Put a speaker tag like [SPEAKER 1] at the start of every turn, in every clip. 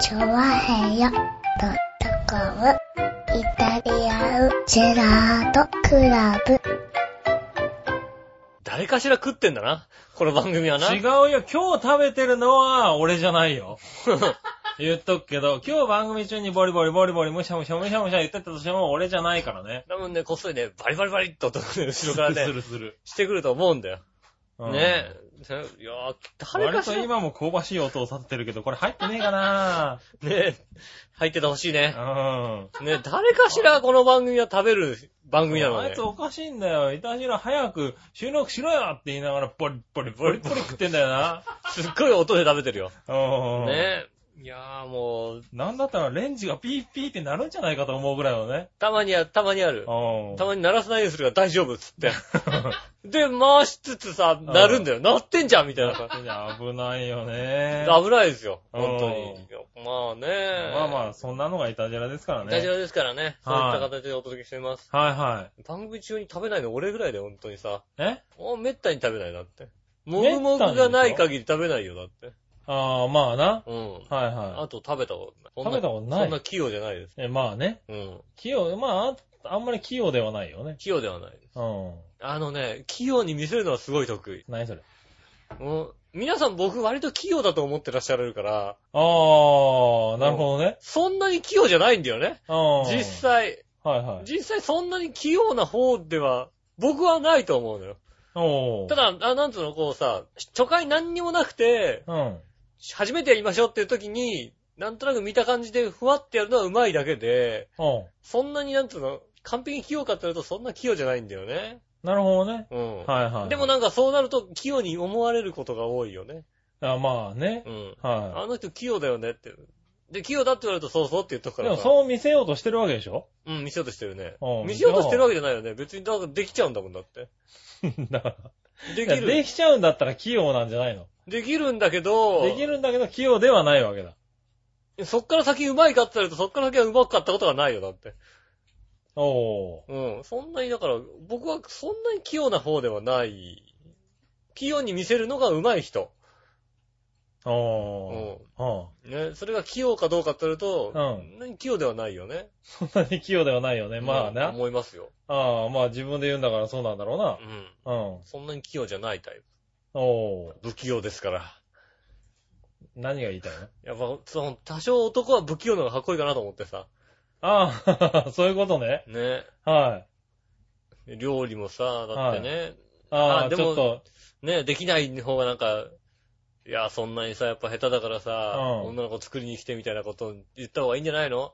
[SPEAKER 1] チョワヘヨドットコムイタリアンジェラートクラブ。
[SPEAKER 2] 誰かしら食ってんだな。この番組はな。
[SPEAKER 3] 違うよ。今日食べてるのは俺じゃないよ。言っとくけど、今日番組中にボリボリボリボリむしゃむしゃむしゃむしゃ言ってたとしても俺じゃないからね。
[SPEAKER 2] 多分ね、こっそりね、バリバリバリっと音がね、後ろから
[SPEAKER 3] す
[SPEAKER 2] ね、
[SPEAKER 3] るする。
[SPEAKER 2] してくると思うんだよ。
[SPEAKER 3] うん
[SPEAKER 2] ねえ。いやー、誰
[SPEAKER 3] 割
[SPEAKER 2] か
[SPEAKER 3] と
[SPEAKER 2] しら、ね
[SPEAKER 3] 今も香ばしい音を立ててるけど、これ入ってねえかな
[SPEAKER 2] え、入っててほしいね。
[SPEAKER 3] うん。
[SPEAKER 2] ねえ、誰かしらこの番組は食べる番組なの
[SPEAKER 3] あ
[SPEAKER 2] ね
[SPEAKER 3] いつ。おかしいんだよ。いたじら早く収録しろよって言いながら、ボリボリボリボリ食ってんだよな。
[SPEAKER 2] すっごい音で食べてるよ。
[SPEAKER 3] うん。
[SPEAKER 2] ねえ。いやーもう、
[SPEAKER 3] なんだったらレンジがピーピーってなるんじゃないかと思うぐらいのね。
[SPEAKER 2] たまには、たまにある。
[SPEAKER 3] うん。
[SPEAKER 2] たまに鳴らさないようにするから大丈夫っつっ て。で、回しつつさ、鳴るんだよ。鳴ってんじゃんみたいなさ。
[SPEAKER 3] 危ないよね。
[SPEAKER 2] 危ないですよ。本当に
[SPEAKER 3] うん。
[SPEAKER 2] まあね。
[SPEAKER 3] まあまあ、そんなのがいたじらですから
[SPEAKER 2] イタジ
[SPEAKER 3] ね。
[SPEAKER 2] ラですからね。そういった形でお届けしています。
[SPEAKER 3] はいは
[SPEAKER 2] 番組中に食べないの俺ぐらいで本当にさ。
[SPEAKER 3] い。え
[SPEAKER 2] もう滅多に食べないだって。も
[SPEAKER 3] 滅多
[SPEAKER 2] ぐ
[SPEAKER 3] に
[SPEAKER 2] もぐがない限り食べないよだって。
[SPEAKER 3] ああ、まあな。
[SPEAKER 2] うん。
[SPEAKER 3] はいは
[SPEAKER 2] あと食べたことない。そん
[SPEAKER 3] 食べたことない
[SPEAKER 2] そんな器用じゃないです。
[SPEAKER 3] い。え、まあね。
[SPEAKER 2] うん。
[SPEAKER 3] 器用、まあ、ああんまり器用ではないよね。
[SPEAKER 2] 器用ではないです。
[SPEAKER 3] うん。
[SPEAKER 2] あのね、器用に見せるのはすごい得意。
[SPEAKER 3] 何それ。
[SPEAKER 2] もう、皆さん僕割と器用だと思ってらっしゃるから、
[SPEAKER 3] ああ、なるほどね。
[SPEAKER 2] そんなに器用じゃないんだよね。
[SPEAKER 3] うん。
[SPEAKER 2] 実。際。
[SPEAKER 3] はいはい。
[SPEAKER 2] 実際そんなに器用な方では、僕はないと思うのよ。
[SPEAKER 3] おー
[SPEAKER 2] ただ、あなんつうの、こうさ、初回何にもなくて、
[SPEAKER 3] うん。
[SPEAKER 2] 初めてやりましょうっていう時に、なんとなく見た感じでふわってやるのは上手いだけで、
[SPEAKER 3] うん。
[SPEAKER 2] そんなになんつうの、完璧に器用かって言うとそんな器用じゃないんだよね。
[SPEAKER 3] なるほどね。
[SPEAKER 2] うん。
[SPEAKER 3] はいはい。
[SPEAKER 2] でもなんかそうなると器用に思われることが多いよね。
[SPEAKER 3] あまあね
[SPEAKER 2] う。ん。
[SPEAKER 3] は
[SPEAKER 2] あの人器用だよねって。で、器用だって言われるとそうそうって言っとく
[SPEAKER 3] い。
[SPEAKER 2] か
[SPEAKER 3] で
[SPEAKER 2] ら
[SPEAKER 3] も
[SPEAKER 2] さ。
[SPEAKER 3] そう見せようとしてるわけでしょ
[SPEAKER 2] うん、見せようとしてるね
[SPEAKER 3] う。ん
[SPEAKER 2] 見せようとしてるわけじゃないよね。別に、だからできちゃうんだもんだって。
[SPEAKER 3] だから。
[SPEAKER 2] で
[SPEAKER 3] いや
[SPEAKER 2] き
[SPEAKER 3] で
[SPEAKER 2] る。
[SPEAKER 3] きちゃうんだったら器用なんじゃないの
[SPEAKER 2] できるんだけど、
[SPEAKER 3] できるんだけど器用ではないわけだ。
[SPEAKER 2] そっから先うまいかって言われると、そっから先はうまかったことがないよ、だって。
[SPEAKER 3] おー。
[SPEAKER 2] うん。そんなに、だから、僕はそんなに器用な方ではない。器用に見せるのがうまい人。
[SPEAKER 3] おー。うん。
[SPEAKER 2] ね。それが器用かどうかって言われると、
[SPEAKER 3] うん
[SPEAKER 2] そなに器用ではないよね。
[SPEAKER 3] そんなに器用ではないよね。まあ
[SPEAKER 2] うん
[SPEAKER 3] ね。
[SPEAKER 2] 思いますよ。
[SPEAKER 3] ああ、まあ自分で言うんだからそうなんだろ
[SPEAKER 2] う。
[SPEAKER 3] うんな。うん。
[SPEAKER 2] そんなに器用じゃないタイプ。
[SPEAKER 3] おー。
[SPEAKER 2] 不器用ですから。
[SPEAKER 3] 何が言いたいの
[SPEAKER 2] やっぱ、その、多少男は不器用の方がかっこいいかなと思ってさ。
[SPEAKER 3] ああ、 そういうことね。
[SPEAKER 2] ね。
[SPEAKER 3] はい。
[SPEAKER 2] 料理もさ、だってね、
[SPEAKER 3] あ
[SPEAKER 2] あ
[SPEAKER 3] あ、
[SPEAKER 2] で
[SPEAKER 3] ち
[SPEAKER 2] も
[SPEAKER 3] ょっと、
[SPEAKER 2] ね、できない方がなんか、いや、そんなにさ、やっぱ下手だからさ、
[SPEAKER 3] うん
[SPEAKER 2] 女の子作りに来てみたいなこと言った方がいいんじゃないの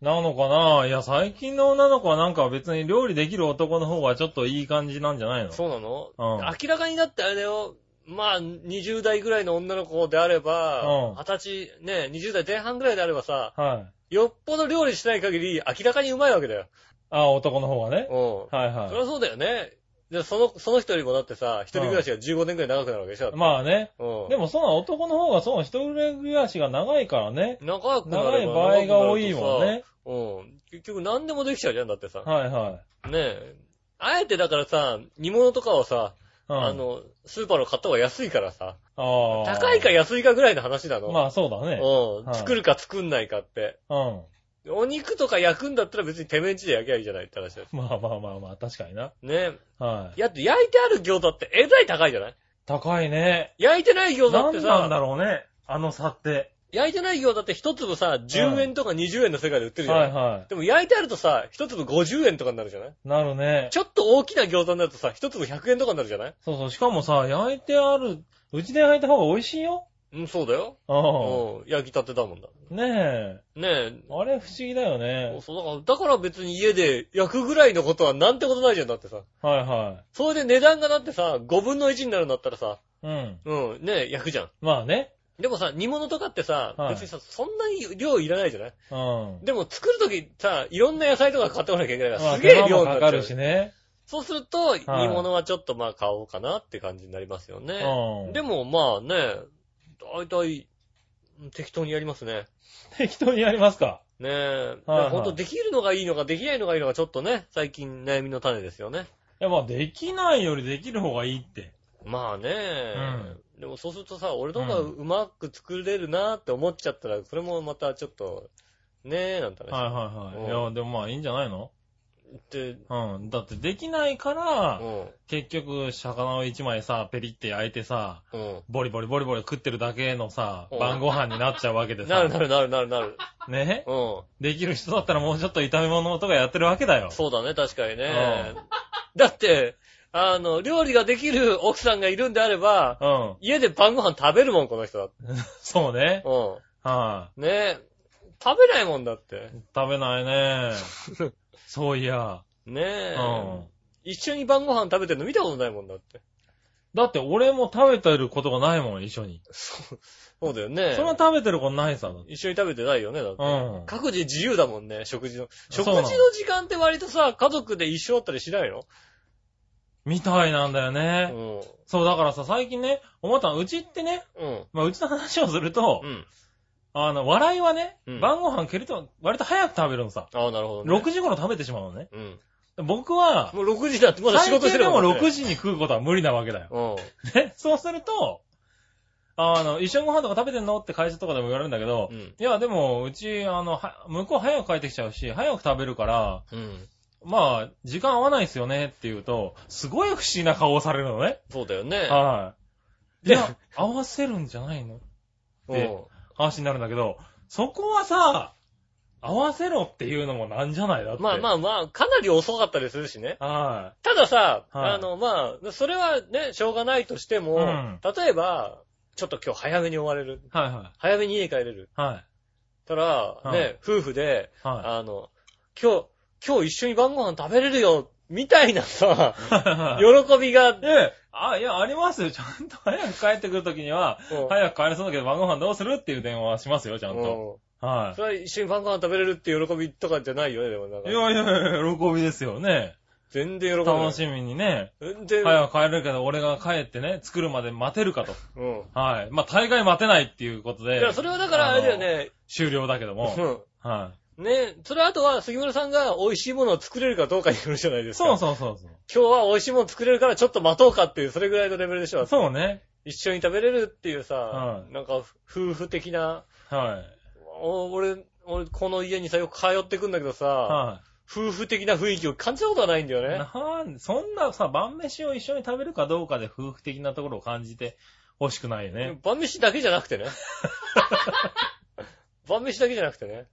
[SPEAKER 3] なのかないや、最近の女の子はなんか別に料理できる男の方がちょっといい感じなんじゃないの
[SPEAKER 2] そうなの、
[SPEAKER 3] うん
[SPEAKER 2] 明らかになってあれだよ、まあ、20代ぐらいの女の子であれば
[SPEAKER 3] うん、
[SPEAKER 2] 二十歳、ね、20代前半ぐらいであればさ、
[SPEAKER 3] はい。
[SPEAKER 2] よっぽど料理しない限り明らかにうまいわけだよ。
[SPEAKER 3] ああ、男の方がね。
[SPEAKER 2] う
[SPEAKER 3] はい
[SPEAKER 2] ん。そりゃ
[SPEAKER 3] は
[SPEAKER 2] そうだよね。で、その、その人よりもだってさ、一人暮らしが15年ぐらい長くなるわけでしょ。
[SPEAKER 3] い。まあね。
[SPEAKER 2] うん。
[SPEAKER 3] でもそうな男の方がそう、一人暮らしが長いからね。
[SPEAKER 2] 長くな
[SPEAKER 3] 長い
[SPEAKER 2] れば
[SPEAKER 3] 場合が多いもん。
[SPEAKER 2] 長くなる
[SPEAKER 3] ね。
[SPEAKER 2] とさうん。結局何でもできちゃうじゃん、だってさ。
[SPEAKER 3] はいはい。
[SPEAKER 2] ねえ。あえてだからさ、煮物とかをさ、
[SPEAKER 3] うん
[SPEAKER 2] あ、の、スーパーの買った方が安いからさ、
[SPEAKER 3] ああ
[SPEAKER 2] 高いか安いかぐらいの話なの。
[SPEAKER 3] まあそうだね。
[SPEAKER 2] う
[SPEAKER 3] は
[SPEAKER 2] ん。
[SPEAKER 3] い
[SPEAKER 2] 作るか作んないかって。
[SPEAKER 3] うん。
[SPEAKER 2] お肉とか焼くんだったら別に手面地で焼きゃいいじゃないって話だよ。
[SPEAKER 3] まあまあまあまあ、確かにな。
[SPEAKER 2] ねえ。
[SPEAKER 3] はい。
[SPEAKER 2] やって焼いてある餃子ってえらい高いじゃない
[SPEAKER 3] 高いね。
[SPEAKER 2] 焼いてない餃子っ
[SPEAKER 3] 何
[SPEAKER 2] て
[SPEAKER 3] なんだ
[SPEAKER 2] さ、
[SPEAKER 3] ろうね。あの差って。
[SPEAKER 2] 焼いてない餃子って一粒さ、10円とか20円の世界で売ってるじゃな
[SPEAKER 3] はいいは
[SPEAKER 2] でも焼いてあるとさ、一粒50円とかになるじゃない
[SPEAKER 3] い。なるね。
[SPEAKER 2] ちょっと大きな餃子になるとさ、一粒100円とかになるじゃない
[SPEAKER 3] そうそう。しかもさ、焼いてある、うちで焼いた方が美味しいよ。
[SPEAKER 2] うん、そうだよ。
[SPEAKER 3] う
[SPEAKER 2] うん、焼きたてだもんだ。
[SPEAKER 3] ん。ねえ。
[SPEAKER 2] ね
[SPEAKER 3] あれ不思議だよ
[SPEAKER 2] え。
[SPEAKER 3] ね。
[SPEAKER 2] そうだから、だから別に家で焼くぐらいのことはなんてことないじゃん、だってさ。
[SPEAKER 3] はいは
[SPEAKER 2] それで値段がだってさ、5分の1になるんだったらさ、
[SPEAKER 3] い。うん。
[SPEAKER 2] うん、ねえ、焼くじゃん。
[SPEAKER 3] まあね。
[SPEAKER 2] でもさ、煮物とかってさ、
[SPEAKER 3] はい
[SPEAKER 2] 別にさ、そんなに量いらないじゃない
[SPEAKER 3] うん。
[SPEAKER 2] でも作るときさ、いろんな野菜とか買ってこなきゃいけないか
[SPEAKER 3] ま
[SPEAKER 2] ら、
[SPEAKER 3] あ
[SPEAKER 2] すげえ
[SPEAKER 3] 手間
[SPEAKER 2] 量
[SPEAKER 3] も
[SPEAKER 2] になっ
[SPEAKER 3] か
[SPEAKER 2] ちゃ
[SPEAKER 3] か
[SPEAKER 2] う。
[SPEAKER 3] るしね。
[SPEAKER 2] そうすると、煮物はちょっとまあ買おうかなって感じになりますよね。
[SPEAKER 3] うん。
[SPEAKER 2] でもまあね、大体、適当にやりますね。
[SPEAKER 3] 適当にやりますか。
[SPEAKER 2] ねえ。
[SPEAKER 3] はいはい
[SPEAKER 2] ほんとできるのがいいのかできないのがいいのかちょっとね、最近悩みの種ですよね。
[SPEAKER 3] いやまあできないよりできる方がいいって。
[SPEAKER 2] まあね、でもそうするとさ、俺の方がうまく作れるなって思っちゃったら、それもまたちょっと、ねえ、なんて話。
[SPEAKER 3] はいはいはい。いや、でもまあいいんじゃないの
[SPEAKER 2] で、
[SPEAKER 3] うん。だってできないか
[SPEAKER 2] う
[SPEAKER 3] ら、
[SPEAKER 2] ん、
[SPEAKER 3] 結局、魚を一枚さ、ペリって焼いてさ、
[SPEAKER 2] う
[SPEAKER 3] ボリボリボリボリ食ってるだけのさ
[SPEAKER 2] う、ん
[SPEAKER 3] 晩ご飯になっちゃうわけで
[SPEAKER 2] ん。 な
[SPEAKER 3] さ
[SPEAKER 2] る、なるなるなるなる。
[SPEAKER 3] ね
[SPEAKER 2] う
[SPEAKER 3] できる人だったらもうちょっと炒め物とかやってるわけだよ
[SPEAKER 2] ん。。そうだね、確かにね
[SPEAKER 3] う。
[SPEAKER 2] だって、あの、料理ができる奥さんがいるんであれば、
[SPEAKER 3] うん。
[SPEAKER 2] 家で晩ご飯食べるもん、この人だって。
[SPEAKER 3] そうね。
[SPEAKER 2] う
[SPEAKER 3] は
[SPEAKER 2] ん。ねえ。食べないもんだって。
[SPEAKER 3] い。食べな いね。そういや。
[SPEAKER 2] ね
[SPEAKER 3] う
[SPEAKER 2] え。
[SPEAKER 3] ん。
[SPEAKER 2] 一緒に晩ご飯食べてるの見たことないもんだって。
[SPEAKER 3] だって俺も食べてることがないもん、一緒に。
[SPEAKER 2] そうだよね。
[SPEAKER 3] それは食べてることないさ。だって
[SPEAKER 2] 一緒に食べてないよね、だって。
[SPEAKER 3] うん。
[SPEAKER 2] 各自自由だもんね、食事の。
[SPEAKER 3] そう
[SPEAKER 2] 食
[SPEAKER 3] な
[SPEAKER 2] 事
[SPEAKER 3] の
[SPEAKER 2] の時間って割とさ、家族で一緒だったりしないの
[SPEAKER 3] みたいなんだよ
[SPEAKER 2] う
[SPEAKER 3] ね。
[SPEAKER 2] ん。
[SPEAKER 3] そう、だからさ、最近ね、思ったの、うちってね、
[SPEAKER 2] うん。
[SPEAKER 3] まあ、うちの話をすると
[SPEAKER 2] う、ん。
[SPEAKER 3] あの、笑いはね
[SPEAKER 2] う、ん
[SPEAKER 3] 晩ご飯蹴ると、割と早く食べるのさ。
[SPEAKER 2] ああ、なるほどね。
[SPEAKER 3] 6時頃食べてしまうのね。
[SPEAKER 2] うん。
[SPEAKER 3] 僕は、
[SPEAKER 2] もう6時だって、まだ仕
[SPEAKER 3] 最
[SPEAKER 2] 事し
[SPEAKER 3] 低
[SPEAKER 2] て
[SPEAKER 3] で
[SPEAKER 2] るも
[SPEAKER 3] も
[SPEAKER 2] んね。
[SPEAKER 3] 6時に食うことは無理なわけだよ。
[SPEAKER 2] うん。
[SPEAKER 3] ねそうすると、あの、一緒にご飯とか食べてんのって会社とかでも言われるんだけど、
[SPEAKER 2] うん
[SPEAKER 3] いや、でも、うち、あの、は向こう早く帰ってきちゃうし、早く食べるから、
[SPEAKER 2] うん。
[SPEAKER 3] まあ、時間合わないっすよねって言うと、すごい不思議な顔をされるのね。
[SPEAKER 2] そうだよね。
[SPEAKER 3] はい。いや、合わせるんじゃないの
[SPEAKER 2] う
[SPEAKER 3] で話になるんだけど、そこはさ、合わせろっていうのもなんじゃないだって。
[SPEAKER 2] ん。まあまあまあ、かなり遅かったりするしね。
[SPEAKER 3] あ。は
[SPEAKER 2] たださ、
[SPEAKER 3] はい
[SPEAKER 2] あの、まあ、それはね、しょうがないとしても、
[SPEAKER 3] うん
[SPEAKER 2] 例えば、ちょっと今日早めに終われる。
[SPEAKER 3] い。はいは
[SPEAKER 2] 早めに家帰れる。
[SPEAKER 3] い。はい。
[SPEAKER 2] たら、
[SPEAKER 3] うん
[SPEAKER 2] ね、夫婦で、
[SPEAKER 3] は
[SPEAKER 2] あの、今日、今日一緒に晩ご飯食べれるよ、みたいなさ、
[SPEAKER 3] い。
[SPEAKER 2] 喜びが、
[SPEAKER 3] え、あ、いや、ありますよ。ちゃんと早く帰ってくるときには、
[SPEAKER 2] うん
[SPEAKER 3] 早く帰れそうだけど晩ご飯どうするっていう電話はしますよ、ちゃんと。
[SPEAKER 2] うん
[SPEAKER 3] は
[SPEAKER 2] それは一緒に晩ご飯食べれるって喜びとかじゃないよね、でもなん
[SPEAKER 3] い。
[SPEAKER 2] か
[SPEAKER 3] い。やいやいや、喜びですよね。
[SPEAKER 2] 全然喜びない
[SPEAKER 3] 楽。しみにね。
[SPEAKER 2] 全然、
[SPEAKER 3] 早く帰れるけど、俺が帰ってね、作るまで待てるかと。
[SPEAKER 2] うん。
[SPEAKER 3] はい。まあ、大概待てないっていうこと
[SPEAKER 2] い
[SPEAKER 3] で
[SPEAKER 2] や、、それはだからあれだよね、
[SPEAKER 3] 終了だけども。
[SPEAKER 2] うん。
[SPEAKER 3] はい。
[SPEAKER 2] ね、それあとは杉村さんが美味しいものを作れるかどうかによるじゃないですか。
[SPEAKER 3] そうそうそうそう。
[SPEAKER 2] 今日は美味しいもの作れるからちょっと待とうかっていう、それぐらいのレベルでしょ。
[SPEAKER 3] そうね。
[SPEAKER 2] 一緒に食べれるっていうさ
[SPEAKER 3] う、ん
[SPEAKER 2] なんか夫婦的な、
[SPEAKER 3] はい。
[SPEAKER 2] お俺、俺この家にさ、よく通ってくんだけどさ、
[SPEAKER 3] は
[SPEAKER 2] 夫婦的な雰囲気を感じたことはないんだよ
[SPEAKER 3] い。
[SPEAKER 2] ね。
[SPEAKER 3] なんそんなさ、晩飯を一緒に食べるかどうかで夫婦的なところを感じて欲しくないよね。
[SPEAKER 2] 晩飯だけじゃなくてね。 晩飯だけじゃなくてね。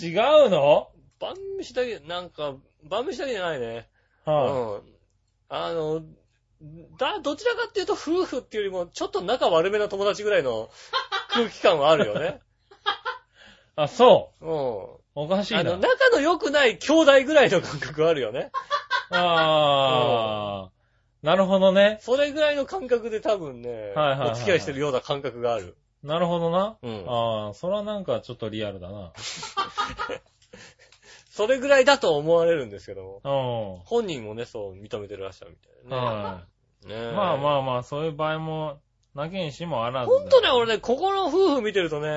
[SPEAKER 3] 違うの
[SPEAKER 2] 晩飯だけ、なんか、晩飯だけじゃないね。
[SPEAKER 3] は
[SPEAKER 2] うん。あの、だ、どちらかっていうと夫婦っていうよりも、ちょっと仲悪めな友達ぐらい の空気感はあるよね。
[SPEAKER 3] い。あ、そう。
[SPEAKER 2] うん。
[SPEAKER 3] おかしい
[SPEAKER 2] あ
[SPEAKER 3] な。
[SPEAKER 2] の、仲の良くない兄弟ぐらいの感覚はあるよね。
[SPEAKER 3] あー。なるほどね。
[SPEAKER 2] それぐらいの感覚で多分ね、
[SPEAKER 3] はいはいはいはい
[SPEAKER 2] お付き合いしてるような感覚がある。
[SPEAKER 3] なるほどな。
[SPEAKER 2] うん
[SPEAKER 3] あー、それはなんかちょっとリアルだな。
[SPEAKER 2] それぐらいだと思われるんですけども。
[SPEAKER 3] う
[SPEAKER 2] 本人もね、そう認めてるらっしゃるみ
[SPEAKER 3] ん。
[SPEAKER 2] たいなね。
[SPEAKER 3] は
[SPEAKER 2] ね
[SPEAKER 3] い。
[SPEAKER 2] え
[SPEAKER 3] まあまあまあ、そういう場合も、なきにしもあらず。
[SPEAKER 2] ほんとね、。俺ね、ここの夫婦見てるとね、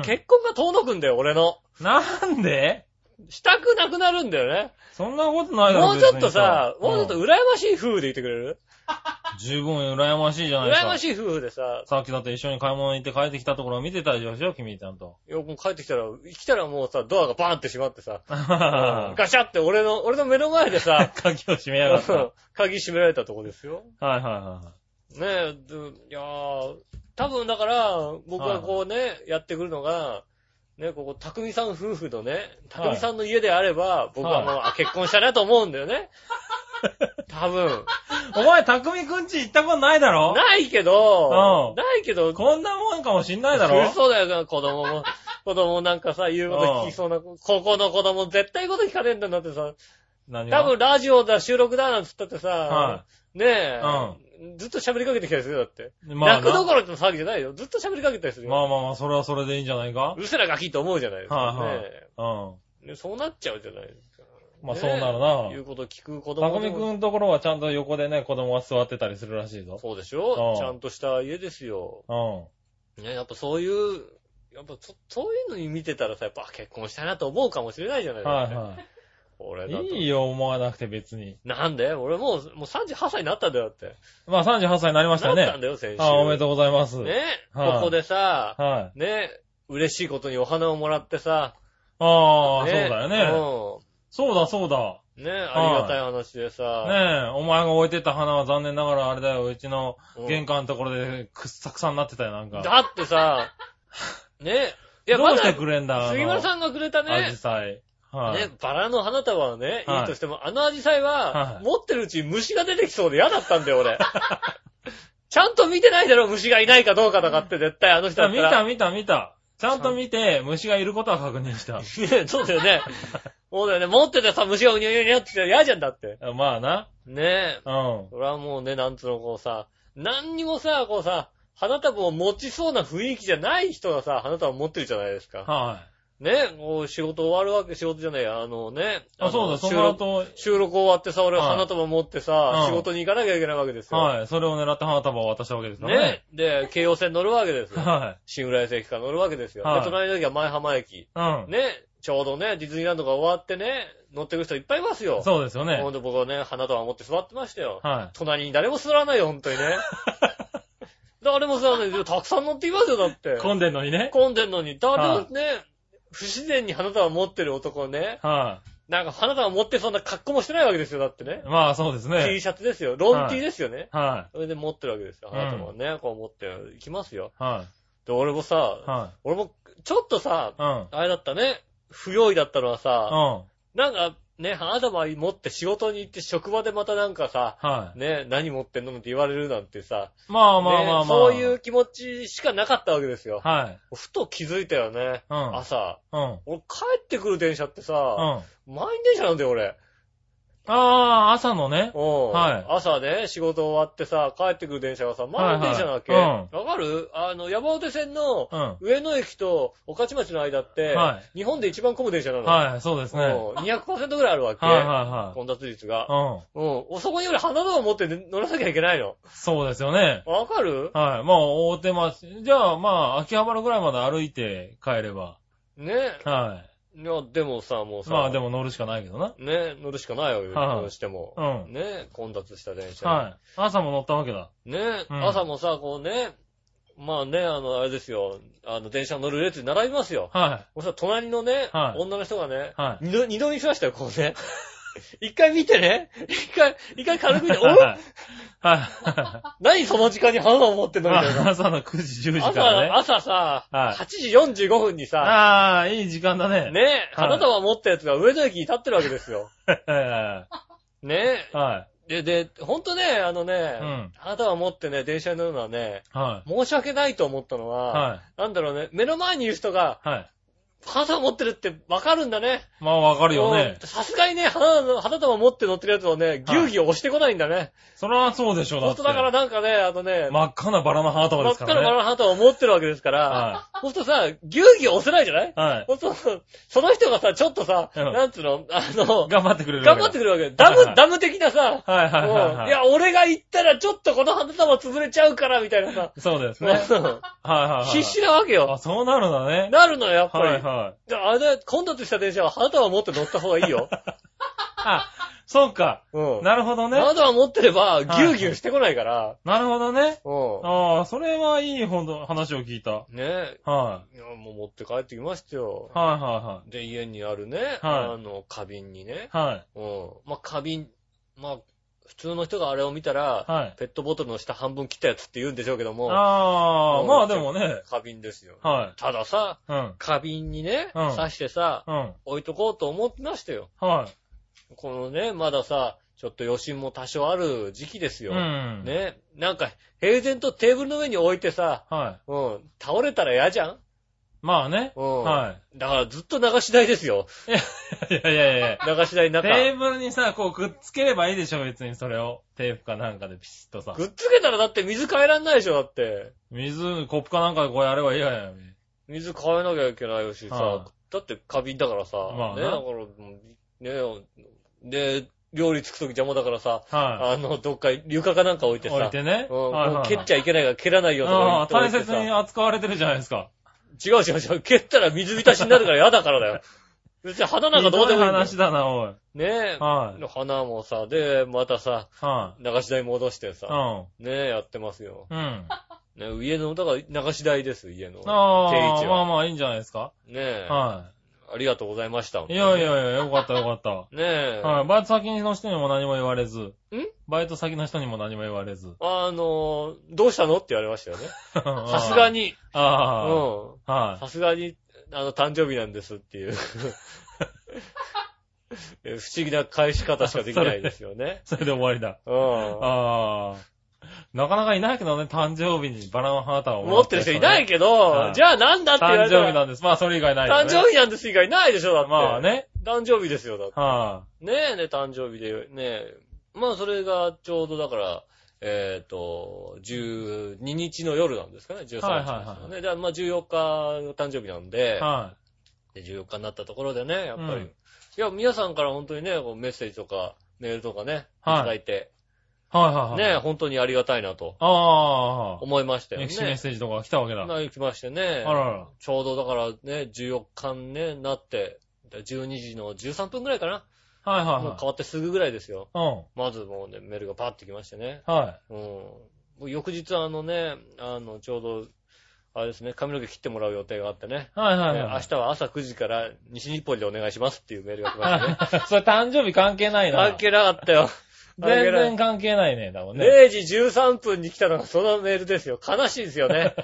[SPEAKER 3] ん
[SPEAKER 2] 結婚が遠のくんだよ、俺の。
[SPEAKER 3] なんで
[SPEAKER 2] したくなくなるんだよね。
[SPEAKER 3] そんなことないだろ
[SPEAKER 2] もうちょっとさ、
[SPEAKER 3] 別に
[SPEAKER 2] もうちょっと
[SPEAKER 3] ん
[SPEAKER 2] 羨ましい夫婦でいてくれる
[SPEAKER 3] 十分羨ましいじゃないです
[SPEAKER 2] 羨
[SPEAKER 3] か。
[SPEAKER 2] ま
[SPEAKER 3] い。
[SPEAKER 2] しい夫婦でさ、
[SPEAKER 3] さっきだって一緒に買い物行って帰ってきたところを見てたでしょ、君ちゃんと。
[SPEAKER 2] よく帰ってきたら、来たらもうさ、ドアがバーンって閉まってさ、
[SPEAKER 3] ガ
[SPEAKER 2] ガシャって俺の、俺の目の前で
[SPEAKER 3] ッ、
[SPEAKER 2] さ
[SPEAKER 3] 鍵を閉めやがった。はい
[SPEAKER 2] 鍵閉められたとこですよ。
[SPEAKER 3] はいは
[SPEAKER 2] ねえ、でいやー、多分だから、僕がこうね、やってくるのが、ね、ここ、匠さん夫婦のね、匠さんの家であれば、僕はも う、あ、結婚したなと思うんだよね。多分。
[SPEAKER 3] いはい。お前、匠くんち行ったことないだろ
[SPEAKER 2] ないけど
[SPEAKER 3] う、ん
[SPEAKER 2] ないけど、
[SPEAKER 3] こんなもんかもしんないだろ
[SPEAKER 2] そうだよ、子供 も。子供なんかさ、言うこと聞きそうな、高校の子供絶対言うこと聞かねえんだなってさ、
[SPEAKER 3] 何が
[SPEAKER 2] 多分ラジオだ、収録だなんつったってさ、
[SPEAKER 3] は
[SPEAKER 2] ねえ、ずっと喋りかけてきたりするよ、だって。
[SPEAKER 3] い。まあ
[SPEAKER 2] 泣くど
[SPEAKER 3] な、
[SPEAKER 2] ころの騒ぎじゃないよ。ずっと喋りかけてたりするよ。
[SPEAKER 3] まあまあまあ、それはそれでいいんじゃないか
[SPEAKER 2] うるせらガキって思うじゃないですか。
[SPEAKER 3] はいはい
[SPEAKER 2] ね
[SPEAKER 3] うん。
[SPEAKER 2] えねそうなっちゃうじゃないですか。
[SPEAKER 3] まあ
[SPEAKER 2] ねえ
[SPEAKER 3] そうなるな。
[SPEAKER 2] 言うこと聞く子供
[SPEAKER 3] た
[SPEAKER 2] で
[SPEAKER 3] く
[SPEAKER 2] も
[SPEAKER 3] みくんのところはちゃんと横でね、子供が座ってたりするらしいぞ。
[SPEAKER 2] そうでし
[SPEAKER 3] う
[SPEAKER 2] ょ
[SPEAKER 3] ん
[SPEAKER 2] ちゃんとした家ですよ。
[SPEAKER 3] うん。
[SPEAKER 2] ね、やっぱそういう、やっぱそそういうのに見てたらさ、やっぱあ結婚したいなと思うかもしれないじゃないですか。
[SPEAKER 3] はいはい。
[SPEAKER 2] これだと。
[SPEAKER 3] いいよ、思わなくて別に。
[SPEAKER 2] なんで俺もう、もう38歳になったんだよだって。
[SPEAKER 3] まあ38歳になりました
[SPEAKER 2] なった
[SPEAKER 3] ね
[SPEAKER 2] ん。だよ、先週。
[SPEAKER 3] あおめでとうございます。
[SPEAKER 2] ね
[SPEAKER 3] はい
[SPEAKER 2] ここでさ、
[SPEAKER 3] はい。
[SPEAKER 2] ね嬉しいことにお花をもらってさ。
[SPEAKER 3] ああ、そう
[SPEAKER 2] ね
[SPEAKER 3] だよね。そうだ、そうだ。
[SPEAKER 2] うん。ねありがたい話でさ。
[SPEAKER 3] ねえ、お前が置いてった花は残念ながらあれだよ、うちの
[SPEAKER 2] うん
[SPEAKER 3] 玄関のところでくっさくさになってたよ、なんか。
[SPEAKER 2] だって さ、ねいや、
[SPEAKER 3] ど
[SPEAKER 2] ま
[SPEAKER 3] うし
[SPEAKER 2] だ
[SPEAKER 3] て、くれんだ、
[SPEAKER 2] 杉村
[SPEAKER 3] ん
[SPEAKER 2] さんがくれた
[SPEAKER 3] ア
[SPEAKER 2] ね
[SPEAKER 3] ジ、サイ。は
[SPEAKER 2] ね
[SPEAKER 3] い。、
[SPEAKER 2] バラの花束はね、
[SPEAKER 3] はい
[SPEAKER 2] いいとしても、あのアジサイ
[SPEAKER 3] は
[SPEAKER 2] は、
[SPEAKER 3] い
[SPEAKER 2] 持ってるうちに虫が出てきそうで嫌だったんだよ、俺。 ちゃんと見てないだろ、虫がいないかどうかとかって絶対あの人だった
[SPEAKER 3] 見
[SPEAKER 2] ら。
[SPEAKER 3] た見た見た。ちゃんと見て、虫がいることは確認 した。
[SPEAKER 2] ねそうだよね。そうだよね。持っててさ、虫がうにゃうにゃうにゃってきたら嫌じゃんだって。
[SPEAKER 3] まあな。
[SPEAKER 2] ねえ。
[SPEAKER 3] うん。
[SPEAKER 2] それはもうね、なんつうの、こうさ、何にもさ、こうさ、花束を持ちそうな雰囲気じゃない人がさ、花束を持ってるじゃないですか。
[SPEAKER 3] はい。
[SPEAKER 2] ねえ、もう仕事終わるわけ、仕事じゃないや、あのね。
[SPEAKER 3] あ、そう
[SPEAKER 2] の
[SPEAKER 3] だ、そ
[SPEAKER 2] 収
[SPEAKER 3] の
[SPEAKER 2] 録、
[SPEAKER 3] 後、
[SPEAKER 2] 収録終わってさ、俺
[SPEAKER 3] はい
[SPEAKER 2] 花束持ってさ
[SPEAKER 3] う、ん
[SPEAKER 2] 仕事に行かなきゃいけないわけですよ。
[SPEAKER 3] はい。それを狙って花束を渡したわけですから
[SPEAKER 2] ね
[SPEAKER 3] ね。
[SPEAKER 2] え。で、京葉線乗るわけですよ。
[SPEAKER 3] は
[SPEAKER 2] 新浦安駅から乗るわけですよ。
[SPEAKER 3] は
[SPEAKER 2] で、
[SPEAKER 3] い
[SPEAKER 2] 隣の駅は前浜駅。
[SPEAKER 3] い。うん。
[SPEAKER 2] ね、ちょうどね、ディズニーランドが終わってね、乗ってく人いっぱいいますよ。
[SPEAKER 3] そうですよね
[SPEAKER 2] ほ。んで僕はね、花束持って座ってましたよ。
[SPEAKER 3] はい。
[SPEAKER 2] 隣に誰も座らないよ、ほんとにね。 誰も座らないでたくさん乗っていますよ、だって。
[SPEAKER 3] 混んでんのにね。
[SPEAKER 2] 混んでんのに、誰もね、不自然に花束持ってる男ね、
[SPEAKER 3] は
[SPEAKER 2] なんか花束持ってそんな格好もしてないわけですよ、だってね
[SPEAKER 3] い。。まあそうです
[SPEAKER 2] T
[SPEAKER 3] ね。
[SPEAKER 2] シャツですよ。ロン T ですよね。
[SPEAKER 3] は
[SPEAKER 2] それで持ってるわけですよ。
[SPEAKER 3] うん
[SPEAKER 2] 花束をね、こう持っていきますよ。
[SPEAKER 3] い。は
[SPEAKER 2] で、俺も
[SPEAKER 3] い。
[SPEAKER 2] さ、
[SPEAKER 3] は
[SPEAKER 2] 俺もちょっとさ
[SPEAKER 3] い。、うん。
[SPEAKER 2] あれだったね、不用意だったのはさ、
[SPEAKER 3] うん。
[SPEAKER 2] なんかね、花束持って仕事に行って職場でまたなんかさ、
[SPEAKER 3] はい。
[SPEAKER 2] ね、何持ってんのって言われるなんてさ、
[SPEAKER 3] まあまあまあまあ。
[SPEAKER 2] ねそういう。気持ちしかなかったわけですよ。
[SPEAKER 3] はい。
[SPEAKER 2] ふと気づいたよね、
[SPEAKER 3] うん
[SPEAKER 2] 朝。
[SPEAKER 3] うん。
[SPEAKER 2] 俺帰ってくる電車って
[SPEAKER 3] うん。
[SPEAKER 2] さ、
[SPEAKER 3] あ
[SPEAKER 2] 満員電車なんだよ俺。
[SPEAKER 3] あー、朝のね。
[SPEAKER 2] うん。
[SPEAKER 3] はい
[SPEAKER 2] 朝ね、仕事終わってさ、帰ってくる電車がさ、満員電車なわけ。
[SPEAKER 3] は
[SPEAKER 2] わ、
[SPEAKER 3] いはい
[SPEAKER 2] かるあの、山手線の
[SPEAKER 3] うん。は
[SPEAKER 2] 上野駅と御徒町の間って、
[SPEAKER 3] は
[SPEAKER 2] 日本で一番混む電車なの。
[SPEAKER 3] い、そうです
[SPEAKER 2] うん
[SPEAKER 3] ね。はい
[SPEAKER 2] 200%ぐらいあるわけ。
[SPEAKER 3] はいは
[SPEAKER 2] 混雑率が
[SPEAKER 3] い。。うん。
[SPEAKER 2] うん。おそこにより花束を持って乗らなきゃいけないの。
[SPEAKER 3] そうですよね。
[SPEAKER 2] わかる
[SPEAKER 3] はい。まあ、大手町。じゃあ、まあ、秋葉原ぐらいまで歩いて帰れば。
[SPEAKER 2] ね
[SPEAKER 3] はい
[SPEAKER 2] や、でもさ、もう
[SPEAKER 3] い。
[SPEAKER 2] さ、
[SPEAKER 3] まあ、でも乗るしかないけどな。
[SPEAKER 2] ね乗るしかないわけです
[SPEAKER 3] はいはい
[SPEAKER 2] どうしても。
[SPEAKER 3] うん
[SPEAKER 2] ね混雑した電車。
[SPEAKER 3] はい。朝も乗ったわけだ。
[SPEAKER 2] ね
[SPEAKER 3] うん
[SPEAKER 2] 朝もさ、こうね、まあね、あの、あれですよ、あの、電車乗る列に並びますよ。
[SPEAKER 3] は
[SPEAKER 2] もうさ、隣のね、
[SPEAKER 3] はい
[SPEAKER 2] 女の人がね、
[SPEAKER 3] は
[SPEAKER 2] 二度、二度見しましたよ、こうね。 一回見てね、一回、一回軽く
[SPEAKER 3] い。
[SPEAKER 2] 見て、
[SPEAKER 3] はい
[SPEAKER 2] お
[SPEAKER 3] はい。
[SPEAKER 2] 何その時間に花を持ってんのみたい
[SPEAKER 3] まあ
[SPEAKER 2] な。
[SPEAKER 3] 朝の9時、10時から
[SPEAKER 2] 朝、
[SPEAKER 3] ね。
[SPEAKER 2] 朝さ、
[SPEAKER 3] はい
[SPEAKER 2] 8時45分にさ、
[SPEAKER 3] ああ、いい時間だね。。
[SPEAKER 2] ねえ、花束持ったやつが上野駅に立ってるわけです よ。
[SPEAKER 3] は
[SPEAKER 2] ね
[SPEAKER 3] い。は
[SPEAKER 2] え。で、で、ほんとね、あのね、
[SPEAKER 3] ん
[SPEAKER 2] 花束持ってね、電車に乗るのはね、
[SPEAKER 3] い。はい。
[SPEAKER 2] 申し訳ないと思ったのは、
[SPEAKER 3] は
[SPEAKER 2] なんだろうね、目の前にいる人が、
[SPEAKER 3] い。はい。
[SPEAKER 2] 花束持ってるってわかるんだね。
[SPEAKER 3] まあ、わかるよね
[SPEAKER 2] も。うさすがにね、花花束持って乗ってるやつをね、ぎゅうぎゅう押してこないんだね。
[SPEAKER 3] それはそうでしょ、だ
[SPEAKER 2] ほ
[SPEAKER 3] っ
[SPEAKER 2] んと
[SPEAKER 3] て。
[SPEAKER 2] だからなんかね、あのね、
[SPEAKER 3] 真っ赤なバラの花束
[SPEAKER 2] 真
[SPEAKER 3] で
[SPEAKER 2] っ
[SPEAKER 3] すか
[SPEAKER 2] 赤
[SPEAKER 3] ら
[SPEAKER 2] な
[SPEAKER 3] ね。
[SPEAKER 2] バラの花束を持ってるわけですから、
[SPEAKER 3] は
[SPEAKER 2] ほんとさ、ぎゅうぎゅう押せないじゃない
[SPEAKER 3] はい。
[SPEAKER 2] ほんと、その人がさ、ちょっとさ、
[SPEAKER 3] うん
[SPEAKER 2] なんつうの、あの、
[SPEAKER 3] 頑張ってくれる。
[SPEAKER 2] 頑張って
[SPEAKER 3] く
[SPEAKER 2] くるわけ。ダ
[SPEAKER 3] はいは
[SPEAKER 2] ム、
[SPEAKER 3] い
[SPEAKER 2] ダム的なさ、
[SPEAKER 3] れる。はいはいはい
[SPEAKER 2] も
[SPEAKER 3] は
[SPEAKER 2] う
[SPEAKER 3] い。
[SPEAKER 2] いや、俺が行ったらちょっとこの花束潰れちゃうから、みたいなさ。
[SPEAKER 3] そうですね。はい
[SPEAKER 2] うん
[SPEAKER 3] はいはい。
[SPEAKER 2] 必死なわけよ
[SPEAKER 3] あ、。そうなるんだね。
[SPEAKER 2] なるのよ、やっぱ
[SPEAKER 3] はい
[SPEAKER 2] り。
[SPEAKER 3] はい。
[SPEAKER 2] であれ、混雑した電車は花束持って乗った方がいいよ。
[SPEAKER 3] あ、そうか。
[SPEAKER 2] うん。
[SPEAKER 3] なるほどね。
[SPEAKER 2] 花束持ってれば、ぎゅうぎゅうしてこないから。
[SPEAKER 3] なるほどね。
[SPEAKER 2] う
[SPEAKER 3] ああ、それはいいほど話を聞いた。はい。
[SPEAKER 2] ん。ね
[SPEAKER 3] はい
[SPEAKER 2] え。いや、もう持って帰ってきましたよ。
[SPEAKER 3] は
[SPEAKER 2] で、家にあるね、あの、花瓶にね
[SPEAKER 3] い。はい。はい。
[SPEAKER 2] うん。まあ、花瓶、まあ、普通の人があれを見たら、
[SPEAKER 3] はい。
[SPEAKER 2] ペットボトルの下半分切ったやつって言うんでしょうけども、
[SPEAKER 3] ああ、
[SPEAKER 2] うん
[SPEAKER 3] まあでもね。
[SPEAKER 2] 花瓶ですよ。
[SPEAKER 3] は
[SPEAKER 2] たださ、
[SPEAKER 3] い。うん。
[SPEAKER 2] 花瓶にね、
[SPEAKER 3] うん
[SPEAKER 2] 刺してさ、
[SPEAKER 3] うん。
[SPEAKER 2] 置いとこうと思ってましたよ。
[SPEAKER 3] は
[SPEAKER 2] このね、まださ、ちょっと余震も多少ある時期です
[SPEAKER 3] い。
[SPEAKER 2] よ。
[SPEAKER 3] うん。。
[SPEAKER 2] ね、なんか、平然とテーブルの上に置いてさ、
[SPEAKER 3] はい。
[SPEAKER 2] うん、倒れたら嫌じゃん
[SPEAKER 3] まあね。
[SPEAKER 2] うん。。
[SPEAKER 3] はい
[SPEAKER 2] だからずっと流し台ですよ。
[SPEAKER 3] い。いやいやいやいや。
[SPEAKER 2] 流し台の
[SPEAKER 3] テ
[SPEAKER 2] 中。
[SPEAKER 3] ーブルにさ、こうくっつければいいでしょ、別にそれを。テープかなんかでピシッとさ。
[SPEAKER 2] くっつけたらだって水変えらんないでしょ、だって。
[SPEAKER 3] 水、コップかなんかでこうやればいいやよ。
[SPEAKER 2] 水変えなきゃいけないし
[SPEAKER 3] は
[SPEAKER 2] さ、だって花瓶だからさ、
[SPEAKER 3] まあ
[SPEAKER 2] ね、
[SPEAKER 3] な
[SPEAKER 2] だから、ね、で、料理つくとき邪魔だからさ、
[SPEAKER 3] は
[SPEAKER 2] あの、どっか床かなんか置いて
[SPEAKER 3] い。
[SPEAKER 2] さ、
[SPEAKER 3] 置いてね。
[SPEAKER 2] うん
[SPEAKER 3] はいはい
[SPEAKER 2] も
[SPEAKER 3] は
[SPEAKER 2] う
[SPEAKER 3] い
[SPEAKER 2] 蹴っちゃいけないから蹴らないよと
[SPEAKER 3] ああ、
[SPEAKER 2] か言
[SPEAKER 3] 大
[SPEAKER 2] っておいて
[SPEAKER 3] 切
[SPEAKER 2] さ
[SPEAKER 3] に扱われてるじゃないですか。
[SPEAKER 2] 違う違う違う、蹴ったら水浸しになるから嫌だからだよ。別に花なんかどうでもいいんだよ
[SPEAKER 3] 話だな、おい。
[SPEAKER 2] ねえ。
[SPEAKER 3] はい。
[SPEAKER 2] 花もさ、で、またさ、
[SPEAKER 3] は
[SPEAKER 2] 流し台戻して
[SPEAKER 3] い。
[SPEAKER 2] さ、ねえ、やってますよ。
[SPEAKER 3] う ん。うん。
[SPEAKER 2] ね家の、だから流し台です、家の。
[SPEAKER 3] あ
[SPEAKER 2] 定位置
[SPEAKER 3] あ、まあ
[SPEAKER 2] は。
[SPEAKER 3] まあいいんじゃないですか。
[SPEAKER 2] ねえ、
[SPEAKER 3] は
[SPEAKER 2] ありがとうございました。
[SPEAKER 3] い。いやい。やいや、よかったよかっ
[SPEAKER 2] ねえ、
[SPEAKER 3] た。はい。バイト先の人にも何も言われず。んバイト先の人にも何も言われず。
[SPEAKER 2] あの、どうしたのって言われましたよね。さ
[SPEAKER 3] さ
[SPEAKER 2] すが
[SPEAKER 3] に。
[SPEAKER 2] に。う
[SPEAKER 3] あ
[SPEAKER 2] ん。
[SPEAKER 3] あ。はい。
[SPEAKER 2] さすがに、あの、誕生日なんですっていう。 え不思議な返し方しかできないですよね。
[SPEAKER 3] それで終わりだ。
[SPEAKER 2] うん。
[SPEAKER 3] ああ。なかなかいないけどね、誕生日にバラの花束を
[SPEAKER 2] 持ってる人いない
[SPEAKER 3] け
[SPEAKER 2] けど
[SPEAKER 3] は、い
[SPEAKER 2] じゃあなんだって言わ
[SPEAKER 3] 誕
[SPEAKER 2] れた
[SPEAKER 3] 生日
[SPEAKER 2] ら、
[SPEAKER 3] なんです。まあそれ以外ないよ
[SPEAKER 2] 誕
[SPEAKER 3] ね。
[SPEAKER 2] 生日なんです以外ないでしょ、だって。
[SPEAKER 3] まあ。ね。
[SPEAKER 2] 誕生日ですよ、だって。
[SPEAKER 3] は
[SPEAKER 2] ねえね、誕生日で、ねえ。まあ、それがちょうどだから、えっ、と、12日の夜なんですかね、13日ですよね。
[SPEAKER 3] はいはいは
[SPEAKER 2] で、まあ、14日の誕生日なん
[SPEAKER 3] い。
[SPEAKER 2] で、
[SPEAKER 3] は
[SPEAKER 2] で14日になったところでね、やっぱり。
[SPEAKER 3] うん
[SPEAKER 2] いや、皆さんから本当にね、こうメッセージとか、メールとかね、い
[SPEAKER 3] はい
[SPEAKER 2] ただいて、
[SPEAKER 3] い。はいはいはい。
[SPEAKER 2] ねえ、本当にありがたいなと
[SPEAKER 3] ああ。
[SPEAKER 2] 思いましたよね。
[SPEAKER 3] 歴史メッセージとか来たわけだ。あ
[SPEAKER 2] まあ、来ましてね。
[SPEAKER 3] らら。
[SPEAKER 2] ちょうどだからね、14日にね、なって、12時の13分ぐらいかな。
[SPEAKER 3] はいはい
[SPEAKER 2] もう
[SPEAKER 3] は
[SPEAKER 2] 変わってすぐぐらいですよ。
[SPEAKER 3] い。う
[SPEAKER 2] まずもうね、メールがパッと来ましてね。
[SPEAKER 3] ん。はい。
[SPEAKER 2] うん。僕翌日あのね、あの、ちょうど、あれですね、髪の毛切ってもらう予定があってね。
[SPEAKER 3] はいはい
[SPEAKER 2] ね
[SPEAKER 3] は
[SPEAKER 2] 明
[SPEAKER 3] い。
[SPEAKER 2] 日は朝9時から西日暮里でお願いしますっていうメールが来ましたね。
[SPEAKER 3] はいそれ誕生日関係 ないな。
[SPEAKER 2] 関係なかったよ。
[SPEAKER 3] 全然
[SPEAKER 2] 関
[SPEAKER 3] 関係ないね、だもん
[SPEAKER 2] 係
[SPEAKER 3] ね。
[SPEAKER 2] ない0時13分に来たのがそのメールですよ。悲しいですよ ね。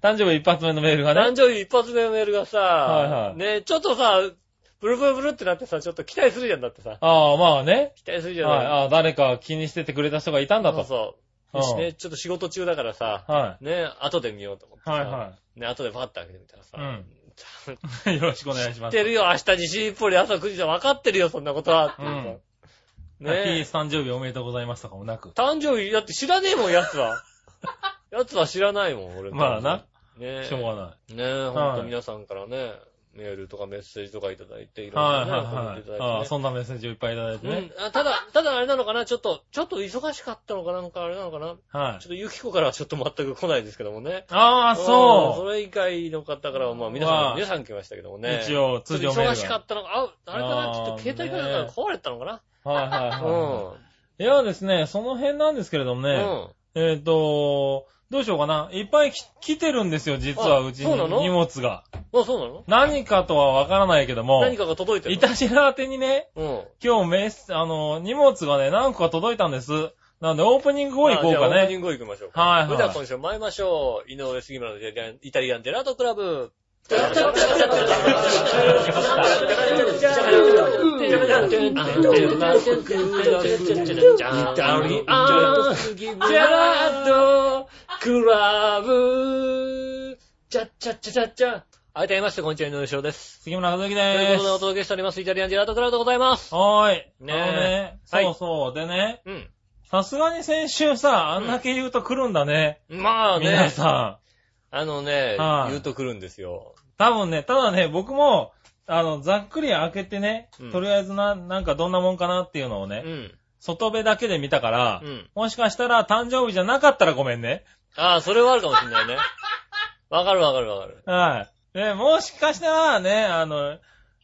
[SPEAKER 3] 誕生日一発目のメールが
[SPEAKER 2] 誕
[SPEAKER 3] ね。
[SPEAKER 2] 生日一発目のメールがさ、
[SPEAKER 3] はいはい
[SPEAKER 2] ね、ちょっとさ、ブルブルブルってなってさ、ちょっと期待するじゃんだってさ。
[SPEAKER 3] ああ、まあね。
[SPEAKER 2] 期待するじゃ
[SPEAKER 3] はい。
[SPEAKER 2] ない。
[SPEAKER 3] ああ、誰か気にしててくれた人がいたんだ
[SPEAKER 2] そう
[SPEAKER 3] と。
[SPEAKER 2] そう。
[SPEAKER 3] うん
[SPEAKER 2] ね、ちょっと仕事中だからさ、
[SPEAKER 3] は
[SPEAKER 2] ね、後で見ようと思って
[SPEAKER 3] い。
[SPEAKER 2] さ。
[SPEAKER 3] はいは
[SPEAKER 2] ね、後でパッと開けてみたらさ。
[SPEAKER 3] い。 よろしくお願いし
[SPEAKER 2] 知っ
[SPEAKER 3] ます。
[SPEAKER 2] てるよ、明日西日暮里朝9時だ。分かってるよ、そんなことは。っていうさ
[SPEAKER 3] ラッキー
[SPEAKER 2] ねえ。
[SPEAKER 3] 誕生日おめでとうございますとかもなく。
[SPEAKER 2] 誕生日、だって知らねえもん、奴 は。奴は知らないもん、俺の
[SPEAKER 3] まあな。
[SPEAKER 2] ねえ。
[SPEAKER 3] しょうがな
[SPEAKER 2] ねえ、ほん
[SPEAKER 3] は
[SPEAKER 2] と
[SPEAKER 3] い
[SPEAKER 2] 皆さんからね、メールとかメッセージとかいただいて、い
[SPEAKER 3] い。
[SPEAKER 2] ろ
[SPEAKER 3] はいい
[SPEAKER 2] ろね、送っ
[SPEAKER 3] は
[SPEAKER 2] てい
[SPEAKER 3] い
[SPEAKER 2] た
[SPEAKER 3] はい。
[SPEAKER 2] だ
[SPEAKER 3] あ
[SPEAKER 2] い
[SPEAKER 3] あ、
[SPEAKER 2] てね。
[SPEAKER 3] そんなメッセージをいっぱいいただいて
[SPEAKER 2] う
[SPEAKER 3] ね。
[SPEAKER 2] ん、あただ、ただあれなのかな、ちょっと、ちょっと忙しかったのかな、なんかあれなのかな。
[SPEAKER 3] はい
[SPEAKER 2] ちょ。っとゆきこからはちょっと全く来ないですけどもね。
[SPEAKER 3] ああ、
[SPEAKER 2] んそ
[SPEAKER 3] そ
[SPEAKER 2] れ以外の方からは、まあ皆さ
[SPEAKER 3] ま
[SPEAKER 2] ん、
[SPEAKER 3] あ
[SPEAKER 2] 皆さん来ましたけども
[SPEAKER 3] う。
[SPEAKER 2] ね。
[SPEAKER 3] 一応、通常メールが。
[SPEAKER 2] 忙しかったのか、あ、あれかな、
[SPEAKER 3] あー
[SPEAKER 2] ちょっと携帯から
[SPEAKER 3] ね
[SPEAKER 2] 壊れたのかな
[SPEAKER 3] はいはいはいはい。
[SPEAKER 2] う
[SPEAKER 3] いやですね、その辺なんですけれども
[SPEAKER 2] ん。う
[SPEAKER 3] ね、
[SPEAKER 2] ん。
[SPEAKER 3] えっ、と、どうしようかな。いっぱいき来てるんですよ、実は
[SPEAKER 2] あ
[SPEAKER 3] うち
[SPEAKER 2] そうなの
[SPEAKER 3] に荷物が。
[SPEAKER 2] あ、そうなの
[SPEAKER 3] 何かとはわからないけども、
[SPEAKER 2] 何かが届いてる
[SPEAKER 3] いたしら宛てにね、
[SPEAKER 2] のうん。
[SPEAKER 3] 今日メッセあの、荷物がね、何個か届いたんです。なんで、オープニング後行こうか
[SPEAKER 2] あじゃあオープニ
[SPEAKER 3] ね。
[SPEAKER 2] ング行きましょうか。
[SPEAKER 3] はい
[SPEAKER 2] それでは
[SPEAKER 3] はい。
[SPEAKER 2] 今週参りましょう。井上杉村のイタリアンイタリアンジェラートクラブ。ジェラートクラブ。チャッチャッチャッチャッチャ。改めまして、こんにちは、井上翔です。
[SPEAKER 3] 杉村和之
[SPEAKER 2] という
[SPEAKER 3] で
[SPEAKER 2] ことでお
[SPEAKER 3] す。
[SPEAKER 2] 届けしております、イタリアンジェラートクラブでございます。
[SPEAKER 3] はーい。
[SPEAKER 2] ねえ
[SPEAKER 3] ねね、そうそう。でね、
[SPEAKER 2] うん。
[SPEAKER 3] さすがに先週さ、あんだけ言うと来るんだね。
[SPEAKER 2] まあ
[SPEAKER 3] 皆
[SPEAKER 2] ね、
[SPEAKER 3] さん。
[SPEAKER 2] あのね、
[SPEAKER 3] はい
[SPEAKER 2] 言うと来るんですよ。
[SPEAKER 3] 多分ね、ただね、僕も、あの、ざっくり開けてね、
[SPEAKER 2] うん
[SPEAKER 3] とりあえずな、なんかどんなもんかなっていうのを
[SPEAKER 2] う
[SPEAKER 3] ね、
[SPEAKER 2] ん。
[SPEAKER 3] 外目だけで見たから、
[SPEAKER 2] うん。
[SPEAKER 3] もしかしたら誕生日じゃなかったらごめんね。
[SPEAKER 2] ああ、それはあるかもしんないね。 わかるわかるわかる。
[SPEAKER 3] はい。ね、もしかしたらね、あの、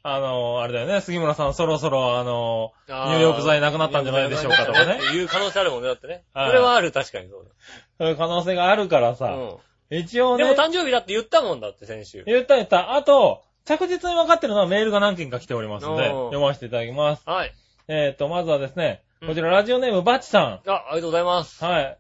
[SPEAKER 3] あの、あれだよね、杉村さんそろそろ、あの、
[SPEAKER 2] あ
[SPEAKER 3] 入浴剤なくなったんじゃないでしょうかとかね
[SPEAKER 2] 入浴剤なくなったっていう可能性あるもんね、だってね。
[SPEAKER 3] はい
[SPEAKER 2] それはある、確かにそう
[SPEAKER 3] そういう可能性があるから
[SPEAKER 2] だ。
[SPEAKER 3] さ、
[SPEAKER 2] うん
[SPEAKER 3] 一応
[SPEAKER 2] でも
[SPEAKER 3] ね、
[SPEAKER 2] 誕生日だって言ったもんだって、先週。
[SPEAKER 3] 言った言った。あと、着実に分かってるのはメールが何件か来ておりますの
[SPEAKER 2] お
[SPEAKER 3] で、
[SPEAKER 2] ー
[SPEAKER 3] 読ませていただきます。
[SPEAKER 2] はい。
[SPEAKER 3] えっ、と、まずはですね、
[SPEAKER 2] うん
[SPEAKER 3] こちらラジオネームバチさん。
[SPEAKER 2] あ、ありがとうございます。
[SPEAKER 3] はい。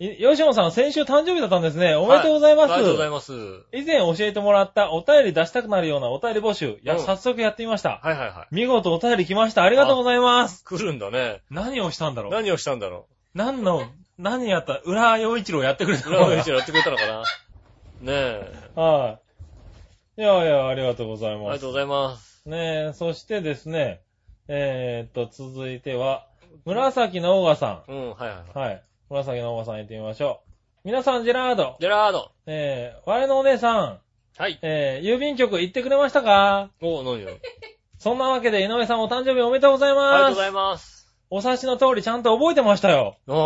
[SPEAKER 3] い吉野さん、先週誕生日だったんですね。おめでとうございます。
[SPEAKER 2] ありがとうございます。
[SPEAKER 3] 以前教えてもらったお便り出したくなるようなお便り募集、や
[SPEAKER 2] うん
[SPEAKER 3] 早速やってみました。
[SPEAKER 2] はいはいはい。
[SPEAKER 3] 見事お便り来ました。ありがとうございます。
[SPEAKER 2] 来るんだね。
[SPEAKER 3] 何をしたんだろう。
[SPEAKER 2] 何をしたんだろ
[SPEAKER 3] 何の、何やった浦和洋一郎やってくれた
[SPEAKER 2] う。
[SPEAKER 3] の
[SPEAKER 2] 裏を一応やってくれたのかな。ねえ。
[SPEAKER 3] はい。いやいや、ありがとうござい
[SPEAKER 2] あり
[SPEAKER 3] ま
[SPEAKER 2] が
[SPEAKER 3] す
[SPEAKER 2] と。うございます。
[SPEAKER 3] ねえ、そしてですね、えー、っと、続いては、紫のオーガさ
[SPEAKER 2] うん、はいはいはい。
[SPEAKER 3] ん。はい。紫のオーガさん行ってみましょう。皆さん、ジェラード。
[SPEAKER 2] ジェラード。
[SPEAKER 3] えー、我のお姉さん。
[SPEAKER 2] はい。
[SPEAKER 3] えー、郵便局行ってくれましたか
[SPEAKER 2] お、何よ。
[SPEAKER 3] そんなわけで、井上さんお誕生日おめでとうござい
[SPEAKER 2] ありがとうご
[SPEAKER 3] ます。
[SPEAKER 2] ざいます。
[SPEAKER 3] お察しの通りちゃんと覚えてましたよ。
[SPEAKER 2] ああ。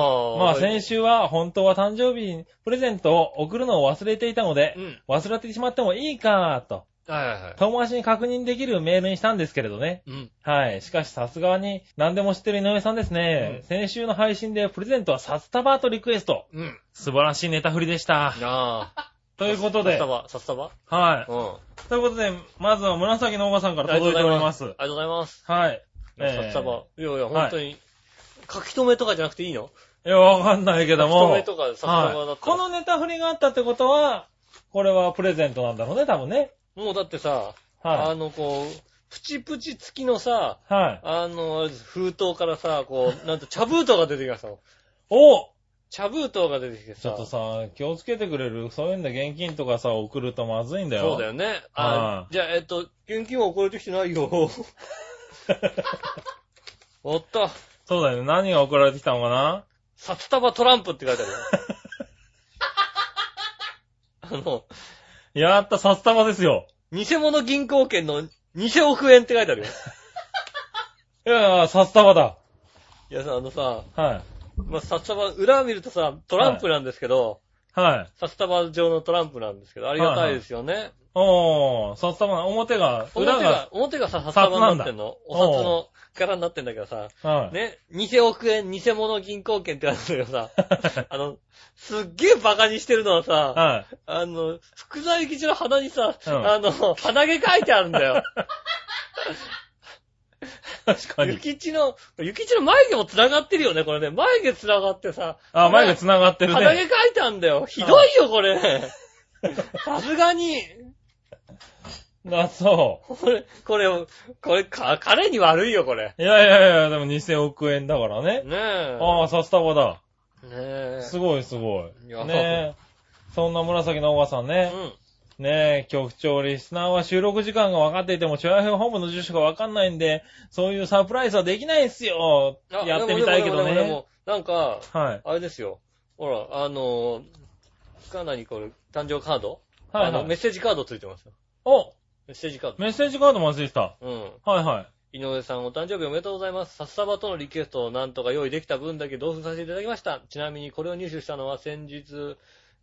[SPEAKER 3] まあ先週は本当は誕生日にプレゼントを送るのを忘れていたので
[SPEAKER 2] う、ん。
[SPEAKER 3] 忘れてしまってもいいか、と。
[SPEAKER 2] はいはいはい。
[SPEAKER 3] 友達に確認できるメールにしたんですけれどね。
[SPEAKER 2] うん。
[SPEAKER 3] はい。しかし、さすがに、何でも知ってる井上さんですね。
[SPEAKER 2] うん
[SPEAKER 3] 先週の配信で、プレゼントは札束とリクエスト。
[SPEAKER 2] うん。
[SPEAKER 3] 素晴らしいネタ振りでした。
[SPEAKER 2] なあ。
[SPEAKER 3] ということで
[SPEAKER 2] さっ、さば、さっさば
[SPEAKER 3] は
[SPEAKER 2] うん。あ
[SPEAKER 3] い。ということで、まずは紫のおばさんから
[SPEAKER 2] りがと
[SPEAKER 3] 届
[SPEAKER 2] う
[SPEAKER 3] い
[SPEAKER 2] ござ
[SPEAKER 3] て
[SPEAKER 2] い
[SPEAKER 3] おり
[SPEAKER 2] ま。
[SPEAKER 3] ます
[SPEAKER 2] あり
[SPEAKER 3] す。
[SPEAKER 2] がとうございます。
[SPEAKER 3] はい。えー
[SPEAKER 2] さっさば。いやいや、本当に。書き留めとかじゃなくていいの
[SPEAKER 3] いや、わかんないけど
[SPEAKER 2] 書き留
[SPEAKER 3] も
[SPEAKER 2] め。とかさっさばだっ
[SPEAKER 3] はい。
[SPEAKER 2] たら
[SPEAKER 3] このネタ振りがあったってことは、これはプレゼントなんだろうね、多分ね。
[SPEAKER 2] もうだってさ、あ
[SPEAKER 3] は
[SPEAKER 2] の、こう、プチプチ付きのさ、
[SPEAKER 3] い。はい。
[SPEAKER 2] あの、封筒からさ、こう、なんと茶封筒が出てきましたの。
[SPEAKER 3] お
[SPEAKER 2] 茶封筒が出てきて
[SPEAKER 3] ち
[SPEAKER 2] さ。
[SPEAKER 3] ょっとさ、気をつけてくれる。そういうんで現金とかさ、送るとまずいんだよ。
[SPEAKER 2] そうだよね。あ
[SPEAKER 3] は、い
[SPEAKER 2] じゃあ、えっと、現金は送られてきてないよ。 おっと、
[SPEAKER 3] そうだよね。何が送られてきたのかな
[SPEAKER 2] 札束トランプって書いて あるよ。あの、
[SPEAKER 3] やった、札束ですよ。
[SPEAKER 2] 偽物銀行券の偽億円って書いてあるよ。
[SPEAKER 3] いやいや、札束だ。
[SPEAKER 2] いやさ、あのさ、
[SPEAKER 3] は
[SPEAKER 2] まあ、札束、裏見るとさ、トランプなんですけど、
[SPEAKER 3] い。はい。
[SPEAKER 2] 札束状のトランプなんですけど、ありがたいですよね。
[SPEAKER 3] おー、札束、表が、裏
[SPEAKER 2] 表
[SPEAKER 3] が、
[SPEAKER 2] が、表がさ、札束になってんの。
[SPEAKER 3] 札なん
[SPEAKER 2] お
[SPEAKER 3] だ
[SPEAKER 2] 札の柄になってんだけどさ、
[SPEAKER 3] はい。
[SPEAKER 2] ね、偽億円、偽物銀行券ってあるんだけどさ、 あの、すっげえバカにしてるのはさ、
[SPEAKER 3] はい。
[SPEAKER 2] あの、福沢諭吉の鼻にさ、
[SPEAKER 3] うん
[SPEAKER 2] あの、鼻毛書いてあるんだ よ。
[SPEAKER 3] 確か
[SPEAKER 2] 諭
[SPEAKER 3] に。
[SPEAKER 2] 吉の、諭吉の眉毛も繋がってるよね、これね。眉毛繋がってさ、
[SPEAKER 3] あ、前が繋がってる
[SPEAKER 2] 鼻毛書
[SPEAKER 3] ね。
[SPEAKER 2] いてあるんだよ。ひどいよ、こ れ。さすがに、
[SPEAKER 3] あ、そ
[SPEAKER 2] これ、これ、これ、か、彼に悪いよ、これ。
[SPEAKER 3] う。いやいやいや、でも2000億円だからね。
[SPEAKER 2] ねえ。
[SPEAKER 3] ああ、札束だ。
[SPEAKER 2] ねえ。
[SPEAKER 3] すごいすご
[SPEAKER 2] いや
[SPEAKER 3] い。ねえ。そんな紫のおばさんね。
[SPEAKER 2] うん。
[SPEAKER 3] ねえ、局長、リスナーは収録時間が分かっていても、チョアヘオ本部の住所が分かんないんで、そういうサプライズはできないんすよ。
[SPEAKER 2] あ
[SPEAKER 3] やってみたいけど
[SPEAKER 2] でもでもで
[SPEAKER 3] ね。
[SPEAKER 2] もなんか、
[SPEAKER 3] はい。
[SPEAKER 2] あれですよ。ほら、あのー、かなりこれ、誕生カード
[SPEAKER 3] はい、
[SPEAKER 2] あの、
[SPEAKER 3] は
[SPEAKER 2] メッ
[SPEAKER 3] い。
[SPEAKER 2] セージカードついてますよ。
[SPEAKER 3] お、
[SPEAKER 2] メッセージカード。
[SPEAKER 3] メッセージカードも忘れてた。
[SPEAKER 2] うん。
[SPEAKER 3] はいはい。
[SPEAKER 2] 井上さん、お誕生日おめでとうございます。札束とのリクエストをなんとか用意できた分だけ同封させていただきました。ちなみにこれを入手したのは先日、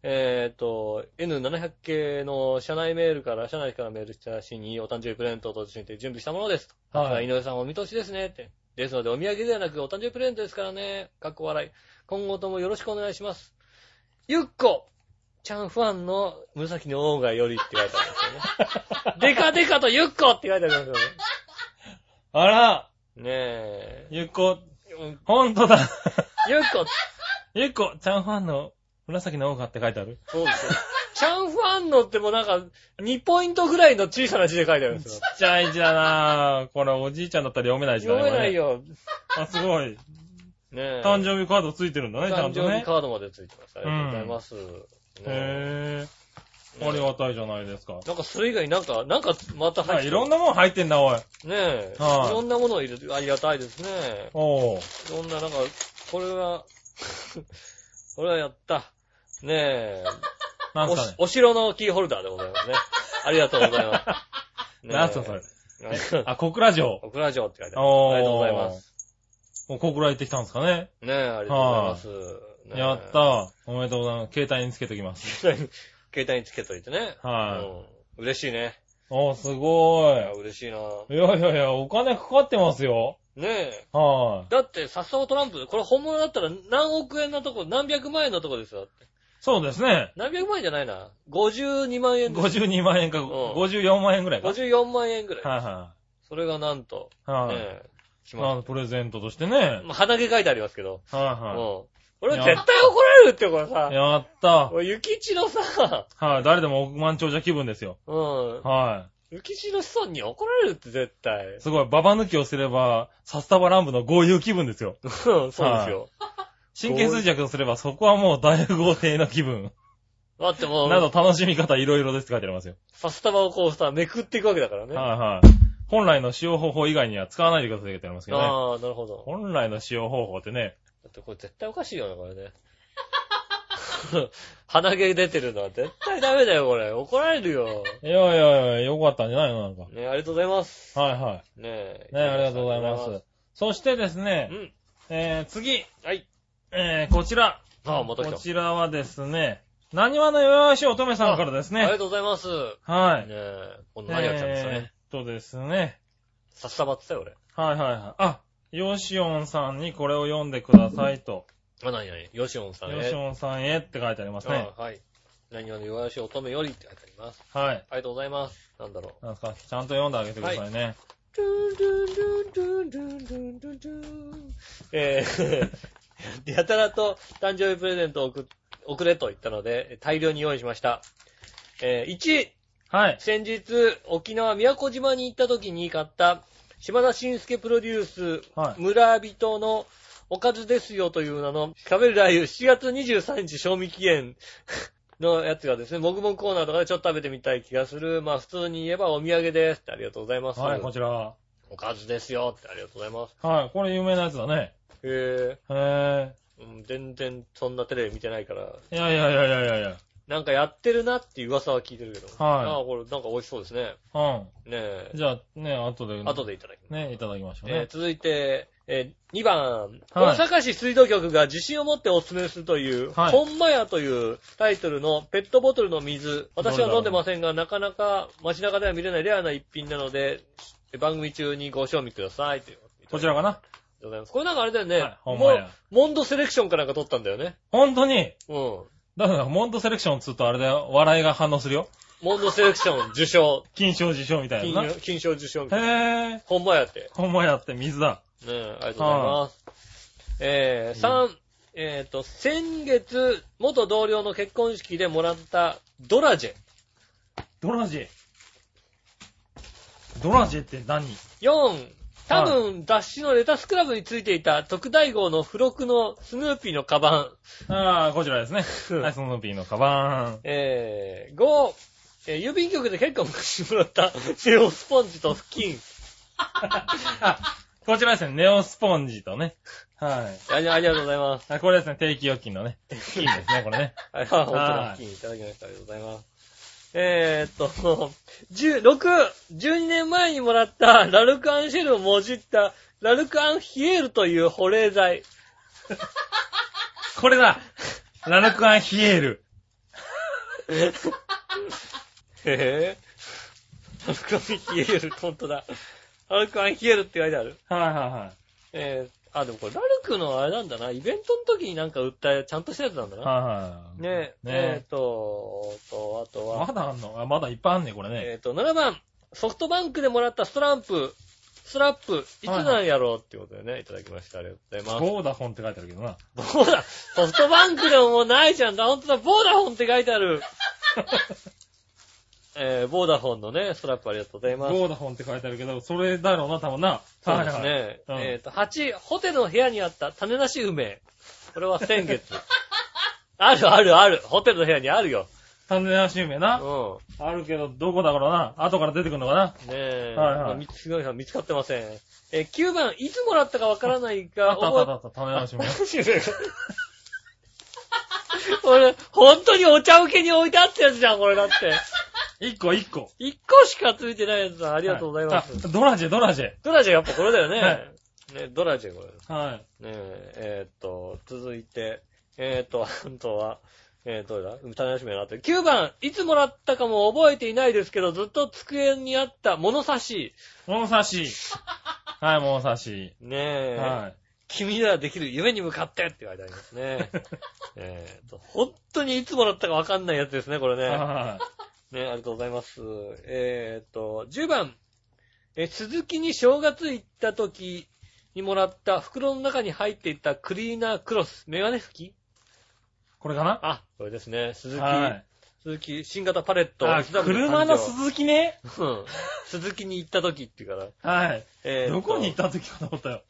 [SPEAKER 2] えっ、と、N700 系の社内メールから、社内からメールしたしにお誕生日プレゼントとして準備したものです。
[SPEAKER 3] はい
[SPEAKER 2] 井上さんお見通しですね。って。ですので、お土産ではなくお誕生日プレゼントですからね。かっこ笑い。今後ともよろしくお願いします。ゆっこちゃんファンの紫のオーガよりって書いてあ るんですよね。でかでかとゆっこって書いてありますよね。
[SPEAKER 3] あら、
[SPEAKER 2] ねえ。
[SPEAKER 3] ゆっこ、
[SPEAKER 2] うん
[SPEAKER 3] ほんとだ。
[SPEAKER 2] ゆっこ、
[SPEAKER 3] ゆっこ、ちゃんファンの紫のオーガって書いてある。
[SPEAKER 2] そうですよ。チャンファンのってもうなんか、2ポイントぐらいの小さな字で書いてあるんですよ。
[SPEAKER 3] ちっちゃい字だなぁ。これおじいちゃんだったら読めない字だね。
[SPEAKER 2] 読めない
[SPEAKER 3] こ
[SPEAKER 2] よ。
[SPEAKER 3] れね。あ、すごい。
[SPEAKER 2] ねえ。
[SPEAKER 3] 誕生日カードついてるんだね、ちゃ
[SPEAKER 2] 誕
[SPEAKER 3] んと
[SPEAKER 2] 生
[SPEAKER 3] ね
[SPEAKER 2] 日。カードまでついてます。ありがとうございます。ね
[SPEAKER 3] へぇー。ありがたいじゃないですか。
[SPEAKER 2] なんかそれ以外になんか、なんかまた入っ
[SPEAKER 3] は
[SPEAKER 2] て
[SPEAKER 3] い、
[SPEAKER 2] る
[SPEAKER 3] いろんなもん入ってんだ、おい。
[SPEAKER 2] ねえ。
[SPEAKER 3] は
[SPEAKER 2] い
[SPEAKER 3] い
[SPEAKER 2] ろんなものを入れて、ありがたいですね。
[SPEAKER 3] おー。
[SPEAKER 2] いろんななんか、これは、 これはやった。ねえ。
[SPEAKER 3] なんすかね。
[SPEAKER 2] おお城のキーホルダーでございますね。ありがとうございます。ねえ
[SPEAKER 3] なんすか、それ。。
[SPEAKER 2] あ、
[SPEAKER 3] あ、小倉城。
[SPEAKER 2] オクラ城って書いてある。
[SPEAKER 3] おー
[SPEAKER 2] ありがとうございます。
[SPEAKER 3] もう小倉行ってきたんですかね。
[SPEAKER 2] ねえ、ありがとうございます。ねえ
[SPEAKER 3] やっ。た。おめでとうございます。携帯につけときます。
[SPEAKER 2] 携帯につけといてね。
[SPEAKER 3] はい。
[SPEAKER 2] うん嬉しいね。
[SPEAKER 3] おー、すご
[SPEAKER 2] いや嬉しいな。
[SPEAKER 3] い。いやいやいや、お金かかってますよ。
[SPEAKER 2] ねえ。
[SPEAKER 3] はい。
[SPEAKER 2] だって、さっさとトランプ、これ本物だったら何億円のとこ、何百万円のとこですよ。
[SPEAKER 3] そうですね。
[SPEAKER 2] 何百万円じゃないな。52万円です。
[SPEAKER 3] 52万円か、54万円ぐらいか。はい
[SPEAKER 2] 54万円ぐらい。
[SPEAKER 3] は
[SPEAKER 2] それがなんと、
[SPEAKER 3] い。は
[SPEAKER 2] ね
[SPEAKER 3] い。
[SPEAKER 2] え、し
[SPEAKER 3] ま
[SPEAKER 2] ま
[SPEAKER 3] あ、プレゼントとしてね
[SPEAKER 2] す。。まあ、鼻毛書いてありますけど。
[SPEAKER 3] は
[SPEAKER 2] うん。俺絶対怒られるってこれ
[SPEAKER 3] いは
[SPEAKER 2] さ、
[SPEAKER 3] い。やった。
[SPEAKER 2] 俺、ゆきちのさ、
[SPEAKER 3] はい。誰でも億万長者気分ですよ。
[SPEAKER 2] うん。
[SPEAKER 3] は
[SPEAKER 2] 浮き地の子孫に怒られるって絶対。
[SPEAKER 3] い。すごい。ババ抜きをすれば、サスタバランブの豪遊気分ですよ。
[SPEAKER 2] そうですよ。
[SPEAKER 3] 神経衰弱をすれば、そこはもう大豪邸の気分。
[SPEAKER 2] だっても
[SPEAKER 3] な
[SPEAKER 2] う、
[SPEAKER 3] ど楽しみ方いろいろですって書いてありますよ。
[SPEAKER 2] サスタバをこうさ、めくっていくわけだからね。
[SPEAKER 3] はいはい。本来の使用方法以外には使わないでくださいって書いてありますけどね。
[SPEAKER 2] ああ、なるほど。
[SPEAKER 3] 本来の使用方法ってね。
[SPEAKER 2] だってこれ絶対おかしいよね、これね。 鼻毛出てるのは絶対ダメだよ、これ。怒られるよ。
[SPEAKER 3] いやいやいや、よかったんじゃないのなんか。
[SPEAKER 2] ねありがとうございます。
[SPEAKER 3] はいは
[SPEAKER 2] ねえ。
[SPEAKER 3] い。ね、ありがとうございま
[SPEAKER 2] ありがと
[SPEAKER 3] す。そしてですね
[SPEAKER 2] うござい、ます。
[SPEAKER 3] えー、次、
[SPEAKER 2] うん。はい。
[SPEAKER 3] えー、こちら。
[SPEAKER 2] ああ、また来
[SPEAKER 3] こ
[SPEAKER 2] た。
[SPEAKER 3] ちらはですね、何話の弱々しい乙女さんからです
[SPEAKER 2] ありが
[SPEAKER 3] ね。
[SPEAKER 2] とうございます。ね
[SPEAKER 3] はい。
[SPEAKER 2] え、この何が来たんですか
[SPEAKER 3] えーっ
[SPEAKER 2] ね。
[SPEAKER 3] とですね。
[SPEAKER 2] さっさばってたよ、俺。
[SPEAKER 3] はいはいはい。あ、ヨシオンさんにこれを読んでくださいと。
[SPEAKER 2] あ、何何ヨシオンさんへ。
[SPEAKER 3] ヨシオンさんへって書いてありますね。
[SPEAKER 2] あはい。何話の弱々しい乙女よりって書いてあります。
[SPEAKER 3] はい。
[SPEAKER 2] ありがとうございます。なんだろう。
[SPEAKER 3] なんですか、ちゃんと読んであげてくださいね。
[SPEAKER 2] ドゥンドゥンドゥンドゥンドゥンドゥンドゥンえー やたらと誕生日プレゼントを送送れと言ったので、大量に用意しました。えー1、
[SPEAKER 3] はい。
[SPEAKER 2] 先日、沖縄宮古島に行った時に買った、島田紳介プロデュース、
[SPEAKER 3] はい
[SPEAKER 2] 村人のおかずですよという名の、食べるラー油7月23日賞味期限 のやつがですね、もぐもぐコーナーとかでちょっと食べてみたい気がする。まあ普通に言えばお土産ですってありがとうございます。
[SPEAKER 3] はい、こちら。は
[SPEAKER 2] おかずですよってありがとうございます。
[SPEAKER 3] い、これ有名なやつだね。
[SPEAKER 2] へ
[SPEAKER 3] へ
[SPEAKER 2] え、うん、全然そんなテレビ見てないから、
[SPEAKER 3] え。いやいやいやいやいやいや。
[SPEAKER 2] なんかやってるなっていう噂は聞いてるけど。
[SPEAKER 3] はい
[SPEAKER 2] ああ、これなんか美味しそうですね。
[SPEAKER 3] うん。
[SPEAKER 2] ねえ。
[SPEAKER 3] じゃあ、ね、後で。
[SPEAKER 2] 後でいただきます。
[SPEAKER 3] ね、いただきましょう
[SPEAKER 2] えー
[SPEAKER 3] ね。
[SPEAKER 2] 続いて、えー2番、
[SPEAKER 3] はい
[SPEAKER 2] 大阪市水道局が自信を持ってお勧めするという、
[SPEAKER 3] はい
[SPEAKER 2] 本間屋というタイトルのペットボトルの水。私は飲んでませんが、なかなか街中では見れないレアな一品なので、番組中にご賞味くださいという
[SPEAKER 3] こちらかな
[SPEAKER 2] でございます。これなんかあれだよね。
[SPEAKER 3] はいほんまや
[SPEAKER 2] もモンドセレクションかなんか取ったんだよね。
[SPEAKER 3] 本当に、
[SPEAKER 2] うん。
[SPEAKER 3] だから、モンドセレクションっつうとあれだよ、笑いが反応するよ。
[SPEAKER 2] モンドセレクション受 賞。
[SPEAKER 3] 金賞受賞みたい
[SPEAKER 2] 金
[SPEAKER 3] な。へ
[SPEAKER 2] 金賞受賞みたいな。
[SPEAKER 3] え。
[SPEAKER 2] ほんまやって。
[SPEAKER 3] ほんまやって水だ。
[SPEAKER 2] ねえ、ありがとうございます。えー、3、えっ、と、先月、元同僚の結婚式でもらったドラジェ。
[SPEAKER 3] ドラジ。ドラジって何
[SPEAKER 2] 4、多分、雑誌のレタスクラブについていた特大号の付録のスヌーピーのカバン。
[SPEAKER 3] ああ、こちらですね
[SPEAKER 2] う。ん
[SPEAKER 3] はい、そのピーのカバ
[SPEAKER 2] えー、5、えー郵便局で結構昔もらったセオスポンジと布巾。
[SPEAKER 3] ーン。こちらですね、ネオスポンジとね。はい
[SPEAKER 2] ありありがとうございます。
[SPEAKER 3] あ。これですね、定期預金のね。スキンですね、これね。
[SPEAKER 2] はい、本当に金いただきました。ありがとうございます。えー、っと、10 6、12年前にもらったラルクアンシェルをもじったラルクアンヒエールという保冷剤。
[SPEAKER 3] これだラルクアンヒエール。
[SPEAKER 2] へぇラルクアンヒエール、ほんとだ。ラルクアンヒエールって書いてある。
[SPEAKER 3] はいはいは
[SPEAKER 2] えー、あ、でもこれラルクのあれなんだな。イベントの時になんか売ったちゃんとしたやつなんだ
[SPEAKER 3] い。
[SPEAKER 2] な。
[SPEAKER 3] はいはい。
[SPEAKER 2] ねえ、
[SPEAKER 3] ね
[SPEAKER 2] えー、っと、と、あとは。
[SPEAKER 3] まだあんのあまだいっぱいあんね、これね。
[SPEAKER 2] えっ、と、7番、ソフトバンクでもらったストランプ、ストラップ、いつなんやろうっていうことでね、いただきました。ありがとうございます。
[SPEAKER 3] ボーダフォンって書いてあるけどな。
[SPEAKER 2] ボーダ、ソフトバンクでももうないじゃん。だ、ほんとだ、ボーダフォンって書いてある。 えー、ボーダフォンのね、ストラップありがとうございます。
[SPEAKER 3] ボーダフォンって書いてあるけど、それだろうな、多分な。
[SPEAKER 2] そうですね。
[SPEAKER 3] はいはい。うん
[SPEAKER 2] えっ、と、8、ホテルの部屋にあった種なし梅。これは先月。 あるあるある。ホテルの部屋にあるよ。
[SPEAKER 3] 三年足夢
[SPEAKER 2] う
[SPEAKER 3] な。
[SPEAKER 2] ん。
[SPEAKER 3] あるけど、どこだからな。後から出てくるのかな。
[SPEAKER 2] ねえ。
[SPEAKER 3] はいはい
[SPEAKER 2] まあみすごいのは見つかってません。えー9番、いつもらったかわからない
[SPEAKER 3] あ
[SPEAKER 2] が、
[SPEAKER 3] ったあったあった、種 足 夢。
[SPEAKER 2] 俺、本当にお茶受けに置いてあったやつじゃん、これだって。
[SPEAKER 3] 一個一個。
[SPEAKER 2] 1個しかついてないやつだ。あ
[SPEAKER 3] あ
[SPEAKER 2] りがとうございます。
[SPEAKER 3] ドラジェ、ドラジェ。
[SPEAKER 2] ドラジェやっぱこれだよね。
[SPEAKER 3] は
[SPEAKER 2] ね、ドラジェこれ。ね
[SPEAKER 3] はい。
[SPEAKER 2] え、えーっと、続いて、えーっと、 本当は、えー、どれだ種なしめなって。9番、いつもらったかも覚えていないですけど、ずっと机にあった物差し。
[SPEAKER 3] 物差 し。はい、物差し。
[SPEAKER 2] ねえ。
[SPEAKER 3] は
[SPEAKER 2] 君ならできる夢に向かってって言われてありますね。 えーと、本当にいつもらったかわかんないやつですね、これ
[SPEAKER 3] い。
[SPEAKER 2] ね。
[SPEAKER 3] は
[SPEAKER 2] ね、ありがとうございます。えーと、10番。え、鈴木に正月行った時にもらった袋の中に入っていたクリーナークロス、メガネ拭き
[SPEAKER 3] い。これかな
[SPEAKER 2] あ、これですね。鈴木、
[SPEAKER 3] はい。
[SPEAKER 2] 鈴木、新型パレット。
[SPEAKER 3] あ、
[SPEAKER 2] スダブル
[SPEAKER 3] 車の
[SPEAKER 2] 誕
[SPEAKER 3] 鈴木ね。
[SPEAKER 2] 生うん鈴木に行った時っていうから。
[SPEAKER 3] はい。
[SPEAKER 2] えーと
[SPEAKER 3] どこに行った時かと思ったよ。
[SPEAKER 2] ね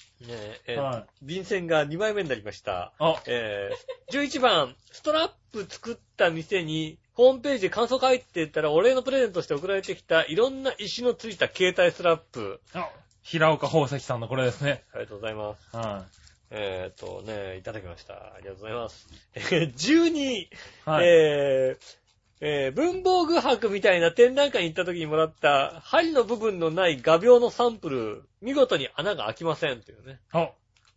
[SPEAKER 2] えーと
[SPEAKER 3] は
[SPEAKER 2] 便箋が2枚目になりました。
[SPEAKER 3] あ、
[SPEAKER 2] えー、11番、ストラップ作った店に、ホームページで感想書いてったら、お礼のプレゼントとして送られてきた、いろんな石のついた携帯ストラップ。
[SPEAKER 3] あ平岡宝石さんのこれですね。
[SPEAKER 2] ありがとうございます。
[SPEAKER 3] は
[SPEAKER 2] えーっとね、いただきました。ありがとうございます。えー、12、
[SPEAKER 3] い。はい。
[SPEAKER 2] えーえー文房具博みたいな展覧会に行った時にもらった、針の部分のない画鋲のサンプル、見事に穴が開きませんっていうね。
[SPEAKER 3] お、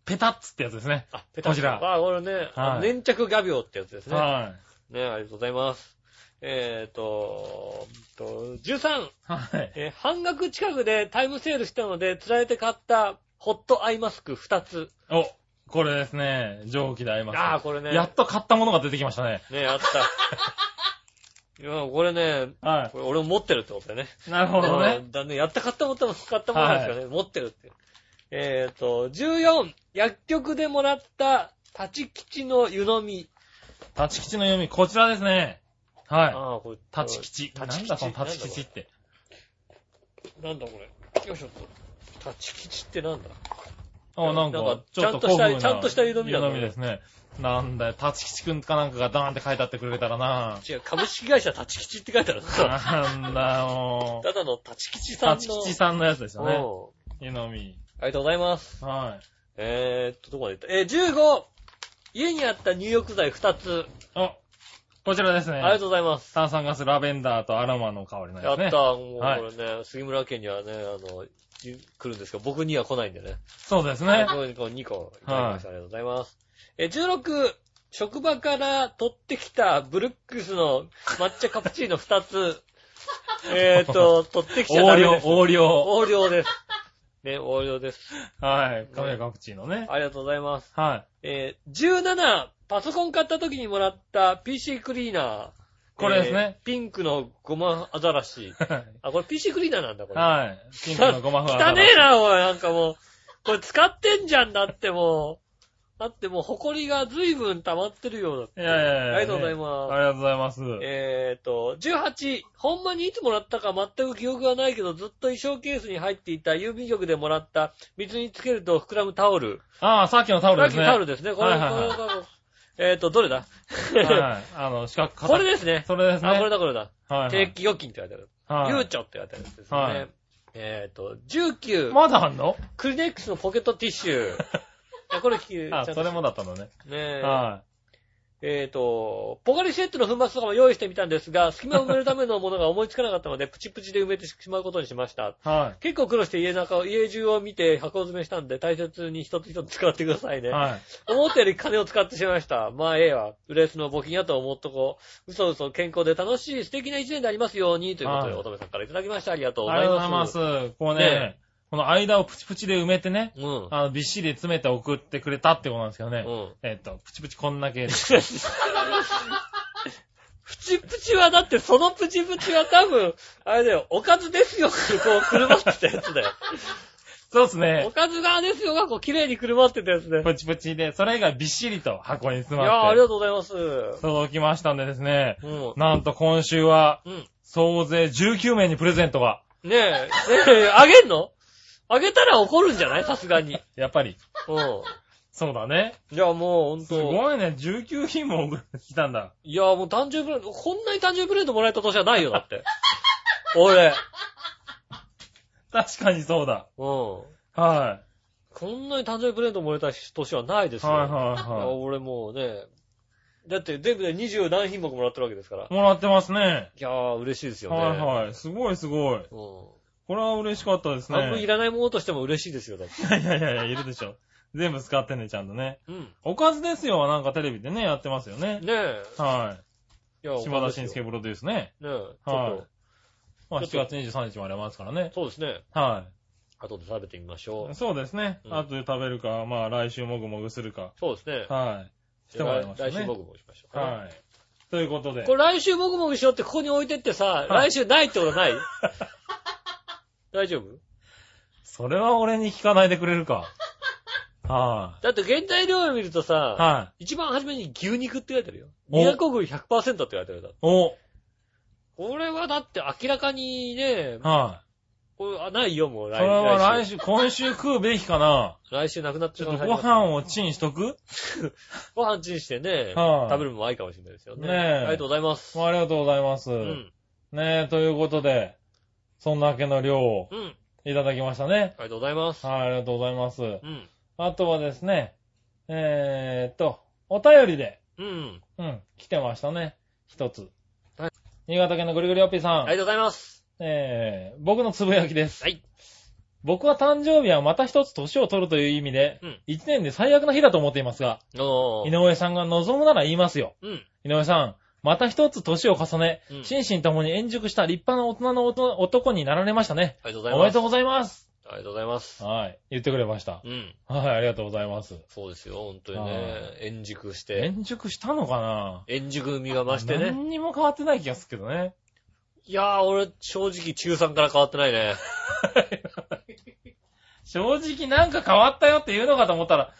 [SPEAKER 3] ペタッツってやつですね。
[SPEAKER 2] あ、ペタッと
[SPEAKER 3] こちら
[SPEAKER 2] あ、これね、あ
[SPEAKER 3] はい
[SPEAKER 2] 粘着画鋲ってやつですね。
[SPEAKER 3] は
[SPEAKER 2] ね、ありがとうございます。えっ、と、と、13、
[SPEAKER 3] はい。
[SPEAKER 2] えー半額近くでタイムセールしたので、つられて買ったホットアイマスク2つ。
[SPEAKER 3] お、これですね。蒸気で合います。
[SPEAKER 2] ああ、これね。
[SPEAKER 3] やっと買ったものが出てきましたね。
[SPEAKER 2] ね、あ った。いや、これね、
[SPEAKER 3] は
[SPEAKER 2] これ俺も持ってるってことだよね。
[SPEAKER 3] い。なるほどね。
[SPEAKER 2] うん。だね、やった買ったもったも買ったものなんですよね。持ってるって。えっ、と、14、薬局でもらった立ち吉の湯飲み。
[SPEAKER 3] 立ち吉の読み、こちらですね。は
[SPEAKER 2] ああ、これ
[SPEAKER 3] い。立ち吉。
[SPEAKER 2] 立
[SPEAKER 3] な
[SPEAKER 2] ち
[SPEAKER 3] ん
[SPEAKER 2] 吉
[SPEAKER 3] だその立ち吉って。
[SPEAKER 2] なんだこれ。よいしょっと。立ち吉ってなんだ
[SPEAKER 3] あ、なん
[SPEAKER 2] なん
[SPEAKER 3] か
[SPEAKER 2] か、
[SPEAKER 3] ちょっと
[SPEAKER 2] ちゃんとした
[SPEAKER 3] 古風な
[SPEAKER 2] ちゃんとした湯飲みだね
[SPEAKER 3] 湯飲みですね。なんだよ、立ち吉くんかなんかがダーンって書いてあってくれたらな
[SPEAKER 2] 違う、株式会社立ち吉って書いてあるた
[SPEAKER 3] なんだよ。
[SPEAKER 2] だの立ち吉さんの。
[SPEAKER 3] 立ち吉さんのやつでしたね。
[SPEAKER 2] おう
[SPEAKER 3] 湯飲み。
[SPEAKER 2] ありがとうございます。
[SPEAKER 3] は
[SPEAKER 2] えーっと、どこまで行ったえー、15! 家にあった入浴剤2つ。
[SPEAKER 3] い。お、こちらですね。
[SPEAKER 2] ありがとうございます。
[SPEAKER 3] 炭酸ガス、ラベンダーとアロマの香りの
[SPEAKER 2] やっ
[SPEAKER 3] やつ
[SPEAKER 2] た
[SPEAKER 3] ね。
[SPEAKER 2] ー、もう
[SPEAKER 3] はい
[SPEAKER 2] これね、杉村家にはね、あの、ゆ来るんですけど、僕には来ないんでね。
[SPEAKER 3] そうです
[SPEAKER 2] は
[SPEAKER 3] ね
[SPEAKER 2] い。こういうこう2個いただきました。ありがとうございます。えー、16! 職場から取ってきたブルックスの抹茶カプチーノ2つ。 えーっと、取ってきちゃダ
[SPEAKER 3] 横
[SPEAKER 2] メ
[SPEAKER 3] 領、
[SPEAKER 2] です。
[SPEAKER 3] 横領。
[SPEAKER 2] 横領です。ね、横領です。
[SPEAKER 3] はい。カメラカプチーノね。
[SPEAKER 2] ありがとうございます。
[SPEAKER 3] はい。
[SPEAKER 2] えー17、パソコン買った時にもらった PC クリーナー。
[SPEAKER 3] これですね
[SPEAKER 2] えーピンクのゴマアザラシ。 あ、これ PC クリーナーなんだ、これ。
[SPEAKER 3] はい。ピンクのゴマフアザ
[SPEAKER 2] 汚
[SPEAKER 3] ラシ
[SPEAKER 2] ねえ。な、おい、なんかもう。これ使ってんじゃんだってもう。だってもう、埃が随分溜まってるようだって。
[SPEAKER 3] いやいやいやいや
[SPEAKER 2] ありがとうございます。
[SPEAKER 3] ありがとうございます。
[SPEAKER 2] えーと、18、ほんまにいつもらったか全く記憶がないけど、ずっと衣装ケースに入っていた郵便局でもらった、水につけると膨らむタオル。
[SPEAKER 3] ああ、さっきのタオルですね。
[SPEAKER 2] さっきタオルですね。これ、
[SPEAKER 3] はいはいはい
[SPEAKER 2] これこれえっ、と、どれだ、
[SPEAKER 3] はい。あの、四角形
[SPEAKER 2] これですね。
[SPEAKER 3] それですね。
[SPEAKER 2] あ、これだ、これだ。
[SPEAKER 3] はいはい
[SPEAKER 2] 定期預金って書いてある。
[SPEAKER 3] はい
[SPEAKER 2] ゆうちょって書いてあるやつですね。
[SPEAKER 3] はい
[SPEAKER 2] えっ、と、19、
[SPEAKER 3] まだあんの
[SPEAKER 2] クリネックスのポケットティッシ ュ。あこれ聞
[SPEAKER 3] あ、
[SPEAKER 2] く。
[SPEAKER 3] それもだったのね。
[SPEAKER 2] ねえ。
[SPEAKER 3] は
[SPEAKER 2] えっ、と、ポカリシェットの粉末とかも用意してみたんですが、隙間を埋めるためのものが思いつかなかったの で、プチプチで埋めてしまうことにしました。
[SPEAKER 3] い。は
[SPEAKER 2] 結構苦労して家中を、家中を見て箱詰めしたんで、大切に一つ一つ使ってください
[SPEAKER 3] い。
[SPEAKER 2] ね。
[SPEAKER 3] はい。
[SPEAKER 2] 思ったより金を使ってしまいました。まあ、ええわ。ウレスの募金やと思っとこう。嘘嘘、健康で楽しい素敵な一年でありますように、ということで、
[SPEAKER 3] はい
[SPEAKER 2] 乙女さんからいただきました。ありがとうご
[SPEAKER 3] あ
[SPEAKER 2] ざ
[SPEAKER 3] り
[SPEAKER 2] い
[SPEAKER 3] がとう
[SPEAKER 2] ま
[SPEAKER 3] ご
[SPEAKER 2] す。
[SPEAKER 3] ざいます。こう
[SPEAKER 2] ね
[SPEAKER 3] ね、この間をプチプチで埋めてね、
[SPEAKER 2] うん。
[SPEAKER 3] あの、びっしり詰めて送ってくれたってことなんですけどね。
[SPEAKER 2] うん
[SPEAKER 3] えっと、プチプチこんだ け。
[SPEAKER 2] プチプチはだって、そのプチプチは多分、あれだよ、おかずです よ、こう、くるまってたやつだよ。
[SPEAKER 3] そうです
[SPEAKER 2] お
[SPEAKER 3] ね。
[SPEAKER 2] かず側ですよが、こう、綺麗にくるまってたやつね。
[SPEAKER 3] プチプチで、それ以外びっしりと箱
[SPEAKER 2] い
[SPEAKER 3] に詰
[SPEAKER 2] やー、あ
[SPEAKER 3] まっ
[SPEAKER 2] りが
[SPEAKER 3] て、
[SPEAKER 2] とうございます。う
[SPEAKER 3] 届きましたんでですね。
[SPEAKER 2] ん。
[SPEAKER 3] なんと今週は、
[SPEAKER 2] うん。
[SPEAKER 3] 総勢19名にプレゼントが、
[SPEAKER 2] ねえ、ねえ、あげんのあげたら怒るんじゃないさすがに。
[SPEAKER 3] やっぱり。
[SPEAKER 2] うん。
[SPEAKER 3] そうだね。
[SPEAKER 2] いや、もう、ほん
[SPEAKER 3] す
[SPEAKER 2] と。
[SPEAKER 3] ごいね。19品も送ってきたんだ。
[SPEAKER 2] いや、もう誕生日プレゼント、こんなに誕生日プレゼントもらえた年はないよ、だって。俺。うん。
[SPEAKER 3] 確かにそうだ。
[SPEAKER 2] こ
[SPEAKER 3] は
[SPEAKER 2] んなに誕生日プレゼントもらえた年はないで
[SPEAKER 3] い。
[SPEAKER 2] すよ。
[SPEAKER 3] はいはい
[SPEAKER 2] いや
[SPEAKER 3] は
[SPEAKER 2] 俺もうね、だって全部で二十何品目もらってるわけですから。い
[SPEAKER 3] い。もらってますね。
[SPEAKER 2] やー、嬉しいですよね。
[SPEAKER 3] はいはい。すごいすごい。
[SPEAKER 2] う
[SPEAKER 3] これは嬉しかったです
[SPEAKER 2] ん。半分い
[SPEAKER 3] ね。
[SPEAKER 2] らないものとしても嬉しいですよ、だって。
[SPEAKER 3] いやいやいや、いるでしょ。全部使ってね、ちゃんとね。
[SPEAKER 2] うん。
[SPEAKER 3] おかずですよ、なんかテレビでね、やってますよね。
[SPEAKER 2] ねえ。
[SPEAKER 3] はい
[SPEAKER 2] や
[SPEAKER 3] い。島田紳介
[SPEAKER 2] ね
[SPEAKER 3] プロデュースね。
[SPEAKER 2] え。ちょっ
[SPEAKER 3] はい
[SPEAKER 2] と、
[SPEAKER 3] まあ、
[SPEAKER 2] ちょ
[SPEAKER 3] 7
[SPEAKER 2] っ
[SPEAKER 3] 月23日までありますからね。
[SPEAKER 2] そうですね。
[SPEAKER 3] は
[SPEAKER 2] 後で食べてみましょ
[SPEAKER 3] い。
[SPEAKER 2] う。
[SPEAKER 3] そうですね
[SPEAKER 2] う。ん
[SPEAKER 3] あとで食べるか、まあ、来週もぐもぐするか。
[SPEAKER 2] そうですね。
[SPEAKER 3] はい。してもらいました
[SPEAKER 2] 来週も
[SPEAKER 3] ね。
[SPEAKER 2] ぐもぐしましょう。
[SPEAKER 3] はい。ということで。
[SPEAKER 2] これ来週もぐもぐしようってここに置いてってさ、
[SPEAKER 3] はい
[SPEAKER 2] 来週ないってことない 大丈夫
[SPEAKER 3] それは俺に聞かないでくれ るか。は
[SPEAKER 2] だって現代料理見ると
[SPEAKER 3] い。
[SPEAKER 2] さ、
[SPEAKER 3] はい。
[SPEAKER 2] 一番初めに牛肉って書いてあるよ。
[SPEAKER 3] お
[SPEAKER 2] 200国100%って書いてあるよ。
[SPEAKER 3] お、
[SPEAKER 2] これはだって明らかにね、
[SPEAKER 3] は
[SPEAKER 2] これあないよ、もう
[SPEAKER 3] い。
[SPEAKER 2] 来
[SPEAKER 3] それは来
[SPEAKER 2] 週。
[SPEAKER 3] 週、今週食うべきかな。
[SPEAKER 2] 来週なくなっち
[SPEAKER 3] ち
[SPEAKER 2] ゃう
[SPEAKER 3] ょっと
[SPEAKER 2] 可
[SPEAKER 3] ご
[SPEAKER 2] 能性あり
[SPEAKER 3] 飯
[SPEAKER 2] ます
[SPEAKER 3] をチンしとく
[SPEAKER 2] ご飯チンしてね、
[SPEAKER 3] はい
[SPEAKER 2] 食べるのもありかもしれないですよね。
[SPEAKER 3] ねえ
[SPEAKER 2] ありがとうございます。
[SPEAKER 3] ありがとうございます。
[SPEAKER 2] うん。
[SPEAKER 3] ねえ、ということで、そんなわけの量を
[SPEAKER 2] うん。あり
[SPEAKER 3] いただきましたね。
[SPEAKER 2] がとうございます。
[SPEAKER 3] はい、ありがとうございます。
[SPEAKER 2] うん。
[SPEAKER 3] あとはですね、えーっと、お便りで、
[SPEAKER 2] うん。
[SPEAKER 3] うん、来てましたね。一つ
[SPEAKER 2] は。
[SPEAKER 3] 新潟県のぐりぐりおっぴーさ
[SPEAKER 2] あ
[SPEAKER 3] ん。
[SPEAKER 2] りがとうございます。
[SPEAKER 3] えー、僕のつぶやきです。
[SPEAKER 2] はい。
[SPEAKER 3] 僕は誕生日はまた一つ年を取るという意味で
[SPEAKER 2] うん、
[SPEAKER 3] 一、年で最悪な日だと思っていますが、
[SPEAKER 2] お
[SPEAKER 3] 井
[SPEAKER 2] ー。
[SPEAKER 3] 上さんが望むなら言いますよ。
[SPEAKER 2] うん。
[SPEAKER 3] 井上さん、また一つ年を重ね、
[SPEAKER 2] うん
[SPEAKER 3] 心身ともに円熟した立派な大人の男男になられましたね。
[SPEAKER 2] ありがとうござ
[SPEAKER 3] おめで
[SPEAKER 2] い
[SPEAKER 3] とう
[SPEAKER 2] ま
[SPEAKER 3] ございます。
[SPEAKER 2] す。ありがとうございます。
[SPEAKER 3] はい。言ってくれました。
[SPEAKER 2] うん。
[SPEAKER 3] はい、ありがとうございます。
[SPEAKER 2] そうですよ、本当に
[SPEAKER 3] は
[SPEAKER 2] ね。円熟して、
[SPEAKER 3] 円熟したのかな
[SPEAKER 2] 円熟味が増してね。
[SPEAKER 3] 何にも変わってない気がするけどね。
[SPEAKER 2] いやー、俺、正直中3から変わってないね。
[SPEAKER 3] 正直なんか変わったよって言うのかと思ったら、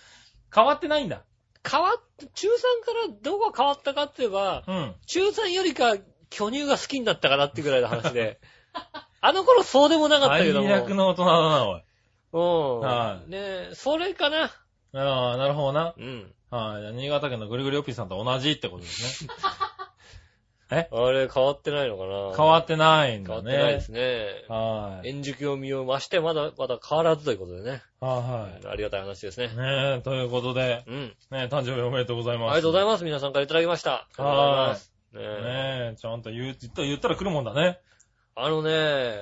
[SPEAKER 3] 変わってないんだ。
[SPEAKER 2] 変わっ、中3からどこが変わったかって言えば、
[SPEAKER 3] うん。
[SPEAKER 2] 中3よりか巨乳が好きになったかなってぐらいの話 で。あの頃そうでもなかったけど
[SPEAKER 3] 最悪
[SPEAKER 2] も。
[SPEAKER 3] の大人だな、おい。は
[SPEAKER 2] う
[SPEAKER 3] い
[SPEAKER 2] ん。ねえ、それかな。
[SPEAKER 3] ああ、なるほどな。
[SPEAKER 2] うん。
[SPEAKER 3] はい、新潟県のぐるぐるおっぴーさんと同じってことですね。
[SPEAKER 2] あれ、変わってないのかな
[SPEAKER 3] 変わってないん
[SPEAKER 2] 変わ
[SPEAKER 3] だ
[SPEAKER 2] って
[SPEAKER 3] ね。
[SPEAKER 2] ないですね。
[SPEAKER 3] はい。
[SPEAKER 2] 円熟を身を増して、まだ、まだ変わらずということでね。
[SPEAKER 3] は
[SPEAKER 2] ありがたい話ですね
[SPEAKER 3] い。。ねえ、ということで、
[SPEAKER 2] うん。
[SPEAKER 3] ねえ、誕生日おめでとうござい
[SPEAKER 2] あり
[SPEAKER 3] ます。
[SPEAKER 2] がとうござい
[SPEAKER 3] ま
[SPEAKER 2] ます。皆さんからいただきました。あ
[SPEAKER 3] は
[SPEAKER 2] りがとうございます。ねえ
[SPEAKER 3] ねえ、ちゃんと言う、言った言ったら来るもんだね。
[SPEAKER 2] あのね、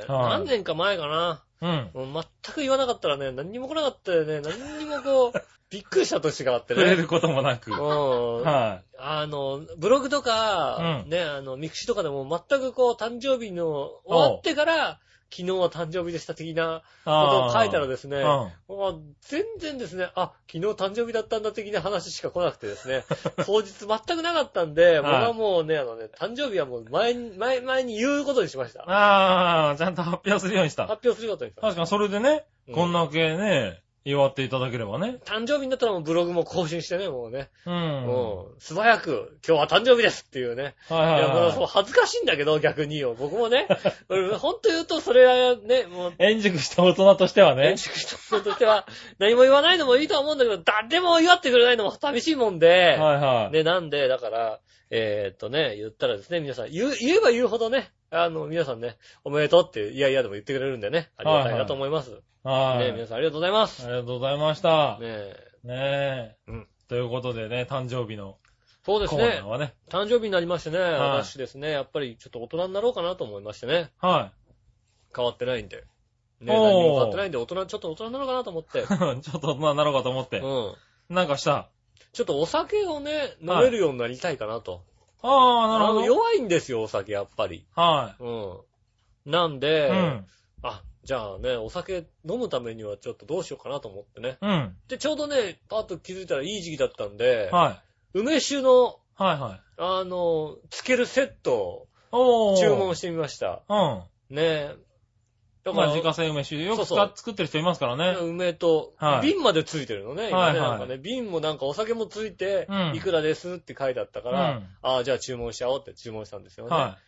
[SPEAKER 3] はい
[SPEAKER 2] 何年か前かな。
[SPEAKER 3] うん。
[SPEAKER 2] もう全く言わなかったらね、何にも来なかったよね。何にも こう、びっくりした年があって
[SPEAKER 3] 触れ
[SPEAKER 2] ね。
[SPEAKER 3] ることもなく。
[SPEAKER 2] う
[SPEAKER 3] は
[SPEAKER 2] ん
[SPEAKER 3] い。。は
[SPEAKER 2] あの、ブログとか、
[SPEAKER 3] うん
[SPEAKER 2] ね、あの、ミクシィとかでも全くこう、誕生日の終わってから、昨日は誕生日でした的なことを書いたらですね、
[SPEAKER 3] う
[SPEAKER 2] もう全然ですね、あ、昨日誕生日だったんだ的な話しか来なくてです ね、当日全くなかったんで、
[SPEAKER 3] い
[SPEAKER 2] 僕はもうね、あのね、誕生日はもう前に、前、前に言うことにしまし
[SPEAKER 3] ん。
[SPEAKER 2] た。
[SPEAKER 3] ああ、ちゃんと発表するようにした。
[SPEAKER 2] 発表することにした。
[SPEAKER 3] 確かにそれでね、
[SPEAKER 2] うん
[SPEAKER 3] こんだけね、祝っていただければね。
[SPEAKER 2] 誕生日になったらもうブログも更新してね、もうね、
[SPEAKER 3] うん。
[SPEAKER 2] うん、素早く、今日は誕生日ですっていうね。
[SPEAKER 3] はい
[SPEAKER 2] い
[SPEAKER 3] はい
[SPEAKER 2] や、これはそう
[SPEAKER 3] は
[SPEAKER 2] 恥ずかしいんだけど、逆によ。僕も ね、俺ほんと言うと、それはね、もう、
[SPEAKER 3] い。円熟した大人としてはね
[SPEAKER 2] 演。習した人としては、何も言わないのもいいとは思うんだけど、誰も祝ってくれないのも寂しいもんで、
[SPEAKER 3] はいはい。
[SPEAKER 2] で、なんで、だから、えーっとね、言ったらですね、皆さん、言う、言えば言うほどね、あの、皆さんね、おめでとうって、いやいやでも言ってくれるんでね、ありがたいなと思います。
[SPEAKER 3] はい。
[SPEAKER 2] ね、皆さんありがとうございます。
[SPEAKER 3] ありがとうございまし
[SPEAKER 2] ね
[SPEAKER 3] た。
[SPEAKER 2] え
[SPEAKER 3] ねえ。
[SPEAKER 2] うん
[SPEAKER 3] ということでね、誕生日の
[SPEAKER 2] そうです
[SPEAKER 3] コーナー
[SPEAKER 2] ね、
[SPEAKER 3] はね。
[SPEAKER 2] 誕生日になりましてね、
[SPEAKER 3] はい
[SPEAKER 2] 私ですね、やっぱりちょっと大人になろうかなと思いましてね、
[SPEAKER 3] は
[SPEAKER 2] 変わってないんで。ね、
[SPEAKER 3] おー
[SPEAKER 2] 何も変わってないんで、大人、ちょっと大人なのかなと思って。うん。
[SPEAKER 3] い。ち ょっと大人になろうかと思って。なんかした。
[SPEAKER 2] ちょっとお酒をね、飲めるようになりたいかなと。
[SPEAKER 3] ああ、な
[SPEAKER 2] あの
[SPEAKER 3] るほど。
[SPEAKER 2] 弱いんですよ、お酒、やっぱり。
[SPEAKER 3] は
[SPEAKER 2] うん。なん
[SPEAKER 3] い。
[SPEAKER 2] で、
[SPEAKER 3] うん。
[SPEAKER 2] あ、じゃあね、お酒飲むためにはちょっとどうしようかなと思ってね。
[SPEAKER 3] うん。
[SPEAKER 2] で、ちょうどね、パッと気づいたらいい時期だったんで、
[SPEAKER 3] はい。
[SPEAKER 2] 梅酒の、
[SPEAKER 3] はいはい。
[SPEAKER 2] あの、つけるセット
[SPEAKER 3] お
[SPEAKER 2] を
[SPEAKER 3] ー。。
[SPEAKER 2] 注文しててみました。
[SPEAKER 3] うん。
[SPEAKER 2] ねえ。だか
[SPEAKER 3] まあ、
[SPEAKER 2] ら、
[SPEAKER 3] 自家製梅酒。よく
[SPEAKER 2] そう
[SPEAKER 3] 使
[SPEAKER 2] そ
[SPEAKER 3] っ
[SPEAKER 2] う
[SPEAKER 3] 作ってる人いますからね。
[SPEAKER 2] 梅と、
[SPEAKER 3] はい
[SPEAKER 2] 瓶までついてるのね、今ね、
[SPEAKER 3] はいはい
[SPEAKER 2] なんかね、瓶もなんかお酒もついて
[SPEAKER 3] う、ん
[SPEAKER 2] いくらですって書いてあったから、
[SPEAKER 3] うん
[SPEAKER 2] ああ、じゃあ注文しちゃおうって注文したんですよね。
[SPEAKER 3] は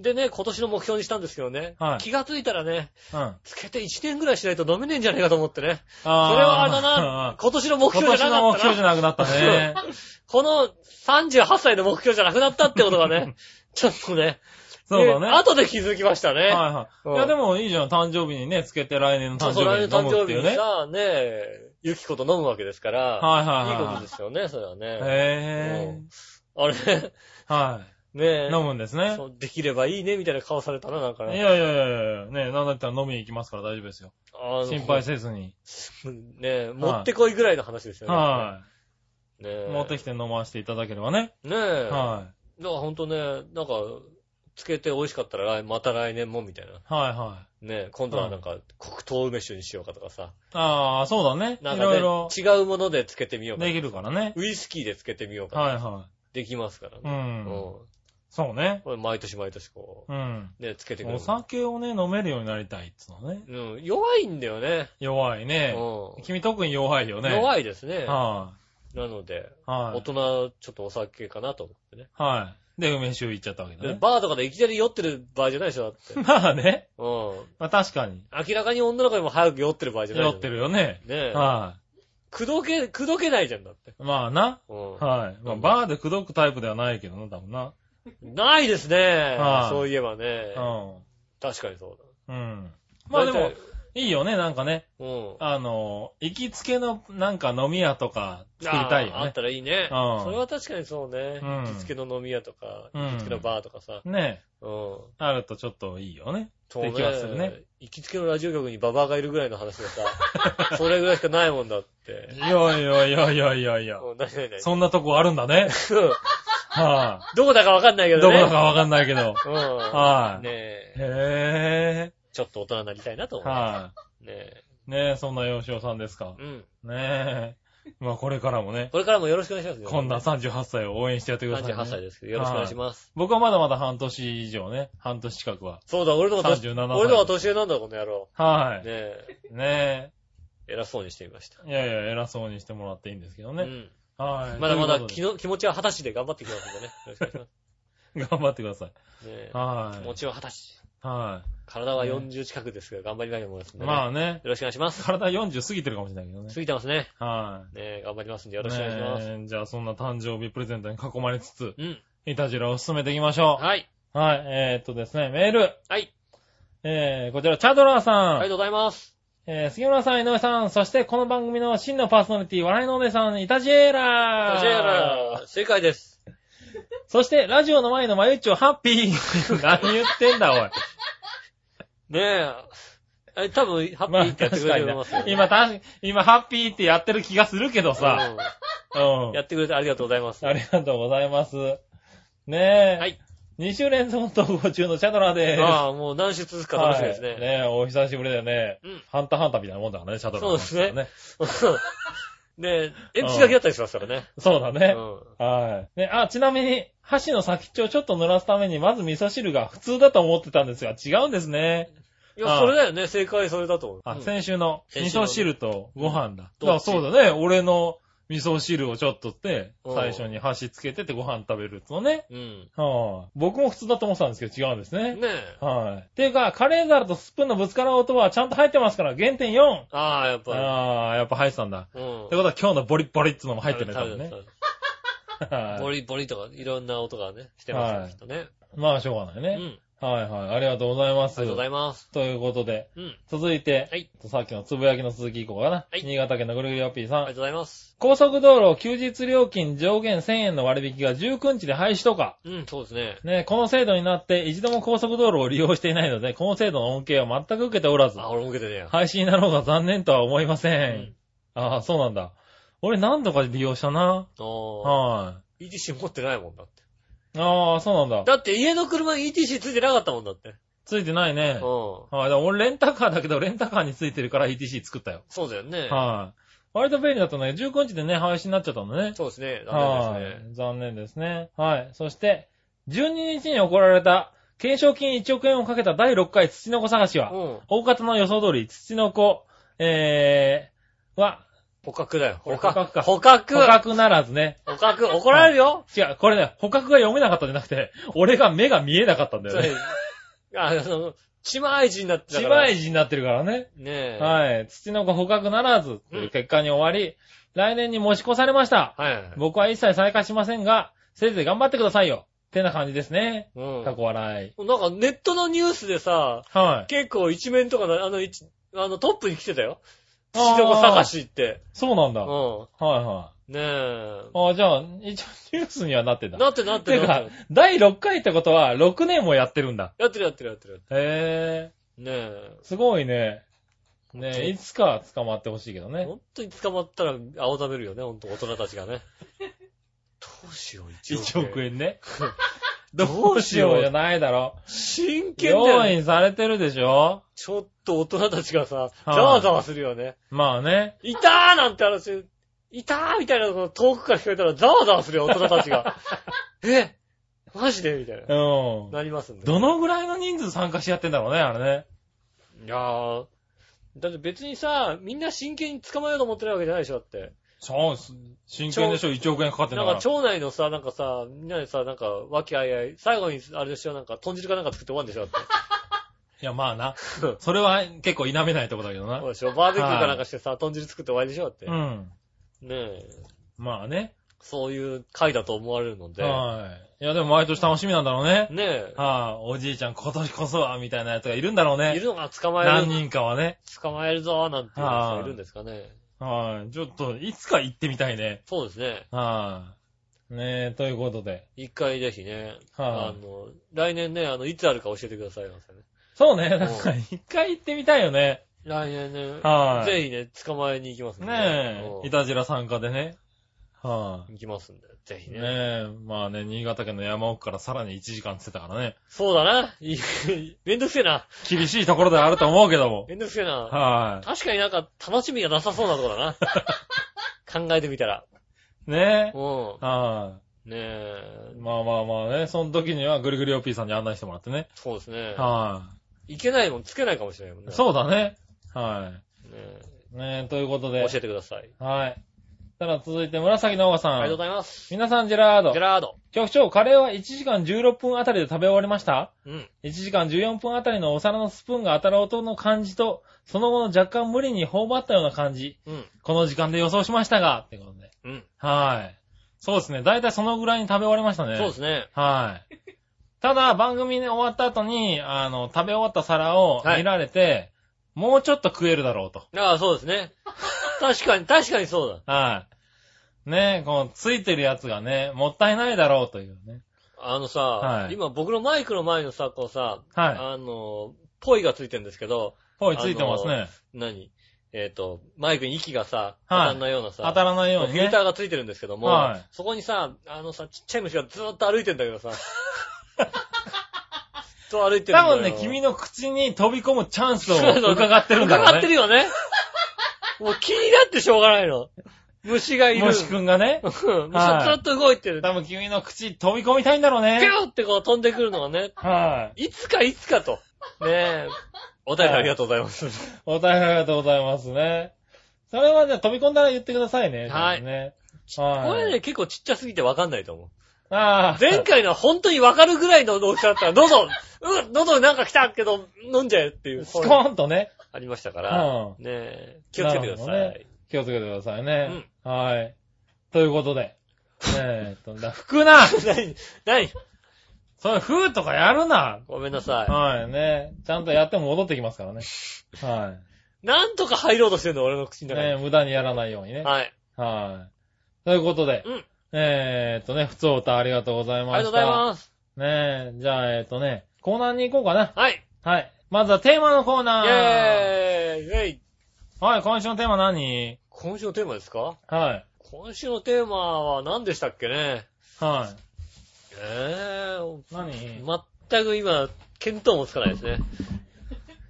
[SPEAKER 2] でね、今年の目標にしたんですけどね、
[SPEAKER 3] はい
[SPEAKER 2] 気がついたらね、
[SPEAKER 3] い。うん。
[SPEAKER 2] つけて1年ぐらいしないと飲めねえんじゃねえかと思ってね。
[SPEAKER 3] それ
[SPEAKER 2] それはあれだな、。今年の目
[SPEAKER 3] 今
[SPEAKER 2] 標
[SPEAKER 3] 年
[SPEAKER 2] じゃな
[SPEAKER 3] の
[SPEAKER 2] かっ
[SPEAKER 3] 目
[SPEAKER 2] た
[SPEAKER 3] 標じゃ
[SPEAKER 2] な。
[SPEAKER 3] なくなったね。
[SPEAKER 2] この38歳の目標じゃなくなったってことがね、 ちょっとね、
[SPEAKER 3] そうだね。
[SPEAKER 2] で後で気づきましたね。
[SPEAKER 3] はいはい。いや、でもいいじゃん。誕生日にね、つけて来年の
[SPEAKER 2] そ
[SPEAKER 3] 誕
[SPEAKER 2] うそう、
[SPEAKER 3] 生
[SPEAKER 2] 来
[SPEAKER 3] 日
[SPEAKER 2] 年
[SPEAKER 3] に飲
[SPEAKER 2] 誕
[SPEAKER 3] む
[SPEAKER 2] 生
[SPEAKER 3] っ
[SPEAKER 2] 日
[SPEAKER 3] ていう
[SPEAKER 2] に
[SPEAKER 3] ね。はい
[SPEAKER 2] さ、ねえ、ゆきこと飲むわけですから、いい
[SPEAKER 3] はい
[SPEAKER 2] こと
[SPEAKER 3] はい。
[SPEAKER 2] ですよね、それはね。
[SPEAKER 3] へ
[SPEAKER 2] あれ、
[SPEAKER 3] ぇー。はい。
[SPEAKER 2] ねえ
[SPEAKER 3] 飲むんですね。
[SPEAKER 2] そうできればいいね、みたいな顔されたな、なんか
[SPEAKER 3] い
[SPEAKER 2] ね。
[SPEAKER 3] やいやいやいや、ねなんだったら飲みに行きますから大丈夫ですよ。
[SPEAKER 2] あの
[SPEAKER 3] 心配せずに。
[SPEAKER 2] ねえ、持ってこいぐらいの話ですよね。
[SPEAKER 3] は
[SPEAKER 2] ねえ
[SPEAKER 3] い。。持ってきて飲ませていただければね。
[SPEAKER 2] ねえ。
[SPEAKER 3] は
[SPEAKER 2] だからほんとね、なんか、つけて美味しかったら来また来年もみたいな。
[SPEAKER 3] い。はいはい。
[SPEAKER 2] ねえ、今度はなんか、黒糖梅酒にしようかとかさ。
[SPEAKER 3] ああ、そうだね。
[SPEAKER 2] なん
[SPEAKER 3] い
[SPEAKER 2] か
[SPEAKER 3] ろ
[SPEAKER 2] ね、
[SPEAKER 3] いろ
[SPEAKER 2] 違うものでつけてみようか
[SPEAKER 3] できるからね。
[SPEAKER 2] ウイスキーでつけてみようか。
[SPEAKER 3] はいは
[SPEAKER 2] できますから
[SPEAKER 3] い。う
[SPEAKER 2] ね。うん
[SPEAKER 3] ん。そうね。
[SPEAKER 2] これ毎年毎年こ
[SPEAKER 3] うん。
[SPEAKER 2] う、ね、つけてくる。
[SPEAKER 3] お酒をね、飲めるようになりたいっつうのね。
[SPEAKER 2] うん、弱いんだよね。
[SPEAKER 3] 弱いうね。君特に弱いよ
[SPEAKER 2] ん。
[SPEAKER 3] ね。い。
[SPEAKER 2] 弱いですね。
[SPEAKER 3] は
[SPEAKER 2] なので、
[SPEAKER 3] い。は
[SPEAKER 2] 大
[SPEAKER 3] い。
[SPEAKER 2] 人、ちょっとお酒かなと思ってね。
[SPEAKER 3] はい。で、梅酒行っちゃったわけだ
[SPEAKER 2] で
[SPEAKER 3] ね。
[SPEAKER 2] バーとかでいきなり酔ってる場合じゃないでしょ、だって。
[SPEAKER 3] まあね。
[SPEAKER 2] うん。
[SPEAKER 3] まあ確かに。
[SPEAKER 2] 明らかに女の子にも早く酔ってる場合じゃない
[SPEAKER 3] 酔って
[SPEAKER 2] る。
[SPEAKER 3] るよね。
[SPEAKER 2] ねえ。
[SPEAKER 3] は
[SPEAKER 2] くどけ、くどけないじゃんだって。
[SPEAKER 3] い。まあな。
[SPEAKER 2] うん。
[SPEAKER 3] はい。まあ、バーで口説くタイプではないけどな、多分な。
[SPEAKER 2] ないですね
[SPEAKER 3] は。い
[SPEAKER 2] そういえばね。確かにそうだ。
[SPEAKER 3] うん。うん。まあでも、いいよね、なんかね。
[SPEAKER 2] も、
[SPEAKER 3] あの、行きつけの、なんか飲み屋とか
[SPEAKER 2] うん。
[SPEAKER 3] 作りたい
[SPEAKER 2] あーあ
[SPEAKER 3] よ
[SPEAKER 2] ったらいいね。
[SPEAKER 3] うん
[SPEAKER 2] それは確かにそうね。
[SPEAKER 3] うん
[SPEAKER 2] 行きつけの飲み屋とか、
[SPEAKER 3] うん
[SPEAKER 2] 行きつけのバーとかさ。
[SPEAKER 3] ね。ね
[SPEAKER 2] うん。そ
[SPEAKER 3] あるとちょっといいよね。
[SPEAKER 2] うね
[SPEAKER 3] できますよね。
[SPEAKER 2] 行きつけのラジオ局にババアがいるぐらいの話でさ、 それぐらいしかないもんだって
[SPEAKER 3] い。やいやいやいやいやいや。
[SPEAKER 2] うん何々何々
[SPEAKER 3] そんなとこあるんだね。は
[SPEAKER 2] どこだかわかんないけ
[SPEAKER 3] い。
[SPEAKER 2] ど
[SPEAKER 3] どこ
[SPEAKER 2] ね。
[SPEAKER 3] だかわかんないけ ど。
[SPEAKER 2] うん。
[SPEAKER 3] はい
[SPEAKER 2] ねえ、
[SPEAKER 3] へ
[SPEAKER 2] ちょっと大人になりたいなと
[SPEAKER 3] ぇー。
[SPEAKER 2] 思いま
[SPEAKER 3] は
[SPEAKER 2] す。ねえ。
[SPEAKER 3] い。ねえ、そんな吉尾さんですか。
[SPEAKER 2] うん。
[SPEAKER 3] ねえ。まあこれからもね、
[SPEAKER 2] これからもよろしくお願いしますよ。
[SPEAKER 3] こんな38歳を応援してやってください、ね。
[SPEAKER 2] 38歳ですけど、よろしくお願いします。
[SPEAKER 3] 僕はまだまだ半年以上ね、半年近くは。
[SPEAKER 2] そうだ、俺の方が年、
[SPEAKER 3] 37歳
[SPEAKER 2] 俺の方が年上なんだ、この野郎。
[SPEAKER 3] は
[SPEAKER 2] ね
[SPEAKER 3] い。ね
[SPEAKER 2] え。
[SPEAKER 3] え。
[SPEAKER 2] 偉そうにしてみました。
[SPEAKER 3] いやいや、偉そうにしてもらっていいんですけど
[SPEAKER 2] う
[SPEAKER 3] ね。
[SPEAKER 2] ん。
[SPEAKER 3] はい。
[SPEAKER 2] まだまだ
[SPEAKER 3] と
[SPEAKER 2] 気
[SPEAKER 3] いうこ
[SPEAKER 2] の気持ちは二十歳で頑張っていきますんでね。よろしくお願いしま
[SPEAKER 3] とで頑張ってください。
[SPEAKER 2] す。ね
[SPEAKER 3] は
[SPEAKER 2] え。気持
[SPEAKER 3] い。
[SPEAKER 2] ちは二十歳。
[SPEAKER 3] は
[SPEAKER 2] 体は40近くですが、頑張りたいと思いますん
[SPEAKER 3] い。
[SPEAKER 2] でね。
[SPEAKER 3] ま
[SPEAKER 2] よ
[SPEAKER 3] あね、
[SPEAKER 2] ろしくお願いします。
[SPEAKER 3] 体40過ぎてるかもしれないけどね
[SPEAKER 2] 過。ぎてますね。
[SPEAKER 3] は
[SPEAKER 2] ねえ、頑張りますんで
[SPEAKER 3] い。
[SPEAKER 2] よろしくお願いします。
[SPEAKER 3] ねえじゃあそんな誕生日プレゼントに囲まれつつ、
[SPEAKER 2] うん。
[SPEAKER 3] いたじらを進めていきましょ
[SPEAKER 2] はい。
[SPEAKER 3] う。はい。えーっとですね、メール。
[SPEAKER 2] はい。
[SPEAKER 3] えー、こちら、チャドラー
[SPEAKER 2] あ
[SPEAKER 3] さ
[SPEAKER 2] りが
[SPEAKER 3] ん。
[SPEAKER 2] とうございます。
[SPEAKER 3] えー、杉村さん、井上さん、そしてこの番組の真のパーソナリティ、笑いのお姉さん、イタジェラー。
[SPEAKER 2] こちら、正解です。
[SPEAKER 3] そして、ラジオの前のマユッチョハッピー。 何言ってんだ、おい。
[SPEAKER 2] ねえ。あれ多分、ハッピ
[SPEAKER 3] まあ
[SPEAKER 2] ーってやってく
[SPEAKER 3] 確
[SPEAKER 2] れ
[SPEAKER 3] か
[SPEAKER 2] て
[SPEAKER 3] に
[SPEAKER 2] ますよ
[SPEAKER 3] な。。今、たし今、ハッピーってやってる気がするけどさ。う
[SPEAKER 2] うん
[SPEAKER 3] ん。
[SPEAKER 2] やってくれてありがとうございます。
[SPEAKER 3] ありがとうございます。ねえ。
[SPEAKER 2] はい。
[SPEAKER 3] 2週連続投稿中のチャドラです。
[SPEAKER 2] ああ、もう何出続くか楽しみです
[SPEAKER 3] はい
[SPEAKER 2] ね。
[SPEAKER 3] ねえ、お久しぶりだよね。
[SPEAKER 2] うん
[SPEAKER 3] ハンターハンターみたいなもんだからね、チャドラの話
[SPEAKER 2] そうです
[SPEAKER 3] ね。
[SPEAKER 2] ねえ、鉛筆書きだったりしますからね。
[SPEAKER 3] そうだ
[SPEAKER 2] う
[SPEAKER 3] ね。
[SPEAKER 2] ん。
[SPEAKER 3] はい。ね、あ、ちなみに、箸の先っちょをちょっと濡らすために、まず味噌汁が普通だと思ってたんですが、違うんですね。
[SPEAKER 2] い
[SPEAKER 3] あ
[SPEAKER 2] や、
[SPEAKER 3] あ
[SPEAKER 2] それだよね。正解それだと思う。
[SPEAKER 3] あ、
[SPEAKER 2] うん
[SPEAKER 3] 先週の味
[SPEAKER 2] 先週の
[SPEAKER 3] 噌汁とご飯だ。
[SPEAKER 2] どっ
[SPEAKER 3] だ
[SPEAKER 2] ち
[SPEAKER 3] そうだね。俺の味噌汁をちょっとって、
[SPEAKER 2] うん
[SPEAKER 3] 最初に箸つけててご飯食べるのね。
[SPEAKER 2] うん。
[SPEAKER 3] はあ、僕も普通だと思ってたんですけど違うんですね。
[SPEAKER 2] ねえ。
[SPEAKER 3] はい。っていうか、カレー皿とスプーンのぶつかる音はちゃんと入ってますから、原点 4!
[SPEAKER 2] ああ、やっぱ
[SPEAKER 3] ああ、やっぱ入ってたんだ。
[SPEAKER 2] り。うん
[SPEAKER 3] ってことは今日のボリッボリっつうのも入ってるね、多
[SPEAKER 2] 多
[SPEAKER 3] 分ね。
[SPEAKER 2] 分ボ
[SPEAKER 3] は
[SPEAKER 2] リボリとか、いろんな音がね、してますよ、
[SPEAKER 3] はい
[SPEAKER 2] きっとね。
[SPEAKER 3] い。まあ、しょうがないうね。
[SPEAKER 2] ん。
[SPEAKER 3] はいはい。ありがとうございま
[SPEAKER 2] あり
[SPEAKER 3] す。
[SPEAKER 2] がとうございます。
[SPEAKER 3] ということで、
[SPEAKER 2] うん。
[SPEAKER 3] 続いて、
[SPEAKER 2] はい。
[SPEAKER 3] さっきのつぶやきの続き以降かな。
[SPEAKER 2] はい
[SPEAKER 3] 新潟県のぐるぐるよっぴー
[SPEAKER 2] あ
[SPEAKER 3] さ
[SPEAKER 2] り
[SPEAKER 3] ん
[SPEAKER 2] が。とうございます。
[SPEAKER 3] 高速道路休日料金上限1000円の割引が19日で廃止とか。
[SPEAKER 2] うん、そうですね。
[SPEAKER 3] ね、この制度になって一度も高速道路を利用していないので、この制度の恩恵を全く受けておらず、
[SPEAKER 2] あ、俺も受けてねえや。
[SPEAKER 3] 廃止になろうが残念とは思いませ
[SPEAKER 2] う
[SPEAKER 3] ん。
[SPEAKER 2] ん
[SPEAKER 3] ああ、そうなんだ。俺何度か利用したな。
[SPEAKER 2] ああ。
[SPEAKER 3] は
[SPEAKER 2] ETC 持ってないもんだって。
[SPEAKER 3] い。ああ、そうなんだ。
[SPEAKER 2] だって家の車に ETC ついてなかったもんだって。
[SPEAKER 3] ついてない
[SPEAKER 2] うん
[SPEAKER 3] ね。。はい。でも俺レンタカーだけど、レンタカーについてるから ETC 作ったよ。
[SPEAKER 2] そうだよね。
[SPEAKER 3] はい。割と便利だったんだけど、19日でね、廃止になっちゃったんだね。
[SPEAKER 2] そうですね。ダ
[SPEAKER 3] は
[SPEAKER 2] メ
[SPEAKER 3] い
[SPEAKER 2] ですね。
[SPEAKER 3] 残念ですね。はい。そして、12日に行われた、懸賞金1億円をかけた第6回土の子探しは、
[SPEAKER 2] うん。
[SPEAKER 3] 大方の予想通り、土の子、えー、は、
[SPEAKER 2] 捕獲だよ。
[SPEAKER 3] これ捕獲か
[SPEAKER 2] 捕獲
[SPEAKER 3] 捕獲ならずね。
[SPEAKER 2] 捕獲怒られるよ
[SPEAKER 3] 違う、これね、捕獲が読めなかったんじゃなくて、俺が目が見えなかったんだ
[SPEAKER 2] そ
[SPEAKER 3] よ
[SPEAKER 2] れ
[SPEAKER 3] ね。
[SPEAKER 2] あの、血まいじになってた
[SPEAKER 3] 千
[SPEAKER 2] から。
[SPEAKER 3] 葉絵になってるからね。
[SPEAKER 2] ねえ。い。
[SPEAKER 3] はい。土の子捕獲ならず、という結果に終わり、来年に持ち越されました。
[SPEAKER 2] はい。
[SPEAKER 3] 僕は一切再開しませんが、せいぜい頑張ってくださいよ。ってな感じですね。
[SPEAKER 2] うん。
[SPEAKER 3] 過去笑
[SPEAKER 2] なんかネットのニュースでさ、
[SPEAKER 3] い。はい。
[SPEAKER 2] 結構一面とかな、あの、一あのトップに来てたよ。
[SPEAKER 3] あー
[SPEAKER 2] 土の子探しって。
[SPEAKER 3] そうなんだ。
[SPEAKER 2] う
[SPEAKER 3] はい
[SPEAKER 2] ん。
[SPEAKER 3] は
[SPEAKER 2] ねえ。
[SPEAKER 3] い。あじゃあ、一応ニュースにはなってんだ。
[SPEAKER 2] なってなって
[SPEAKER 3] て
[SPEAKER 2] なって。、
[SPEAKER 3] か第6回ってことは、6年もやってるんだ。
[SPEAKER 2] やってるやってるやってる。
[SPEAKER 3] へ
[SPEAKER 2] ねえ
[SPEAKER 3] ぇ。すごいね。ね
[SPEAKER 2] 本当
[SPEAKER 3] え、いつか捕まってほしいけどね。
[SPEAKER 2] ほんとに捕まったら青ざめるよね、ほんと大人たちが ね。どうしよう、一
[SPEAKER 3] 1億
[SPEAKER 2] 円。
[SPEAKER 3] 円ね。
[SPEAKER 2] どうし よ
[SPEAKER 3] じゃ
[SPEAKER 2] う。
[SPEAKER 3] ないだろ。
[SPEAKER 2] 真剣
[SPEAKER 3] 用
[SPEAKER 2] だよ。
[SPEAKER 3] 意されてるでしょ
[SPEAKER 2] ちょっと大人たちがさ、ざわざわするよね。
[SPEAKER 3] まあね。
[SPEAKER 2] いたーなんて話、いたーみたいなのが遠くから聞こえたらざわざわするよ、大人たち が。えマジでみたいな。
[SPEAKER 3] うん。
[SPEAKER 2] なりますんで。
[SPEAKER 3] どのぐらいの人数参加しやってんだろうね、あれね。
[SPEAKER 2] いやー。だって別にさ、みんな真剣に捕まえようと思ってないわけじゃないでしょ、だって。
[SPEAKER 3] そう、真剣でしょ、1億円かかってん
[SPEAKER 2] な
[SPEAKER 3] だ
[SPEAKER 2] ん
[SPEAKER 3] か。
[SPEAKER 2] から町内のさ、なんかさ、みんなでさ、なんか、和気あいあい、最後に、あれでしょ、なんか、豚汁かなんか作って終わるんでしょ、だって。
[SPEAKER 3] いや、まあな。
[SPEAKER 2] そう
[SPEAKER 3] それは結構否めないとこだけどな
[SPEAKER 2] そう。でしょ、バーベキューかなんかしてさ、豚汁作って終わりでしょ、だって。
[SPEAKER 3] う
[SPEAKER 2] ね
[SPEAKER 3] ん。
[SPEAKER 2] え。
[SPEAKER 3] まあね。
[SPEAKER 2] そういう回だと思われるので。
[SPEAKER 3] はい。いや、でも毎年楽しみなんだろうね。
[SPEAKER 2] ね
[SPEAKER 3] ああ、おじいちゃん今年こそは、みたいなやつがいるんだろう
[SPEAKER 2] え。い
[SPEAKER 3] ね。
[SPEAKER 2] るのが捕まえ
[SPEAKER 3] 何
[SPEAKER 2] る、
[SPEAKER 3] 人かはね。
[SPEAKER 2] 捕まえるぞ、なんていう
[SPEAKER 3] は
[SPEAKER 2] 人
[SPEAKER 3] い
[SPEAKER 2] いるんですかね。
[SPEAKER 3] はい。ちょっと、いつか行ってみたいね。
[SPEAKER 2] そうですね。
[SPEAKER 3] はい。ねえ、ということで。
[SPEAKER 2] 一回ぜひね。
[SPEAKER 3] は
[SPEAKER 2] あの、来年ね、あの、いつあるか教えてくださいませね。
[SPEAKER 3] そうね、なんか一回行ってみたいよね。
[SPEAKER 2] 来年ね、
[SPEAKER 3] はい
[SPEAKER 2] ぜひね、捕まえに行きますんで
[SPEAKER 3] ねえ、
[SPEAKER 2] うん
[SPEAKER 3] いたじら参加でね。は
[SPEAKER 2] 行きますんで、ぜ
[SPEAKER 3] い。
[SPEAKER 2] ひ
[SPEAKER 3] ね
[SPEAKER 2] ね。
[SPEAKER 3] え、まあね、新潟県の山奥からさらに1時間って言ってたからね。
[SPEAKER 2] そうだな。 いめんどくせえな。
[SPEAKER 3] 厳しいところではあると思うけども。
[SPEAKER 2] めんどくせえな。
[SPEAKER 3] は
[SPEAKER 2] 確かになんか楽しみがなさそうなとこだ な。考えてみたら。
[SPEAKER 3] い。ね
[SPEAKER 2] う
[SPEAKER 3] え。
[SPEAKER 2] ん。
[SPEAKER 3] は
[SPEAKER 2] ねえ
[SPEAKER 3] い。。まあまあまあね、その時にはぐるぐるおっぴーさんに案内してもらってね。
[SPEAKER 2] そうですね。
[SPEAKER 3] はい
[SPEAKER 2] けないもんつけないかもしれないもんね。
[SPEAKER 3] い。そうだね。は
[SPEAKER 2] ね
[SPEAKER 3] い。ねえ、ということ
[SPEAKER 2] え
[SPEAKER 3] で
[SPEAKER 2] 教。えてください。
[SPEAKER 3] はい。ただ続いて紫のおばさん。
[SPEAKER 2] ありがとうございます。
[SPEAKER 3] 皆さん、ジェラード
[SPEAKER 2] ジェ。ラード。
[SPEAKER 3] 局長、カレーは1時間16分あたりで食べ終わりました
[SPEAKER 2] うん。
[SPEAKER 3] ?1 時間14分あたりのお皿のスプーンが当たる音の感じと、その後の若干無理に頬張ったような感じ。
[SPEAKER 2] うん。
[SPEAKER 3] この時間で予想しましたが、ってことで。
[SPEAKER 2] うん。
[SPEAKER 3] はい。そうですね。だいたいそのぐらいに食べ終わりましたね。
[SPEAKER 2] そうですね。
[SPEAKER 3] はい。ただ、番組で終わった後に、あの、食べ終わった皿を
[SPEAKER 2] はい
[SPEAKER 3] 見られて、もうちょっと食えるだろうと。
[SPEAKER 2] ああ、そうです ね。確かに、確かにそうだ。
[SPEAKER 3] はい。ねえ、この、ついてるやつがね、もったいないだろうというね。
[SPEAKER 2] あのさ、
[SPEAKER 3] はい
[SPEAKER 2] 今僕のマイクの前のさ、こうさ、
[SPEAKER 3] はい。
[SPEAKER 2] あの、ポイがついてるんですけど、
[SPEAKER 3] ぽいついてます
[SPEAKER 2] あ
[SPEAKER 3] ね。
[SPEAKER 2] 何えっ、と、マイクに息がさ、当
[SPEAKER 3] はい
[SPEAKER 2] たんないようなさ、
[SPEAKER 3] 当たらないように
[SPEAKER 2] フ
[SPEAKER 3] ね。
[SPEAKER 2] ィルターがついてるんですけども、
[SPEAKER 3] はい
[SPEAKER 2] そこにさ、あのさ、ちっちゃい虫がずーっと歩いてんだけどさ、ずっ と歩いてるんだ
[SPEAKER 3] 多
[SPEAKER 2] よ。
[SPEAKER 3] 分ね、君の口に飛び込むチャンスを
[SPEAKER 2] そうそう
[SPEAKER 3] 伺ってるんだろうね。
[SPEAKER 2] 伺ってるよね。もう気になってしょうがないの。虫がいる。
[SPEAKER 3] 虫くんがね
[SPEAKER 2] う。 ん虫がずっと動いてる。
[SPEAKER 3] 多分君の口に飛び込みたいんだろう
[SPEAKER 2] ピ
[SPEAKER 3] ね。
[SPEAKER 2] ューってこう飛んでくるのがね、
[SPEAKER 3] はい。
[SPEAKER 2] いつかいつかと。ねえ。お便りありがとうございます。
[SPEAKER 3] お便りありがとうございますね。それはね、飛び込んだら言ってくださいね。
[SPEAKER 2] はい
[SPEAKER 3] ね、
[SPEAKER 2] これ
[SPEAKER 3] は
[SPEAKER 2] ね、
[SPEAKER 3] い。
[SPEAKER 2] 結構ちっちゃすぎてわかんないと思う。
[SPEAKER 3] ああ。
[SPEAKER 2] 前回のは本当にわかるぐらいの大きさだったら、 喉、うん、喉になんか来たけど、飲んじゃえっていう、
[SPEAKER 3] ス
[SPEAKER 2] そう
[SPEAKER 3] コ
[SPEAKER 2] いう
[SPEAKER 3] ーンとね、
[SPEAKER 2] ありましたから
[SPEAKER 3] う、
[SPEAKER 2] ねえ、気をつけてくださ
[SPEAKER 3] なるほど
[SPEAKER 2] い。
[SPEAKER 3] 気をつけてくださいね。はい。ということで。えーっと、 だ、吹くな
[SPEAKER 2] 何何
[SPEAKER 3] それ、ふーとかやるな
[SPEAKER 2] ごめんなさ。
[SPEAKER 3] はい、ね。ちゃんとやっても戻ってきますからね。はい
[SPEAKER 2] なんとか入ろうとしてるの、俺の口
[SPEAKER 3] い。
[SPEAKER 2] の中
[SPEAKER 3] ね
[SPEAKER 2] に。
[SPEAKER 3] 無駄にやらないようにね。
[SPEAKER 2] はい。
[SPEAKER 3] はい。ということで、
[SPEAKER 2] うん
[SPEAKER 3] えーっとね、普通歌ありがとうござい
[SPEAKER 2] あ
[SPEAKER 3] ま
[SPEAKER 2] り
[SPEAKER 3] し
[SPEAKER 2] が
[SPEAKER 3] た。
[SPEAKER 2] とうございます。
[SPEAKER 3] す。ねえ、じゃあ、えーっとね、コーナーに行こうかな。
[SPEAKER 2] はい。
[SPEAKER 3] はい。まずはテーマのコー
[SPEAKER 2] イ
[SPEAKER 3] ナー。
[SPEAKER 2] ェーイイェイ
[SPEAKER 3] はい、今週のテーマ何
[SPEAKER 2] 今週のテーマですか
[SPEAKER 3] はい。
[SPEAKER 2] 今週のテーマは何でしたっけね
[SPEAKER 3] は
[SPEAKER 2] え
[SPEAKER 3] い。何
[SPEAKER 2] え全く今、見当もつかないですね。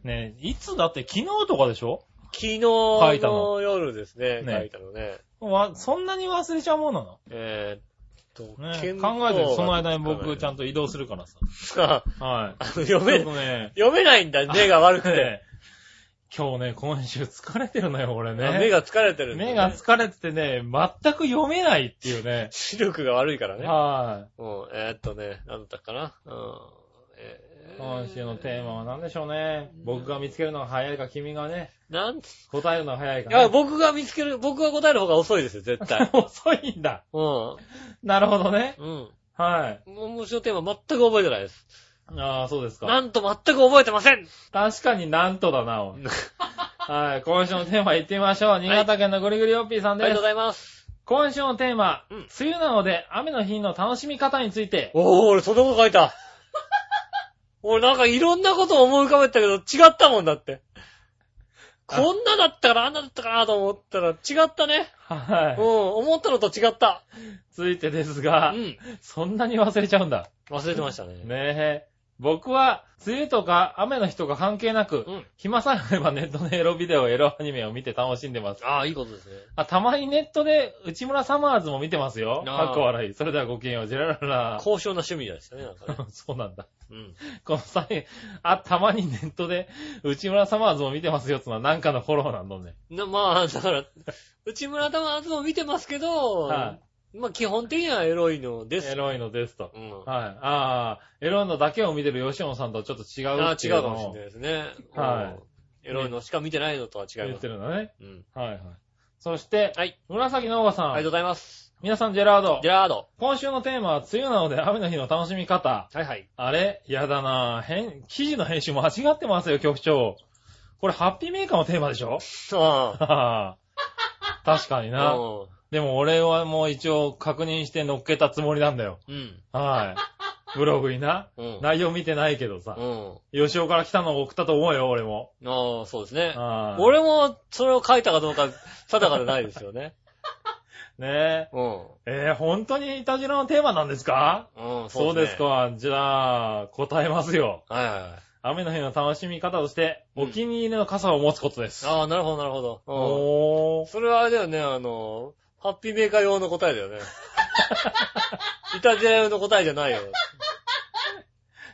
[SPEAKER 3] ねいつだって昨日とかでしょ
[SPEAKER 2] 昨日
[SPEAKER 3] いた
[SPEAKER 2] の夜ですね、
[SPEAKER 3] ね
[SPEAKER 2] 書いたのね。
[SPEAKER 3] わ、そんなに忘れちゃうもんなの
[SPEAKER 2] えーっと、
[SPEAKER 3] ね
[SPEAKER 2] 見当が
[SPEAKER 3] 考えてる。その間に僕、ちゃん
[SPEAKER 2] と。
[SPEAKER 3] と移動するからさ。
[SPEAKER 2] あ
[SPEAKER 3] は
[SPEAKER 2] の
[SPEAKER 3] い。
[SPEAKER 2] 読
[SPEAKER 3] ち
[SPEAKER 2] め
[SPEAKER 3] ょっ、とね、
[SPEAKER 2] 読めないんだ、目が悪くて。
[SPEAKER 3] ね今日ね、今週疲れてるのよ、俺 ね。
[SPEAKER 2] あ目が疲れてるんだ、ね。。
[SPEAKER 3] 目が疲れててね、全く読めないっていうね
[SPEAKER 2] 視力が悪いからね。
[SPEAKER 3] は
[SPEAKER 2] うん、えーっとね、なんだったかな。うん。え
[SPEAKER 3] い。
[SPEAKER 2] ー
[SPEAKER 3] 今週のテーマは何でしょうね。僕が見つけるのが早いか、君がね、
[SPEAKER 2] なんつ、
[SPEAKER 3] 答えるのが早いか、
[SPEAKER 2] いや、
[SPEAKER 3] ね。。
[SPEAKER 2] 僕が見つける、僕が答える方が遅いですよ、絶対
[SPEAKER 3] 遅いんだ。
[SPEAKER 2] うん。
[SPEAKER 3] なるほどね。
[SPEAKER 2] うん。
[SPEAKER 3] はい。
[SPEAKER 2] 面白いテーマ全く覚えてないです。
[SPEAKER 3] ああ、そうです
[SPEAKER 2] な
[SPEAKER 3] か。
[SPEAKER 2] んと全く覚えてません
[SPEAKER 3] 確かになんとだな、おい はい。今週のテーマ行ってみましょう。新潟県のぐりぐりおっぴーさ
[SPEAKER 2] あ
[SPEAKER 3] ん
[SPEAKER 2] り
[SPEAKER 3] で
[SPEAKER 2] がとうご。
[SPEAKER 3] す
[SPEAKER 2] ざいます。
[SPEAKER 3] 今週のテーマ、
[SPEAKER 2] うん
[SPEAKER 3] 梅雨なので雨の日の楽しみ方について。
[SPEAKER 2] おー、俺そんなこと書い た。俺なんかいろんなことを思い浮かべてたけど、違ったもんだって。
[SPEAKER 3] あ
[SPEAKER 2] こんなだったから、あんなだったかなと思ったら、違ったね。
[SPEAKER 3] は
[SPEAKER 2] うん、思ったのと違った。
[SPEAKER 3] い。ついてです
[SPEAKER 2] う
[SPEAKER 3] が、
[SPEAKER 2] ん。
[SPEAKER 3] そんなに忘れちゃうんだ。
[SPEAKER 2] 忘れてましたね。
[SPEAKER 3] ねえ。僕は、梅雨とか雨の日とか関係なく、
[SPEAKER 2] うん
[SPEAKER 3] 暇さえあればネットのエロビデオ、エロアニメを見て楽しんでます。
[SPEAKER 2] ああ、いいことですね。
[SPEAKER 3] あ、たまにネットで内村サマーズも見てますよ。
[SPEAKER 2] あー
[SPEAKER 3] かっこ笑い。それではごきげんよう、ジェラララ。
[SPEAKER 2] 高尚な趣味でしたね、なんかね。
[SPEAKER 3] そうなんだ。
[SPEAKER 2] うん。
[SPEAKER 3] この際、あ、たまにネットで内村サマーズも見てますよってのはなんかのフォローなんだね。
[SPEAKER 2] なまあ、だから、内村玉あずも見てますけど、
[SPEAKER 3] は
[SPEAKER 2] まあ基本的にはエロいのです。
[SPEAKER 3] エロいのですと。
[SPEAKER 2] うん。
[SPEAKER 3] はい。ああ、エロいのだけを見てる吉野さんとはちょっと違う
[SPEAKER 2] ああ、
[SPEAKER 3] って
[SPEAKER 2] 違
[SPEAKER 3] いう
[SPEAKER 2] うかもしれ
[SPEAKER 3] の
[SPEAKER 2] ない
[SPEAKER 3] を
[SPEAKER 2] ですね。
[SPEAKER 3] はい
[SPEAKER 2] い。エロいのしか見てないのとは違い
[SPEAKER 3] 言
[SPEAKER 2] ま
[SPEAKER 3] っ
[SPEAKER 2] す
[SPEAKER 3] て。るんだね。
[SPEAKER 2] うん。
[SPEAKER 3] はいはい。そして、
[SPEAKER 2] はい。
[SPEAKER 3] 紫のおばさん。
[SPEAKER 2] ありがとうございます。
[SPEAKER 3] 皆さん、ジェラード
[SPEAKER 2] ジ。ェラード。
[SPEAKER 3] 今週のテーマは、梅雨なので雨の日の楽しみ方。
[SPEAKER 2] はいはい。
[SPEAKER 3] あれやだなぁ。編、記事の編集間違ってますよ、局長。これ、ハッピーメーカーのテーマでしょ
[SPEAKER 2] ああ。
[SPEAKER 3] はは確かにな。
[SPEAKER 2] う
[SPEAKER 3] でも俺はもう一応確認して乗っけたつもりなんだよ。
[SPEAKER 2] ん。
[SPEAKER 3] はい。ブログにな。
[SPEAKER 2] うん。うん。
[SPEAKER 3] 内容見てないけどさ。
[SPEAKER 2] うん。
[SPEAKER 3] 吉尾から来たのを送ったと思うよ、俺も。
[SPEAKER 2] ああ、そうですね。
[SPEAKER 3] はい
[SPEAKER 2] 俺もそれを書いたかどうか定かでないですよね。
[SPEAKER 3] ねえ。
[SPEAKER 2] うん。
[SPEAKER 3] えー、本当にイタジラのテーマなんですか
[SPEAKER 2] うん、
[SPEAKER 3] そうです。か。じゃあ、答えますよ。
[SPEAKER 2] はいはいはい。
[SPEAKER 3] 雨の日の楽しみ方として、
[SPEAKER 2] うん
[SPEAKER 3] お気に入りの傘を持つことです。
[SPEAKER 2] ああ、なるほど、なるほど。う
[SPEAKER 3] お
[SPEAKER 2] ん。
[SPEAKER 3] ー。
[SPEAKER 2] それはあれだよね、あの、ハッピーメーカー用の答え だよね。イタジラ用の答えじゃないよ。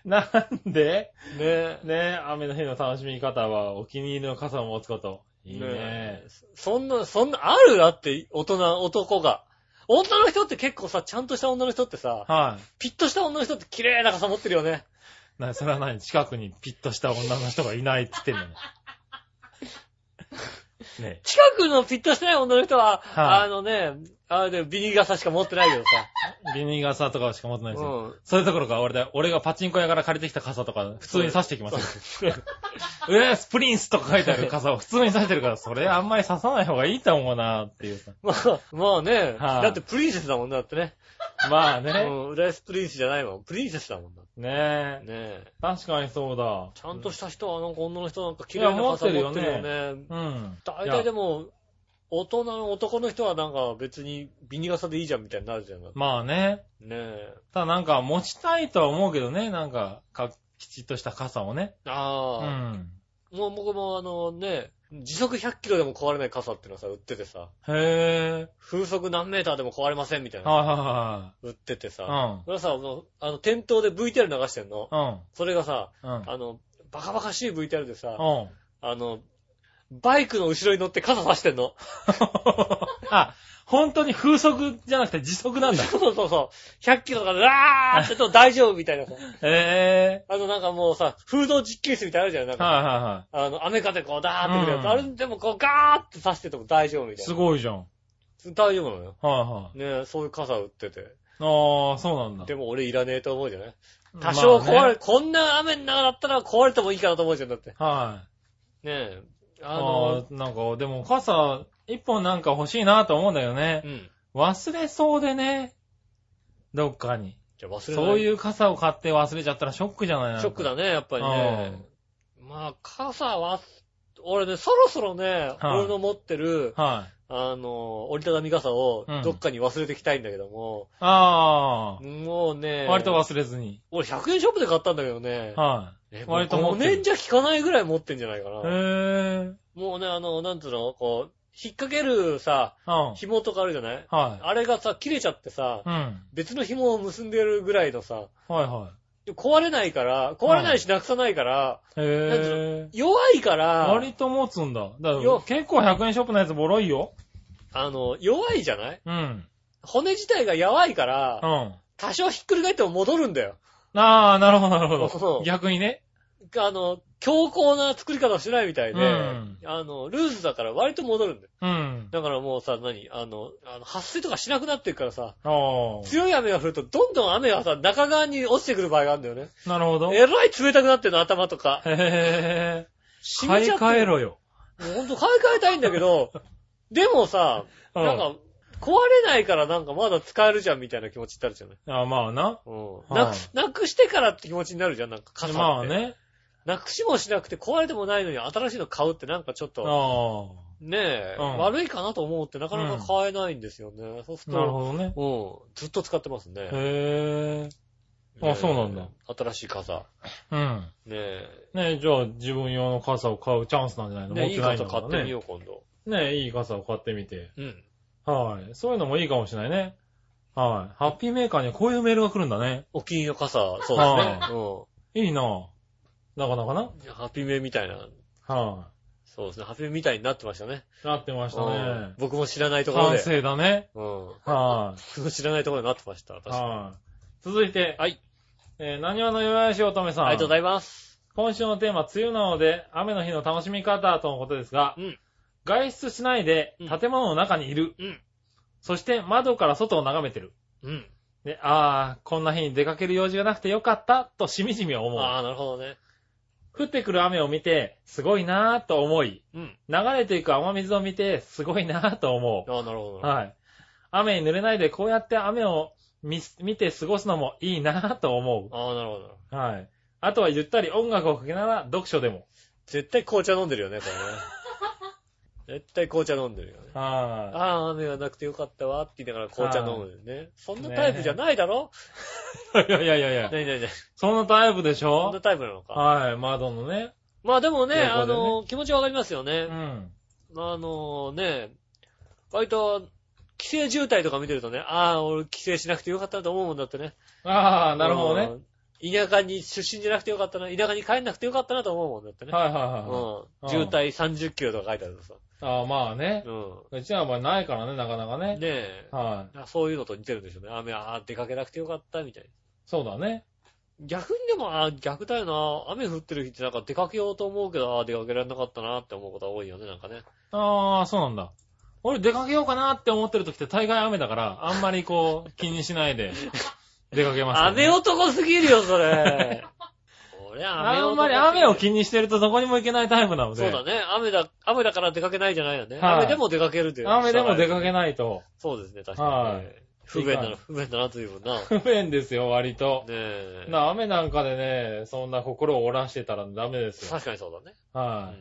[SPEAKER 3] なんで
[SPEAKER 2] ね
[SPEAKER 3] ね、雨の日の楽しみ方は、お気に入りの傘を持つこと。いいね。
[SPEAKER 2] ねそんな、そんな、あるだって、大人、男が。女の人って結構さ、ちゃんとした女の人ってさ、
[SPEAKER 3] はい。
[SPEAKER 2] ピッとした女の人って綺麗な傘持ってるよね。
[SPEAKER 3] な、それは何近くにピッとした女の人がいないって言ってんのに。 ね
[SPEAKER 2] 近くのピッとしてない女の人は、
[SPEAKER 3] はい
[SPEAKER 2] あのね、あれでビニ傘しか持ってないけど
[SPEAKER 3] ビニガサとかしか持ってないんですよ。
[SPEAKER 2] さ。
[SPEAKER 3] それどころか、俺だ、俺がパチンコ屋から借りてきた傘とか、普通に刺してきますよ。
[SPEAKER 2] うん。
[SPEAKER 3] えー、スプリンスとか書いてある傘を普通に刺してるから、それあんまり刺さない方がいいと思うなっていうさ。
[SPEAKER 2] まあ、まあね、
[SPEAKER 3] はい
[SPEAKER 2] だってプリンセスだもんだってね。
[SPEAKER 3] まあ
[SPEAKER 2] う
[SPEAKER 3] ね。
[SPEAKER 2] ん、浦安プリンスじゃないもん。プリンセスだもんだ。ね
[SPEAKER 3] ねえ。
[SPEAKER 2] え。
[SPEAKER 3] 確かにそうだ。
[SPEAKER 2] ちゃんとした人は、なんか女の人なんか綺麗な傘持ってるよね。
[SPEAKER 3] いや持ってうん。
[SPEAKER 2] 大体でも、大人の男の人はなんか別にビニ傘でいいじゃんみたいになるじゃん。ね
[SPEAKER 3] まあね。
[SPEAKER 2] え。
[SPEAKER 3] ただなんか持ちたいとは思うけどね、なんか、か、きちっとした傘をね。う
[SPEAKER 2] あ
[SPEAKER 3] ん。
[SPEAKER 2] あ、もう僕もあのね、時速100キロでも壊れない傘っていうのさ、売っててさ、
[SPEAKER 3] へ
[SPEAKER 2] 風速何メーターでも壊れませんみたい
[SPEAKER 3] え。
[SPEAKER 2] な、
[SPEAKER 3] はいは
[SPEAKER 2] 売ってて
[SPEAKER 3] い
[SPEAKER 2] さ、
[SPEAKER 3] は
[SPEAKER 2] それはさ、あの、あの店頭で VTR 流してんの
[SPEAKER 3] い。。う
[SPEAKER 2] それがさ、
[SPEAKER 3] ん。うん。うん。
[SPEAKER 2] あの、バカバカしい VTR でさ、
[SPEAKER 3] うん。
[SPEAKER 2] あの、バイクの後ろに乗って傘差してんの。
[SPEAKER 3] あ、本当に風速じゃなくて時速なんだ。
[SPEAKER 2] そうそうそうそう。100キロとかで、わーってと大丈夫みたいなさ。
[SPEAKER 3] へ
[SPEAKER 2] あの、なんかもうさ、風洞実験室みたいなのあるじゃん。なん
[SPEAKER 3] え。
[SPEAKER 2] か、
[SPEAKER 3] はいはいは
[SPEAKER 2] あの、雨風こうダーってくるやつ。
[SPEAKER 3] うん
[SPEAKER 2] あれでもこうガーって刺してても大丈夫み
[SPEAKER 3] い。
[SPEAKER 2] たい
[SPEAKER 3] す
[SPEAKER 2] な。
[SPEAKER 3] ごいじゃん。はい
[SPEAKER 2] 大丈夫なのよ。
[SPEAKER 3] は
[SPEAKER 2] ねそういう傘売ってて。
[SPEAKER 3] い。ああ、そうなんだ
[SPEAKER 2] で。も俺いらねえと思うじゃない多少壊れ、
[SPEAKER 3] まあね
[SPEAKER 2] こんな雨の中だったら壊れてもいいかなと思うじゃん。だって。ね
[SPEAKER 3] はい。
[SPEAKER 2] え。あ
[SPEAKER 3] あ
[SPEAKER 2] の、
[SPEAKER 3] のなんか、でも傘、一本なんか欲しいなと思うんだよ
[SPEAKER 2] う
[SPEAKER 3] ね。
[SPEAKER 2] ん。
[SPEAKER 3] 忘れそうでね。どっかに。
[SPEAKER 2] じゃあ忘れない。
[SPEAKER 3] そういう傘を買って忘れちゃったらショックじゃないなんか
[SPEAKER 2] ショックだね、やっぱりね。まあ、傘は、俺ね、そろそろね、
[SPEAKER 3] はい
[SPEAKER 2] 俺の持ってる、
[SPEAKER 3] はい。
[SPEAKER 2] あの、折りたたみ傘を
[SPEAKER 3] うん
[SPEAKER 2] どっかに忘れてきたいんだけども、
[SPEAKER 3] あ
[SPEAKER 2] もう
[SPEAKER 3] あ、
[SPEAKER 2] ね、
[SPEAKER 3] 割と忘れずに。
[SPEAKER 2] 俺100円ショップで買ったんだけどね、
[SPEAKER 3] は
[SPEAKER 2] えもう
[SPEAKER 3] 割と持
[SPEAKER 2] 5
[SPEAKER 3] ってる
[SPEAKER 2] 年じゃ効かないぐらい持ってんじゃないか
[SPEAKER 3] い。へ
[SPEAKER 2] な。
[SPEAKER 3] え。
[SPEAKER 2] もうね、あの、なんつうの、こう、引っ掛けるさ、
[SPEAKER 3] うん。
[SPEAKER 2] 紐とかあるじゃない
[SPEAKER 3] はい。
[SPEAKER 2] あれがさ、切れちゃってさ
[SPEAKER 3] う、ん。はい
[SPEAKER 2] 別の紐を結んでるぐらいのさ、
[SPEAKER 3] は
[SPEAKER 2] 壊れないから、壊れないしなくさないから、
[SPEAKER 3] い。へえ。
[SPEAKER 2] 弱いから、
[SPEAKER 3] 割と持つんだ。だから
[SPEAKER 2] よ
[SPEAKER 3] 結構100円ショップのやつボロいよ。
[SPEAKER 2] あの、弱いじゃない
[SPEAKER 3] うん。
[SPEAKER 2] 骨自体が弱いか
[SPEAKER 3] う
[SPEAKER 2] ら、
[SPEAKER 3] ん。
[SPEAKER 2] 多少ひっくり返っても戻るんだよ。
[SPEAKER 3] ああ、なるほど、なるほ
[SPEAKER 2] そ
[SPEAKER 3] ど。
[SPEAKER 2] う
[SPEAKER 3] 逆にね。
[SPEAKER 2] あの、強硬な作り方をしないみたいで、
[SPEAKER 3] うん
[SPEAKER 2] あの、ルーズだから割と戻るんだよ。
[SPEAKER 3] うん。
[SPEAKER 2] だからもうさ、何あの、あの発水とかしなくなってるからさ、
[SPEAKER 3] ああ。
[SPEAKER 2] 強い雨が降るとどんどん雨がさ、中側に落ちてくる場合があるんだよね。
[SPEAKER 3] なるほど。へ
[SPEAKER 2] えらい冷たくなってるの、頭とか。
[SPEAKER 3] え。
[SPEAKER 2] 染
[SPEAKER 3] 買
[SPEAKER 2] み
[SPEAKER 3] い
[SPEAKER 2] ちゃって
[SPEAKER 3] 替え
[SPEAKER 2] る。
[SPEAKER 3] ろよ。
[SPEAKER 2] もうほんと買い替えたいんだけど、でもさ、
[SPEAKER 3] うん
[SPEAKER 2] なんか、壊れないからなんかまだ使えるじゃんみたいな気持ちってあるじゃない
[SPEAKER 3] ああ、まあな。
[SPEAKER 2] うん
[SPEAKER 3] は
[SPEAKER 2] ないくなくしてからって気持ちになるじゃん、なんか傘って。
[SPEAKER 3] まあね。
[SPEAKER 2] なくしもしなくて壊れてもないのに新しいの買うってなんかちょっ
[SPEAKER 3] あ
[SPEAKER 2] と、
[SPEAKER 3] あ。
[SPEAKER 2] ねえ、
[SPEAKER 3] うん
[SPEAKER 2] 悪いかなと思うってなかなか買えないんですよね。そうする
[SPEAKER 3] なる
[SPEAKER 2] と、
[SPEAKER 3] ほどね。
[SPEAKER 2] うん、ずっと使ってますね。
[SPEAKER 3] へえ。
[SPEAKER 2] ね
[SPEAKER 3] あ、
[SPEAKER 2] え
[SPEAKER 3] そうなんだ。。
[SPEAKER 2] 新しい傘。
[SPEAKER 3] うん。
[SPEAKER 2] ねえ。
[SPEAKER 3] ねえ、じゃあ自分用の傘を買うチャンスなんじゃないの
[SPEAKER 2] ねえいい
[SPEAKER 3] 持ない
[SPEAKER 2] 傘
[SPEAKER 3] んだ
[SPEAKER 2] 買
[SPEAKER 3] か
[SPEAKER 2] って
[SPEAKER 3] ら
[SPEAKER 2] み
[SPEAKER 3] ね。
[SPEAKER 2] よう、今度。
[SPEAKER 3] ねえ、いい傘を買ってみて。
[SPEAKER 2] うん。
[SPEAKER 3] はい。そういうのもいいかもしれないね。はい。ハッピーメーカーにはこういうメールが来るんだね。
[SPEAKER 2] お気に入りの傘、そうですね。う
[SPEAKER 3] いいなぁ。なかなかな。
[SPEAKER 2] ん。ハピメみたいな。
[SPEAKER 3] は
[SPEAKER 2] そうですね。ハピメみたいになってましたね。
[SPEAKER 3] い。なってました
[SPEAKER 2] うん
[SPEAKER 3] ね。
[SPEAKER 2] 僕も知らないところ
[SPEAKER 3] 完
[SPEAKER 2] で。
[SPEAKER 3] 成だね。
[SPEAKER 2] うん。
[SPEAKER 3] は
[SPEAKER 2] 僕も知らないところになってました。
[SPEAKER 3] い。
[SPEAKER 2] 確かに
[SPEAKER 3] はい。続いて。
[SPEAKER 2] はい。
[SPEAKER 3] えー、何話の弱いし乙女さん。
[SPEAKER 2] ありがとうございます。
[SPEAKER 3] 今週のテーマ、梅雨なので、雨の日の楽しみ方とのことですが、
[SPEAKER 2] うん
[SPEAKER 3] 外出しないで
[SPEAKER 2] うん、
[SPEAKER 3] 建物の中にいる、
[SPEAKER 2] うん
[SPEAKER 3] そして窓から外を眺めてる。
[SPEAKER 2] うん。
[SPEAKER 3] で、あー、こんな日に出かける用事がなくてよかった、としみじみ思う。
[SPEAKER 2] ああ、なるほどね。
[SPEAKER 3] 降ってくる雨を見て、すごいなぁと思い、
[SPEAKER 2] うん。
[SPEAKER 3] 流れていく雨水を見て、すごいなぁと思
[SPEAKER 2] ああ、なるほど
[SPEAKER 3] う。
[SPEAKER 2] なる
[SPEAKER 3] はい。雨に濡れないで、こうやって雨を見す見て過ごすのもいいなぁと
[SPEAKER 2] ほ
[SPEAKER 3] 思
[SPEAKER 2] ど。ああ、なるほど。
[SPEAKER 3] う。はい。あとはゆったり音楽をかけながら読書でも。
[SPEAKER 2] 絶対紅茶飲んでるよね、これね。 絶対紅茶飲んでるよね。
[SPEAKER 3] は
[SPEAKER 2] ああ、雨がなくてよかったわって言いながら紅茶飲むよね。そんなタイプじゃないだろ
[SPEAKER 3] い。いやいやいやいや、
[SPEAKER 2] なになになに
[SPEAKER 3] そんなタイプでし
[SPEAKER 2] そんな
[SPEAKER 3] ょ
[SPEAKER 2] タイプなのか。
[SPEAKER 3] はい、窓のね。
[SPEAKER 2] まあでもね、
[SPEAKER 3] ということ
[SPEAKER 2] あ
[SPEAKER 3] でね
[SPEAKER 2] の、気持ちわかりますよ
[SPEAKER 3] う
[SPEAKER 2] ね。
[SPEAKER 3] ん。
[SPEAKER 2] あのね、割と、規制渋滞とか見てるとね、ああ、俺規制しなくてよかったと思うもんだってね。
[SPEAKER 3] ああ、なるほどね。
[SPEAKER 2] うん。田舎に出身じゃなくてよかったな、田舎に帰んなくてよかったなと思うもんだってね。
[SPEAKER 3] はいはいはいはい。
[SPEAKER 2] うん。渋滞30キロとか書いてあるとさ。
[SPEAKER 3] ああ、まあね。
[SPEAKER 2] う
[SPEAKER 3] うちはあんまりないからね、なかなか
[SPEAKER 2] ん。
[SPEAKER 3] ね。
[SPEAKER 2] ねえ。
[SPEAKER 3] はい。
[SPEAKER 2] あそういうのと似てるんでしょうね。雨、ああ、出かけなくてよかった、みたいな。
[SPEAKER 3] そうだね。
[SPEAKER 2] 逆にでも、ああ、逆だよな。雨降ってる日ってなんか出かけようと思うけど、ああ、出かけられなかったなって思うことは多いよね、なんかね。
[SPEAKER 3] ああ、そうなんだ。俺出かけようかなって思ってる時って大概雨だから、あんまりこう、気にしな いで出かけます、
[SPEAKER 2] 雨男すぎるよ、そ れ。俺、雨男
[SPEAKER 3] あんまり雨を
[SPEAKER 2] に
[SPEAKER 3] 気にしてるとどこにも行けないタイプなの
[SPEAKER 2] そ
[SPEAKER 3] で。
[SPEAKER 2] うだね。雨だ、雨だから出かけないじゃないよね。
[SPEAKER 3] はい
[SPEAKER 2] 雨でも出かけるという。
[SPEAKER 3] 雨でも出かけ
[SPEAKER 2] い。
[SPEAKER 3] ないと。
[SPEAKER 2] そうですね、確か
[SPEAKER 3] は
[SPEAKER 2] に
[SPEAKER 3] い
[SPEAKER 2] ね。不便だな、不便だなというもんな。ね
[SPEAKER 3] 不便ですよ、割と。
[SPEAKER 2] え。
[SPEAKER 3] な、雨なんかでね、そんな心を折らしてたらダメですよ。
[SPEAKER 2] 確かにそうだね。
[SPEAKER 3] は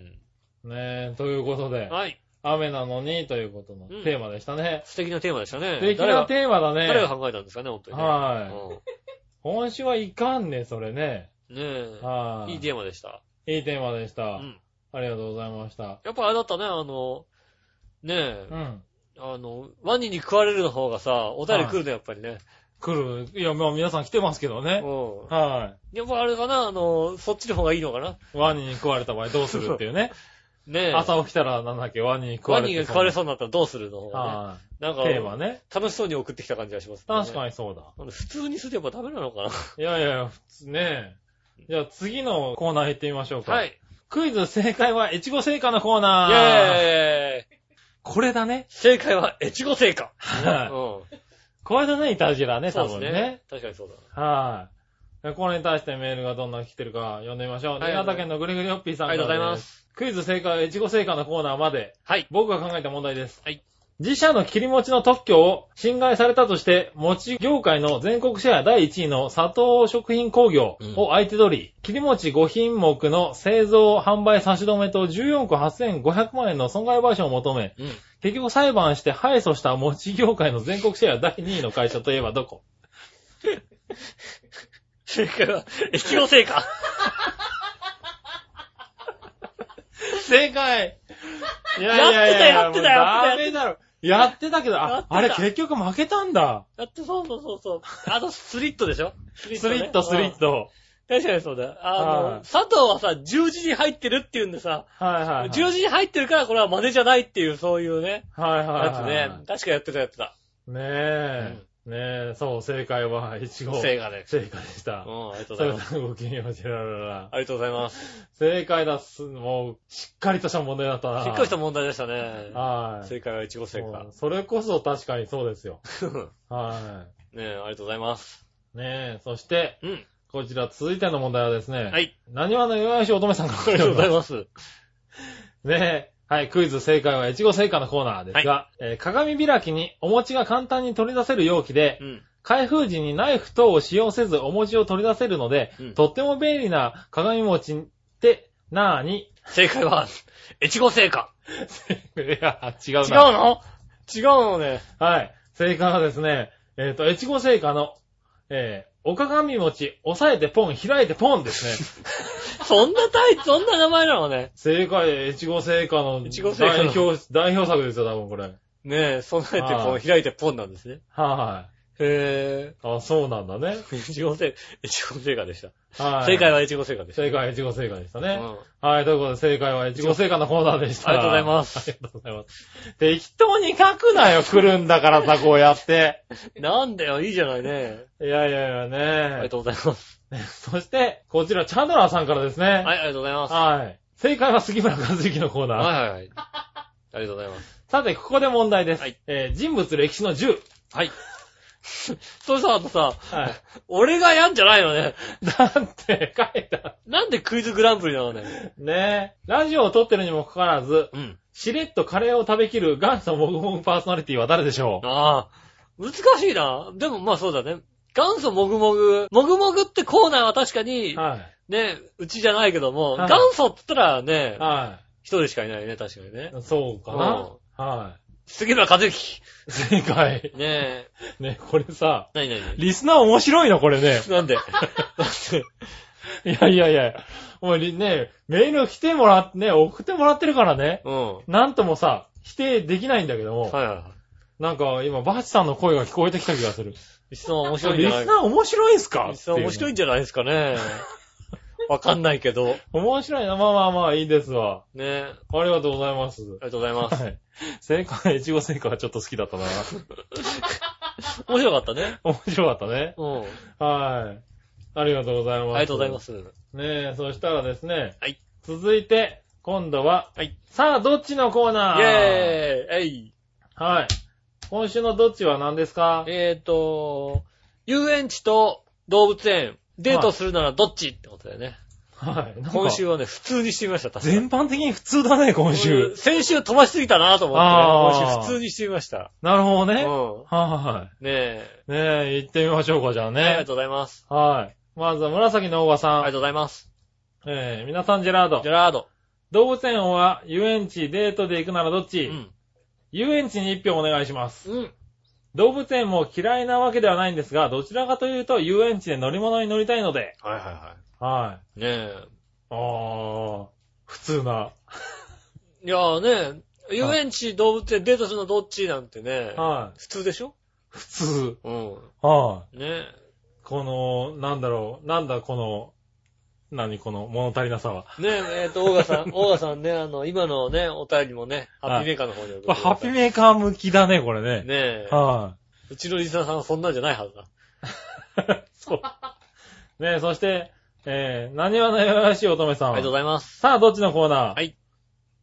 [SPEAKER 2] う
[SPEAKER 3] い。ねえ、ということで
[SPEAKER 2] ん、はい。
[SPEAKER 3] 雨なのにということの
[SPEAKER 2] うん
[SPEAKER 3] テーマでしたね。
[SPEAKER 2] 素敵なテーマでしたね。
[SPEAKER 3] 素敵
[SPEAKER 2] 誰
[SPEAKER 3] な
[SPEAKER 2] が、
[SPEAKER 3] テーマだ
[SPEAKER 2] 誰が
[SPEAKER 3] ね。
[SPEAKER 2] 考えたんですかね、本当にね。
[SPEAKER 3] はい今週はいかんね、それね。
[SPEAKER 2] うん。ねえ。
[SPEAKER 3] はい。
[SPEAKER 2] いいテーマでした。
[SPEAKER 3] いいテーマでした。
[SPEAKER 2] うん
[SPEAKER 3] ありがとうございました。
[SPEAKER 2] やっぱあれだったね、あの、ねえ
[SPEAKER 3] う、ん。
[SPEAKER 2] あの、ワニに食われるの方がさ、お便り来るね、やっぱりね。
[SPEAKER 3] 来る。いや、まあ皆さん来てますけどね。
[SPEAKER 2] う
[SPEAKER 3] は
[SPEAKER 2] ん。やっぱあれかな、あの、そっちの方がいいのかな。
[SPEAKER 3] い。ワニに食われた場合どうするっていうね。
[SPEAKER 2] ねえ。
[SPEAKER 3] 朝起きたらなんだっけ、ワニに食わ
[SPEAKER 2] ワ
[SPEAKER 3] れ
[SPEAKER 2] ニ
[SPEAKER 3] て
[SPEAKER 2] が食われ
[SPEAKER 3] そ
[SPEAKER 2] そうになったらどうするの方
[SPEAKER 3] う
[SPEAKER 2] がね。
[SPEAKER 3] な。
[SPEAKER 2] なん
[SPEAKER 3] は
[SPEAKER 2] か、
[SPEAKER 3] い。テーマね。
[SPEAKER 2] 楽しそうに送ってきた感じがしますね。
[SPEAKER 3] 確か
[SPEAKER 2] に。
[SPEAKER 3] にそうだ。
[SPEAKER 2] 普通にすればダメなのか
[SPEAKER 3] いやいや、普通ね。じゃあ次のコーナー行ってみましょうか。
[SPEAKER 2] な。は。い。
[SPEAKER 3] クイズ正解は、いちご成果のコー
[SPEAKER 2] イ
[SPEAKER 3] ナー。
[SPEAKER 2] ェーイ
[SPEAKER 3] これだね。
[SPEAKER 2] 正解は、越後製菓。うん。
[SPEAKER 3] はいこれだね、いたじらね、
[SPEAKER 2] そ
[SPEAKER 3] 多
[SPEAKER 2] うです
[SPEAKER 3] 分
[SPEAKER 2] ね
[SPEAKER 3] ね。。
[SPEAKER 2] 確かにそうだ。
[SPEAKER 3] はい。これに対してメールがどんなの来てるか読んでみましょう。
[SPEAKER 2] はい
[SPEAKER 3] 新潟県のぐりぐりよっぴーさん。
[SPEAKER 2] ありがとうございます
[SPEAKER 3] クイズ正解は、いちご成果のコーナーまで。
[SPEAKER 2] はい。
[SPEAKER 3] 僕が考えた問題です。
[SPEAKER 2] はい。
[SPEAKER 3] 自社の切り餅の特許を侵害されたとして、餅業界の全国シェア第1位の佐藤食品工業を相手取り、切り餅5品目の製造、販売、差し止めと14億8500万円の損害賠償を求め、
[SPEAKER 2] うん。
[SPEAKER 3] 結局裁判して敗訴した餅業界の全国シェア第2位の会社といえばどこ
[SPEAKER 2] 正解は、越後製菓。
[SPEAKER 3] 正解い
[SPEAKER 2] やってたやってたやってた
[SPEAKER 3] もうダメだろ。やってたけど、
[SPEAKER 2] やって
[SPEAKER 3] あ、
[SPEAKER 2] た
[SPEAKER 3] あれ結局負けたんだ。
[SPEAKER 2] だってそうそうそうそう。あのスリットでしょスリ
[SPEAKER 3] スリ
[SPEAKER 2] ね
[SPEAKER 3] ット、スリッ。ト。
[SPEAKER 2] うん確かにそうだ。あ
[SPEAKER 3] は
[SPEAKER 2] の、
[SPEAKER 3] い
[SPEAKER 2] 佐藤はさ、十字に入ってるっていうんでさ、
[SPEAKER 3] はいはいはい。
[SPEAKER 2] 十字に入ってるからこれは真似じゃないっていう、そういうね、
[SPEAKER 3] はいはい
[SPEAKER 2] や
[SPEAKER 3] は
[SPEAKER 2] つ
[SPEAKER 3] い。
[SPEAKER 2] ね。確かやってたやってた。
[SPEAKER 3] ねえ。ねえ、そう、正解は、いちご。
[SPEAKER 2] 正解です。
[SPEAKER 3] 正解でし
[SPEAKER 2] う
[SPEAKER 3] た。
[SPEAKER 2] ん、ありがとうご
[SPEAKER 3] そ
[SPEAKER 2] ざい
[SPEAKER 3] れ
[SPEAKER 2] ま。
[SPEAKER 3] ですごきげんよう、ジェラララ。
[SPEAKER 2] ありがとうございます。
[SPEAKER 3] 正解だっす。もう、しっかりとした問題だったな。
[SPEAKER 2] しっかりした問題でしたね。
[SPEAKER 3] はい。
[SPEAKER 2] 正解は一号正
[SPEAKER 3] もうそれこそ確かにそうで すよ。
[SPEAKER 2] 解。
[SPEAKER 3] は
[SPEAKER 2] ねえ、ありがとうございます。
[SPEAKER 3] い。ねえ、そして、
[SPEAKER 2] うん。
[SPEAKER 3] こちら続いての問題はですね。
[SPEAKER 2] は。い。
[SPEAKER 3] 何話の弱いし乙女さんが
[SPEAKER 2] あ
[SPEAKER 3] 来
[SPEAKER 2] りがとうござい
[SPEAKER 3] ま
[SPEAKER 2] ます。
[SPEAKER 3] す。ねえ。はい、クイズ正解は、いちご正解のコーナーですが、えー鏡開きにお餅が簡単に取り出せる容器で、
[SPEAKER 2] うん。
[SPEAKER 3] 開封時にナイフ等を使用せずお餅を取り出せるので、
[SPEAKER 2] うん
[SPEAKER 3] とっても便利な鏡餅って、なーに
[SPEAKER 2] 正解は、越後製菓。
[SPEAKER 3] いや、違う
[SPEAKER 2] 違う
[SPEAKER 3] な。
[SPEAKER 2] の違うのね。
[SPEAKER 3] はい。正解はですね、えっ、と、越後製菓の、えー、お鏡餅、押さえてポン、開いてポンですね。
[SPEAKER 2] そんなタイ、そんな名前なのね。
[SPEAKER 3] 正解、越後製菓の
[SPEAKER 2] 越後製菓
[SPEAKER 3] 代
[SPEAKER 2] の
[SPEAKER 3] 表、代表作ですよ、多分これ。はい、
[SPEAKER 2] ねえ、備えてこ
[SPEAKER 3] は
[SPEAKER 2] う
[SPEAKER 3] い
[SPEAKER 2] 開いてポンなんですね。へ
[SPEAKER 3] あ、そうなん だね。
[SPEAKER 2] ぇー。いちごせ、いちご成果でした。
[SPEAKER 3] はい。
[SPEAKER 2] 正解はいちご成果でした。
[SPEAKER 3] 正解、越後製菓でした
[SPEAKER 2] う
[SPEAKER 3] ね。
[SPEAKER 2] ん。
[SPEAKER 3] はい、ということで正解は越後製菓のコーナーでした。
[SPEAKER 2] ありがとうございます
[SPEAKER 3] ありがとうございます。適当に書くなよ、来るんだからさ、こうやって。
[SPEAKER 2] なんだよ、いいじゃないね。
[SPEAKER 3] いやいやい
[SPEAKER 2] あ
[SPEAKER 3] や
[SPEAKER 2] りが
[SPEAKER 3] ね。
[SPEAKER 2] とうございます。
[SPEAKER 3] そして、こちら、チャドラーさんからですね。
[SPEAKER 2] はい、ありがとうございます。
[SPEAKER 3] はい。正解は杉村和之のコーナー。
[SPEAKER 2] はいはいはい。ありがとうございます。
[SPEAKER 3] さて、ここで問題です。
[SPEAKER 2] はい
[SPEAKER 3] えー人物歴史の10。
[SPEAKER 2] はい。そうさ、あとさ、
[SPEAKER 3] はい。
[SPEAKER 2] 俺がやんじゃないのね。
[SPEAKER 3] だって、書いた。
[SPEAKER 2] なんでクイズグランプリなのね。
[SPEAKER 3] ねえ。ラジオを撮ってるにもかかわらず、
[SPEAKER 2] うん。
[SPEAKER 3] しれっとカレーを食べきる元祖モグモグパーソナリティは誰でしょう
[SPEAKER 2] ああ。難しいな。でもまあそうだね。元祖もぐもぐ。もぐもぐってコーナーは確かに、
[SPEAKER 3] はい。
[SPEAKER 2] ね、うちじゃないけども、
[SPEAKER 3] はい
[SPEAKER 2] 元祖って言ったらね、
[SPEAKER 3] は
[SPEAKER 2] 一人しかいないね、確かにね。
[SPEAKER 3] そうかな。は
[SPEAKER 2] 杉村和之。
[SPEAKER 3] い。正解。
[SPEAKER 2] ねえ。
[SPEAKER 3] ね、これさ、
[SPEAKER 2] なになに
[SPEAKER 3] リスナー面白いな、これね。
[SPEAKER 2] なんで
[SPEAKER 3] いやいやいや。もうりね、メール来てもらって、ね、送ってもらってるからね。
[SPEAKER 2] うん。は
[SPEAKER 3] なんともさ、否定できないんだけど
[SPEAKER 2] い
[SPEAKER 3] も、
[SPEAKER 2] はいは
[SPEAKER 3] なんか今、バチさんの声が聞こえてきた気がする。
[SPEAKER 2] い。リスナー面
[SPEAKER 3] リス
[SPEAKER 2] 白いんじゃない
[SPEAKER 3] ナー面白いんすか
[SPEAKER 2] リスナー面白い
[SPEAKER 3] い
[SPEAKER 2] んじゃないですかね。 わかんないけど。
[SPEAKER 3] 面白いな。まあまあまあ、いいですわ。
[SPEAKER 2] ねえ。
[SPEAKER 3] ありがとうございます。
[SPEAKER 2] ありがとうございます。
[SPEAKER 3] はい。正解、いちご成果はちょっと好きだったな。
[SPEAKER 2] 面白かったね。
[SPEAKER 3] 面白かったね。
[SPEAKER 2] うん。
[SPEAKER 3] はい。ありがとうございます。。
[SPEAKER 2] ありがとうございますす。
[SPEAKER 3] ねえ、そしたらですね。
[SPEAKER 2] はい。
[SPEAKER 3] 続いて、今度は、
[SPEAKER 2] はい。
[SPEAKER 3] さあ、どっちのコー
[SPEAKER 2] イェー
[SPEAKER 3] ナ
[SPEAKER 2] イ
[SPEAKER 3] ー
[SPEAKER 2] えい
[SPEAKER 3] はい。今週のどっちは何ですか
[SPEAKER 2] えーと、遊園地と動物園、デートするならどっちってことだよね。
[SPEAKER 3] はい。
[SPEAKER 2] 今週
[SPEAKER 3] は。
[SPEAKER 2] はね、普通にしてみました、確かに
[SPEAKER 3] 全般的に普通だね、今週。
[SPEAKER 2] 先週飛ばしすぎたなと思っ
[SPEAKER 3] あ
[SPEAKER 2] て
[SPEAKER 3] ー
[SPEAKER 2] ね、今週普通にしてみました。
[SPEAKER 3] なるほど
[SPEAKER 2] うん
[SPEAKER 3] ね。。は
[SPEAKER 2] ねえ。
[SPEAKER 3] い。ねえ、行ってみましょうか、じゃあ
[SPEAKER 2] ありが
[SPEAKER 3] ね。
[SPEAKER 2] とうございます。
[SPEAKER 3] はい。まずは紫のオーガ
[SPEAKER 2] あ
[SPEAKER 3] さ
[SPEAKER 2] りが
[SPEAKER 3] ん。
[SPEAKER 2] とうございます。
[SPEAKER 3] えー、皆さんジェラード
[SPEAKER 2] ジェ。ラード。
[SPEAKER 3] 動物園は遊園地デートで行くならどっち、
[SPEAKER 2] うん。
[SPEAKER 3] 遊園地に一票お願いします。
[SPEAKER 2] うん。
[SPEAKER 3] 動物園も嫌いなわけではないんですが、どちらかというと遊園地で乗り物に乗りたいので。
[SPEAKER 2] はいはいは。
[SPEAKER 3] はい
[SPEAKER 2] ねえ。
[SPEAKER 3] い。あー、普通な。
[SPEAKER 2] いやーね、遊園地、動物園、デートするのどっちなんてね、
[SPEAKER 3] はい。
[SPEAKER 2] 普通でしょ
[SPEAKER 3] 普通。
[SPEAKER 2] うん。
[SPEAKER 3] はい。
[SPEAKER 2] ね
[SPEAKER 3] この、なんだろう、なんだこの、何この物足りなさは。
[SPEAKER 2] え。ねえ、えっ、と、オーガさん、 オーガさんね、あの、今のね、お便りもね、ハッピーメーカーの方に送ってください
[SPEAKER 3] ハッピーメーカー向きだね、これね。
[SPEAKER 2] ねえ。
[SPEAKER 3] は
[SPEAKER 2] うちのリスナーさんはそんなんじゃないはずだ。
[SPEAKER 3] い。そう。ねえ、そして、えー、何わのよよしい乙女さ
[SPEAKER 2] あ
[SPEAKER 3] ん。
[SPEAKER 2] りがとうございます。
[SPEAKER 3] さあ、どっちのコーナー
[SPEAKER 2] はい。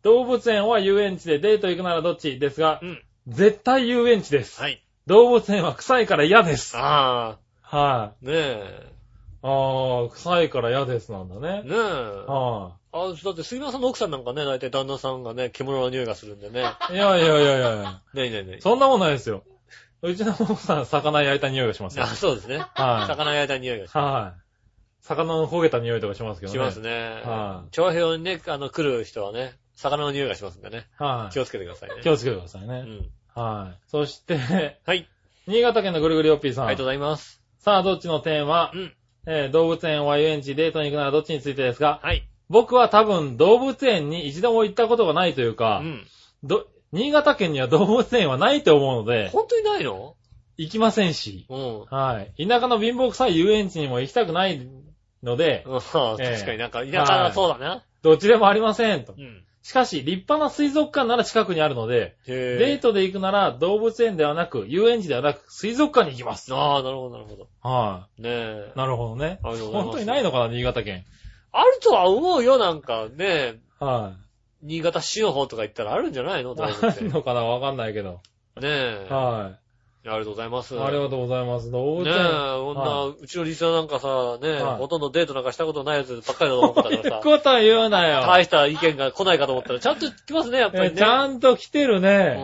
[SPEAKER 3] 動物園は遊園地でデート行くならどっちですが
[SPEAKER 2] う、ん。
[SPEAKER 3] 絶対遊園地です。
[SPEAKER 2] はい。
[SPEAKER 3] 動物園は臭いから嫌です。はい。
[SPEAKER 2] あ
[SPEAKER 3] あ
[SPEAKER 2] あ、ねえ。
[SPEAKER 3] ー、臭いから嫌ですなんだね。
[SPEAKER 2] ねえ。
[SPEAKER 3] は
[SPEAKER 2] あ、だって杉村さんの奥さんなんかね、大体旦那さんがね、獣の匂いがするんで ね。
[SPEAKER 3] い。いやいやいやいやいや。
[SPEAKER 2] ねえねえねえ。
[SPEAKER 3] そんなもんないですよ。うちの奥さん、魚焼いた匂いがしますよ
[SPEAKER 2] あ、。そうですね。
[SPEAKER 3] は
[SPEAKER 2] 魚焼いた匂いが
[SPEAKER 3] い。はい。魚の焦げた匂いとかしますけどね。
[SPEAKER 2] します。ね。
[SPEAKER 3] はい
[SPEAKER 2] 長平にね、あの、来る人はね、魚の匂いがしますんでね。
[SPEAKER 3] はい
[SPEAKER 2] 気。をつけてくださいね。
[SPEAKER 3] 気をつけてくださいうね。
[SPEAKER 2] ん。
[SPEAKER 3] はい。そして、
[SPEAKER 2] はい。
[SPEAKER 3] 新潟県のぐるぐるおっぴーさ
[SPEAKER 2] あ
[SPEAKER 3] ん。
[SPEAKER 2] りがとうございます。
[SPEAKER 3] さあ、どっちのテーマ
[SPEAKER 2] うん。
[SPEAKER 3] えー動物園は遊園地、デートに行くならどっちについてですが、
[SPEAKER 2] はい。
[SPEAKER 3] 僕は多分動物園に一度も行ったことがないという
[SPEAKER 2] う
[SPEAKER 3] か、
[SPEAKER 2] ん。
[SPEAKER 3] ど新潟県には動物園はないと思うので、
[SPEAKER 2] 本当にないの
[SPEAKER 3] 行きませんし、
[SPEAKER 2] うん。
[SPEAKER 3] はい。田舎の貧乏くさい遊園地にも行きたくないの で、
[SPEAKER 2] うん確
[SPEAKER 3] ええ
[SPEAKER 2] かになんか、田舎はそうだな。
[SPEAKER 3] どっちでもありませんと。
[SPEAKER 2] うん。
[SPEAKER 3] しかし、立派な水族館なら近くにあるので、デ
[SPEAKER 2] へ
[SPEAKER 3] ートで行くなら動物園ではなく、遊園地ではなく、水族館に行きます。
[SPEAKER 2] え。ああ、なるほど、なるほど。
[SPEAKER 3] は
[SPEAKER 2] ねえ
[SPEAKER 3] い。。なるほどね。
[SPEAKER 2] ありがとうございます
[SPEAKER 3] 本当にないのかな、新潟県。
[SPEAKER 2] あるとは思うよ、なんかね。
[SPEAKER 3] は
[SPEAKER 2] 新潟市の方とか行ったらあるんじゃないの
[SPEAKER 3] い。
[SPEAKER 2] 動
[SPEAKER 3] あ
[SPEAKER 2] 物園
[SPEAKER 3] る
[SPEAKER 2] ね
[SPEAKER 3] のかな、わかんないけど。
[SPEAKER 2] え。あ
[SPEAKER 3] は
[SPEAKER 2] りがとうございます。
[SPEAKER 3] い。ありがとうございます。動物
[SPEAKER 2] ねえ、
[SPEAKER 3] 園。
[SPEAKER 2] 女、
[SPEAKER 3] は
[SPEAKER 2] うちのリスナーなんかさ、ねえ、
[SPEAKER 3] はい
[SPEAKER 2] ほとんどデートなんかしたことないやつばっかりだと思っ
[SPEAKER 3] こ
[SPEAKER 2] た
[SPEAKER 3] う
[SPEAKER 2] か
[SPEAKER 3] い
[SPEAKER 2] ら
[SPEAKER 3] う
[SPEAKER 2] さ、
[SPEAKER 3] こと言うなよ。
[SPEAKER 2] 大した意見が来ないかと思ったら、ちゃんと来ますね、やっぱり
[SPEAKER 3] え
[SPEAKER 2] ね。
[SPEAKER 3] ちゃんと来てる
[SPEAKER 2] う
[SPEAKER 3] ね。
[SPEAKER 2] ん。ね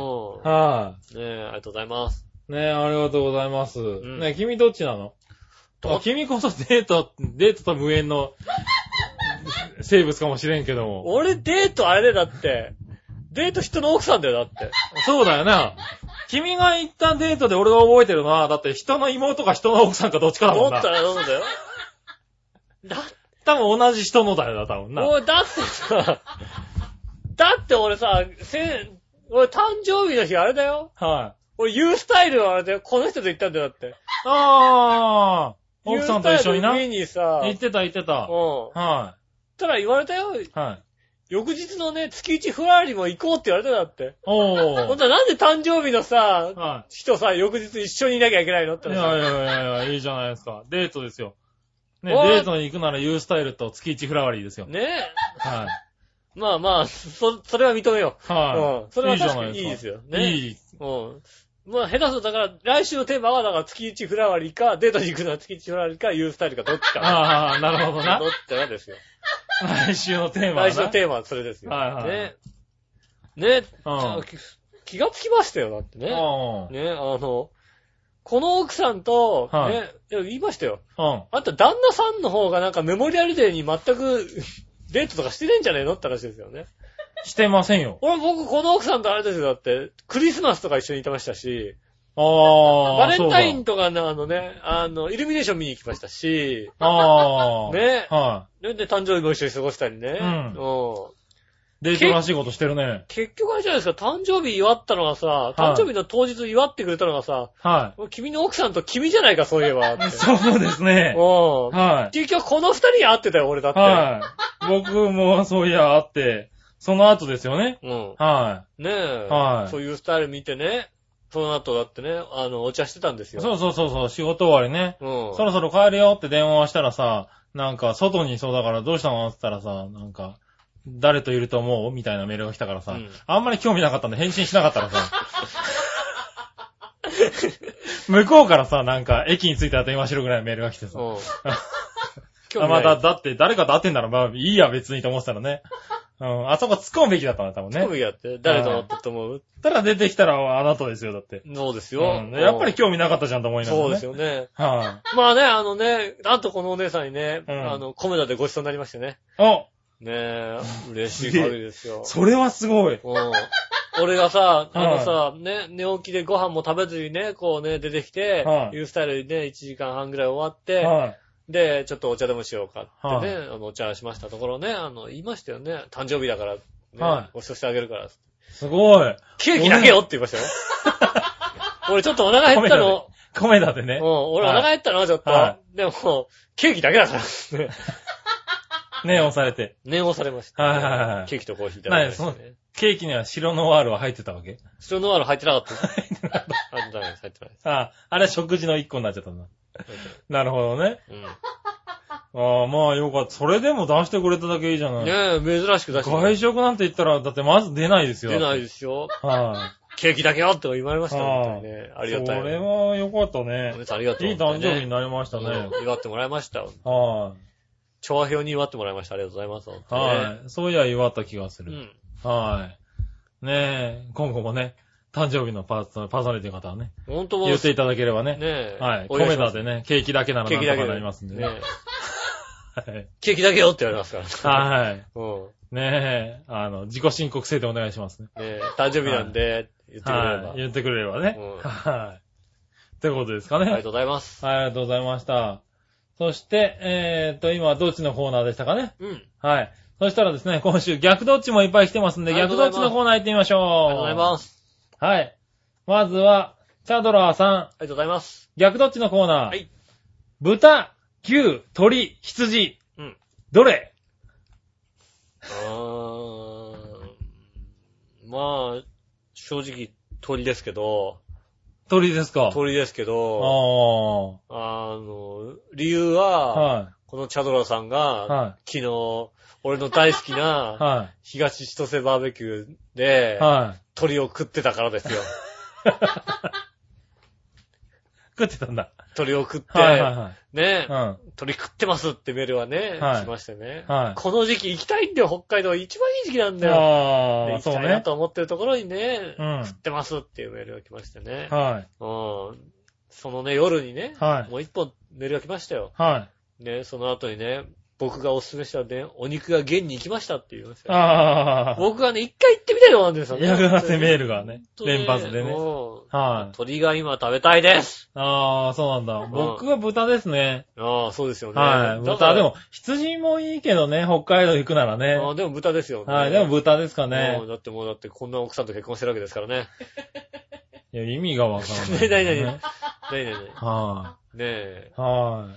[SPEAKER 3] は
[SPEAKER 2] え、ありがとうございます。
[SPEAKER 3] い。ねありがとうございます。
[SPEAKER 2] ん
[SPEAKER 3] ね君どっちなの
[SPEAKER 2] ど
[SPEAKER 3] あ君こそデート、デートと無縁の 生物かもしれんけども。
[SPEAKER 2] 俺デートあれだって、デート人の奥さんだよ、だって。
[SPEAKER 3] そうだよな。君が行ったデートで俺が覚えてるのは、だって人の妹か人の奥さんかどっちかだ
[SPEAKER 2] 思
[SPEAKER 3] も
[SPEAKER 2] っ
[SPEAKER 3] んな
[SPEAKER 2] た。らどうだよ。だ、
[SPEAKER 3] 多分同じ人のだよな、多分な。
[SPEAKER 2] もうだってさ、だって俺さ、せ、俺誕生日の日あれだよ。
[SPEAKER 3] はい。
[SPEAKER 2] 俺、ユースタイルはあれだよ。この人と行ったんだよ、だって。
[SPEAKER 3] あー、奥さんと一緒にな。
[SPEAKER 2] ユースタイル
[SPEAKER 3] 行
[SPEAKER 2] 見にさ、う
[SPEAKER 3] ってた行ってた。
[SPEAKER 2] ん。
[SPEAKER 3] は
[SPEAKER 2] たら言われたよ。
[SPEAKER 3] い。はい。
[SPEAKER 2] 翌日のね、月一フラーリも行こうって言われたよだって。ほ
[SPEAKER 3] お
[SPEAKER 2] ん
[SPEAKER 3] ー。
[SPEAKER 2] とはなんで誕生日のさ、
[SPEAKER 3] は
[SPEAKER 2] 人さ、翌日一緒にいなきゃいけないのっ
[SPEAKER 3] い。
[SPEAKER 2] て
[SPEAKER 3] い
[SPEAKER 2] 言
[SPEAKER 3] や
[SPEAKER 2] っ
[SPEAKER 3] い
[SPEAKER 2] たらさ
[SPEAKER 3] やいやいや、いいじゃないですか。デートですよ。ね、
[SPEAKER 2] おい
[SPEAKER 3] デートに行くならユースタイルと月一フラワリーですよ。
[SPEAKER 2] ねえ。
[SPEAKER 3] はい。
[SPEAKER 2] まあまあ、そ、それは認めよう。
[SPEAKER 3] は
[SPEAKER 2] うん。
[SPEAKER 3] い。
[SPEAKER 2] それはい
[SPEAKER 3] いじゃ
[SPEAKER 2] 確
[SPEAKER 3] な
[SPEAKER 2] か
[SPEAKER 3] い
[SPEAKER 2] にいい
[SPEAKER 3] で
[SPEAKER 2] ですすよ。
[SPEAKER 3] か。
[SPEAKER 2] ね。
[SPEAKER 3] いい。
[SPEAKER 2] うん。まあ、下手すると、だから、来週のテーマは、だから、月一フラワリーか、デートに行くのは月一フラワリーか、ユースタイルか、どっちか。
[SPEAKER 3] あー、なるほど な
[SPEAKER 2] ど。っちかですよ。
[SPEAKER 3] 来週のテーマはな
[SPEAKER 2] 来週のテーマはそれですよ。
[SPEAKER 3] はいはい
[SPEAKER 2] ね。ね。
[SPEAKER 3] うん
[SPEAKER 2] 気気がつきましたよ、だってね。
[SPEAKER 3] うん
[SPEAKER 2] ね、あの、この奥さんと、
[SPEAKER 3] はい
[SPEAKER 2] ね、いや言いましたよ。
[SPEAKER 3] うん。
[SPEAKER 2] あんた旦那 さんの方がなんかメモリアルデーに全くデートとかしてねえんじゃねえのって話ですよね。
[SPEAKER 3] してませんよ。
[SPEAKER 2] 俺僕、この奥さんとあれですよ、だって、クリスマスとか一緒にいてましたし、
[SPEAKER 3] ああ。
[SPEAKER 2] バレンタイン
[SPEAKER 3] そう
[SPEAKER 2] とかのあのね、あの、イルミネーション見に行きましたし、
[SPEAKER 3] だああ。
[SPEAKER 2] ね
[SPEAKER 3] は
[SPEAKER 2] で、で誕生日も一緒に過ごしたりね。
[SPEAKER 3] うん
[SPEAKER 2] うん
[SPEAKER 3] い。デートらしいことしてるね。
[SPEAKER 2] 結局あれじゃないですか、誕生日祝ったのがさ、誕生日の当日祝ってくれたのがさ、
[SPEAKER 3] は
[SPEAKER 2] 君の奥さんと君じゃないか、そういえば。って
[SPEAKER 3] い。 そうですね。
[SPEAKER 2] うん。
[SPEAKER 3] は
[SPEAKER 2] 結局この二人に会ってたよ、俺だっ
[SPEAKER 3] い。
[SPEAKER 2] て。
[SPEAKER 3] はい。僕もそういや、あって、その後ですよね。
[SPEAKER 2] うん。
[SPEAKER 3] は
[SPEAKER 2] ねえ。
[SPEAKER 3] はい
[SPEAKER 2] そういうスタイル見てね、その後だってね、あの、お茶してたんです
[SPEAKER 3] い。
[SPEAKER 2] よ。
[SPEAKER 3] そうそうそうそう、仕事終わりね。
[SPEAKER 2] うん。
[SPEAKER 3] そろそろ帰るよって電話したらさ、なんか、外にいそうだからどうしたのって言ったらさ、なんか、誰といると思うみたいなメールが来たからさ、
[SPEAKER 2] うん
[SPEAKER 3] あんまり興味なかったんで返信しなかったらさ、 向こうからさ、なんか、駅に着いたら電話しろぐらいメールが来てさ、
[SPEAKER 2] うん。興
[SPEAKER 3] あ、
[SPEAKER 2] 味な
[SPEAKER 3] ま
[SPEAKER 2] い
[SPEAKER 3] だ、だって、誰かと会ってんなら、まあ、いいや、別にと思ってたらね。うん、あそこ突っ込むべきだったんだ、多分ね。
[SPEAKER 2] 興味があって、誰と会ってと思う
[SPEAKER 3] たら出てきたら、あなたですよ、だって。
[SPEAKER 2] そうです
[SPEAKER 3] う
[SPEAKER 2] よ。
[SPEAKER 3] ん、やっぱり興味なかったじゃんと思い
[SPEAKER 2] 日
[SPEAKER 3] ながら、ね。
[SPEAKER 2] そうです。よね。
[SPEAKER 3] は
[SPEAKER 2] まあね、あのね、あとこのお姉さんにね、
[SPEAKER 3] うん
[SPEAKER 2] あの、コメダでご馳走になりましてね。
[SPEAKER 3] い、
[SPEAKER 2] ねえ、嬉しい限りですよ
[SPEAKER 3] お、。それはすご
[SPEAKER 2] う
[SPEAKER 3] い。
[SPEAKER 2] ん。俺がさ、あのさ、ね、寝起きでご飯も食べずにね、こうね、出てきて、
[SPEAKER 3] はい
[SPEAKER 2] ユースタイルでね、1時間半ぐらい終わって、
[SPEAKER 3] はい、
[SPEAKER 2] で、ちょっとお茶でもしようかってね、
[SPEAKER 3] は
[SPEAKER 2] あの、お茶しましたところね、あの、言いましたよね、誕生日だから、ね、
[SPEAKER 3] はい
[SPEAKER 2] ご馳走してあげるから、
[SPEAKER 3] すごい。
[SPEAKER 2] ケーキだけよって言いました よ。俺ちょっとお腹減ったの、
[SPEAKER 3] コメダでね
[SPEAKER 2] うん、。俺お腹減ったの、ちょっと。
[SPEAKER 3] は
[SPEAKER 2] でも、ケーキだけだから、ね、
[SPEAKER 3] ね、押されて。
[SPEAKER 2] 念をされました、
[SPEAKER 3] はいはいはいはい
[SPEAKER 2] ケーキとコーヒーだけで
[SPEAKER 3] 何そケーキには白ノワールは入ってたわけ
[SPEAKER 2] スロノワール入ってなかった。入ってなかった。入ってないです、入ってないです。
[SPEAKER 3] ああ、あれ食事の一個になっちゃったんだ。なるほどね。
[SPEAKER 2] うん
[SPEAKER 3] ああ、まあよかった。それでも出してくれただけいいじゃない。
[SPEAKER 2] ねえ、珍しく出してくれ
[SPEAKER 3] 外
[SPEAKER 2] て
[SPEAKER 3] 食なんて言ったら、だってまず出ないですよ。
[SPEAKER 2] 出ない
[SPEAKER 3] で
[SPEAKER 2] ですよ。
[SPEAKER 3] す。はい。
[SPEAKER 2] ケーキだけよって言われましたよ
[SPEAKER 3] はい
[SPEAKER 2] 本当にね。ありがたい。
[SPEAKER 3] それはよかった
[SPEAKER 2] お
[SPEAKER 3] ね
[SPEAKER 2] 姉。さんありがとう。
[SPEAKER 3] いい誕生日に
[SPEAKER 2] なっ
[SPEAKER 3] なりましたたね。
[SPEAKER 2] 祝ってもらいました。
[SPEAKER 3] は
[SPEAKER 2] 調和表に祝ってもらいました。ありがとうございます。本
[SPEAKER 3] い。
[SPEAKER 2] 当にね
[SPEAKER 3] はい。そういや、祝った気がす
[SPEAKER 2] う
[SPEAKER 3] る。
[SPEAKER 2] ん。
[SPEAKER 3] はい。ねえ、今後もね、誕生日のパーソパーソナリティの方はね、
[SPEAKER 2] 本当も
[SPEAKER 3] 言っていただければ
[SPEAKER 2] ね
[SPEAKER 3] ね。
[SPEAKER 2] え。
[SPEAKER 3] はい。
[SPEAKER 2] お
[SPEAKER 3] コ
[SPEAKER 2] 願い
[SPEAKER 3] メ
[SPEAKER 2] しま
[SPEAKER 3] ダ
[SPEAKER 2] す
[SPEAKER 3] でね、ケーキだけなら
[SPEAKER 2] ケ
[SPEAKER 3] な
[SPEAKER 2] ーキ
[SPEAKER 3] んと
[SPEAKER 2] だ
[SPEAKER 3] か
[SPEAKER 2] け
[SPEAKER 3] なりますんでね。
[SPEAKER 2] え
[SPEAKER 3] はい。
[SPEAKER 2] ケーキだけよって言われますから。
[SPEAKER 3] はい。
[SPEAKER 2] うん。
[SPEAKER 3] ねえ、あの、自己申告制でお願いしますね。
[SPEAKER 2] ねえ、誕生日なんで、言ってくれれば。
[SPEAKER 3] はい。言ってくれればね
[SPEAKER 2] うん。
[SPEAKER 3] はい。ってことですかね。
[SPEAKER 2] あり
[SPEAKER 3] は
[SPEAKER 2] が
[SPEAKER 3] い、
[SPEAKER 2] とうございます。
[SPEAKER 3] ありがとうございました。そして、えーっと、今、どっちのコーナーでしたかね。
[SPEAKER 2] うん。あり
[SPEAKER 3] はい。そしたらですね、今週、逆どっちもいっぱい来てますんで、
[SPEAKER 2] ありがと
[SPEAKER 3] 逆
[SPEAKER 2] うござ
[SPEAKER 3] ど
[SPEAKER 2] いま
[SPEAKER 3] っち
[SPEAKER 2] す
[SPEAKER 3] のコーナー行ってみましょう。
[SPEAKER 2] がとうございます。
[SPEAKER 3] す。はい。まずは、チャドラーさん、
[SPEAKER 2] ありがとうございます。
[SPEAKER 3] 逆どっちのコーナー。
[SPEAKER 2] はい。
[SPEAKER 3] 豚、牛、鳥、羊。
[SPEAKER 2] うん。
[SPEAKER 3] どれ
[SPEAKER 2] うーん。まあ、正直、鳥ですけど、
[SPEAKER 3] 鳥ですか。
[SPEAKER 2] 鳥ですけ
[SPEAKER 3] あ
[SPEAKER 2] ど、
[SPEAKER 3] あ。は
[SPEAKER 2] あの、理由は、このチャドラさん
[SPEAKER 3] い。
[SPEAKER 2] が、
[SPEAKER 3] は
[SPEAKER 2] 昨日、俺の大好き
[SPEAKER 3] い。
[SPEAKER 2] な、
[SPEAKER 3] は
[SPEAKER 2] 東千歳バーベキュー
[SPEAKER 3] い。
[SPEAKER 2] で、
[SPEAKER 3] はい。
[SPEAKER 2] 鳥を食ってたから ですよ。
[SPEAKER 3] 食ってたんだ。
[SPEAKER 2] 鳥を食って、
[SPEAKER 3] はいはいはい。
[SPEAKER 2] ね
[SPEAKER 3] う、ん。
[SPEAKER 2] 鳥食ってますってメールはね、
[SPEAKER 3] はい
[SPEAKER 2] しましてね。
[SPEAKER 3] はい
[SPEAKER 2] この時期行きたいんだよ、北海道。一番いい時期なんだよ。で行
[SPEAKER 3] ああ、
[SPEAKER 2] き
[SPEAKER 3] そう
[SPEAKER 2] たいな
[SPEAKER 3] ね。
[SPEAKER 2] と思ってるところにね、
[SPEAKER 3] う
[SPEAKER 2] 食
[SPEAKER 3] ん。
[SPEAKER 2] ってますっていうメールが来ましてね。
[SPEAKER 3] はい。
[SPEAKER 2] うん。そのね、夜にね、
[SPEAKER 3] はい
[SPEAKER 2] もう一本メールが来ましたよ。
[SPEAKER 3] はい。
[SPEAKER 2] ね、その後にね、僕がおすすめしたね、お肉が現に行きましたって言いますよ。
[SPEAKER 3] ああ。
[SPEAKER 2] 僕がね、一回行ってみたいと思うんですよね。
[SPEAKER 3] 嫌がらせメー
[SPEAKER 2] ル。
[SPEAKER 3] ルがね、連発でね。
[SPEAKER 2] うん
[SPEAKER 3] はい。
[SPEAKER 2] 鳥が今食べたいです。
[SPEAKER 3] ああ、そうなんだ。僕は豚ですね。
[SPEAKER 2] ああ、そうですよね。
[SPEAKER 3] はい。
[SPEAKER 2] だから
[SPEAKER 3] 豚、で。も、羊もいいけどね、北海道行くならね。
[SPEAKER 2] ああ、でも豚ですよね。
[SPEAKER 3] はい。でも豚ですか
[SPEAKER 2] うん
[SPEAKER 3] ね。
[SPEAKER 2] だってもうだってこんな奥さんと結婚してるわけですから ね。
[SPEAKER 3] いや、意味がわかん な
[SPEAKER 2] ね
[SPEAKER 3] い。
[SPEAKER 2] なになになになになにね
[SPEAKER 3] は
[SPEAKER 2] え、
[SPEAKER 3] い。は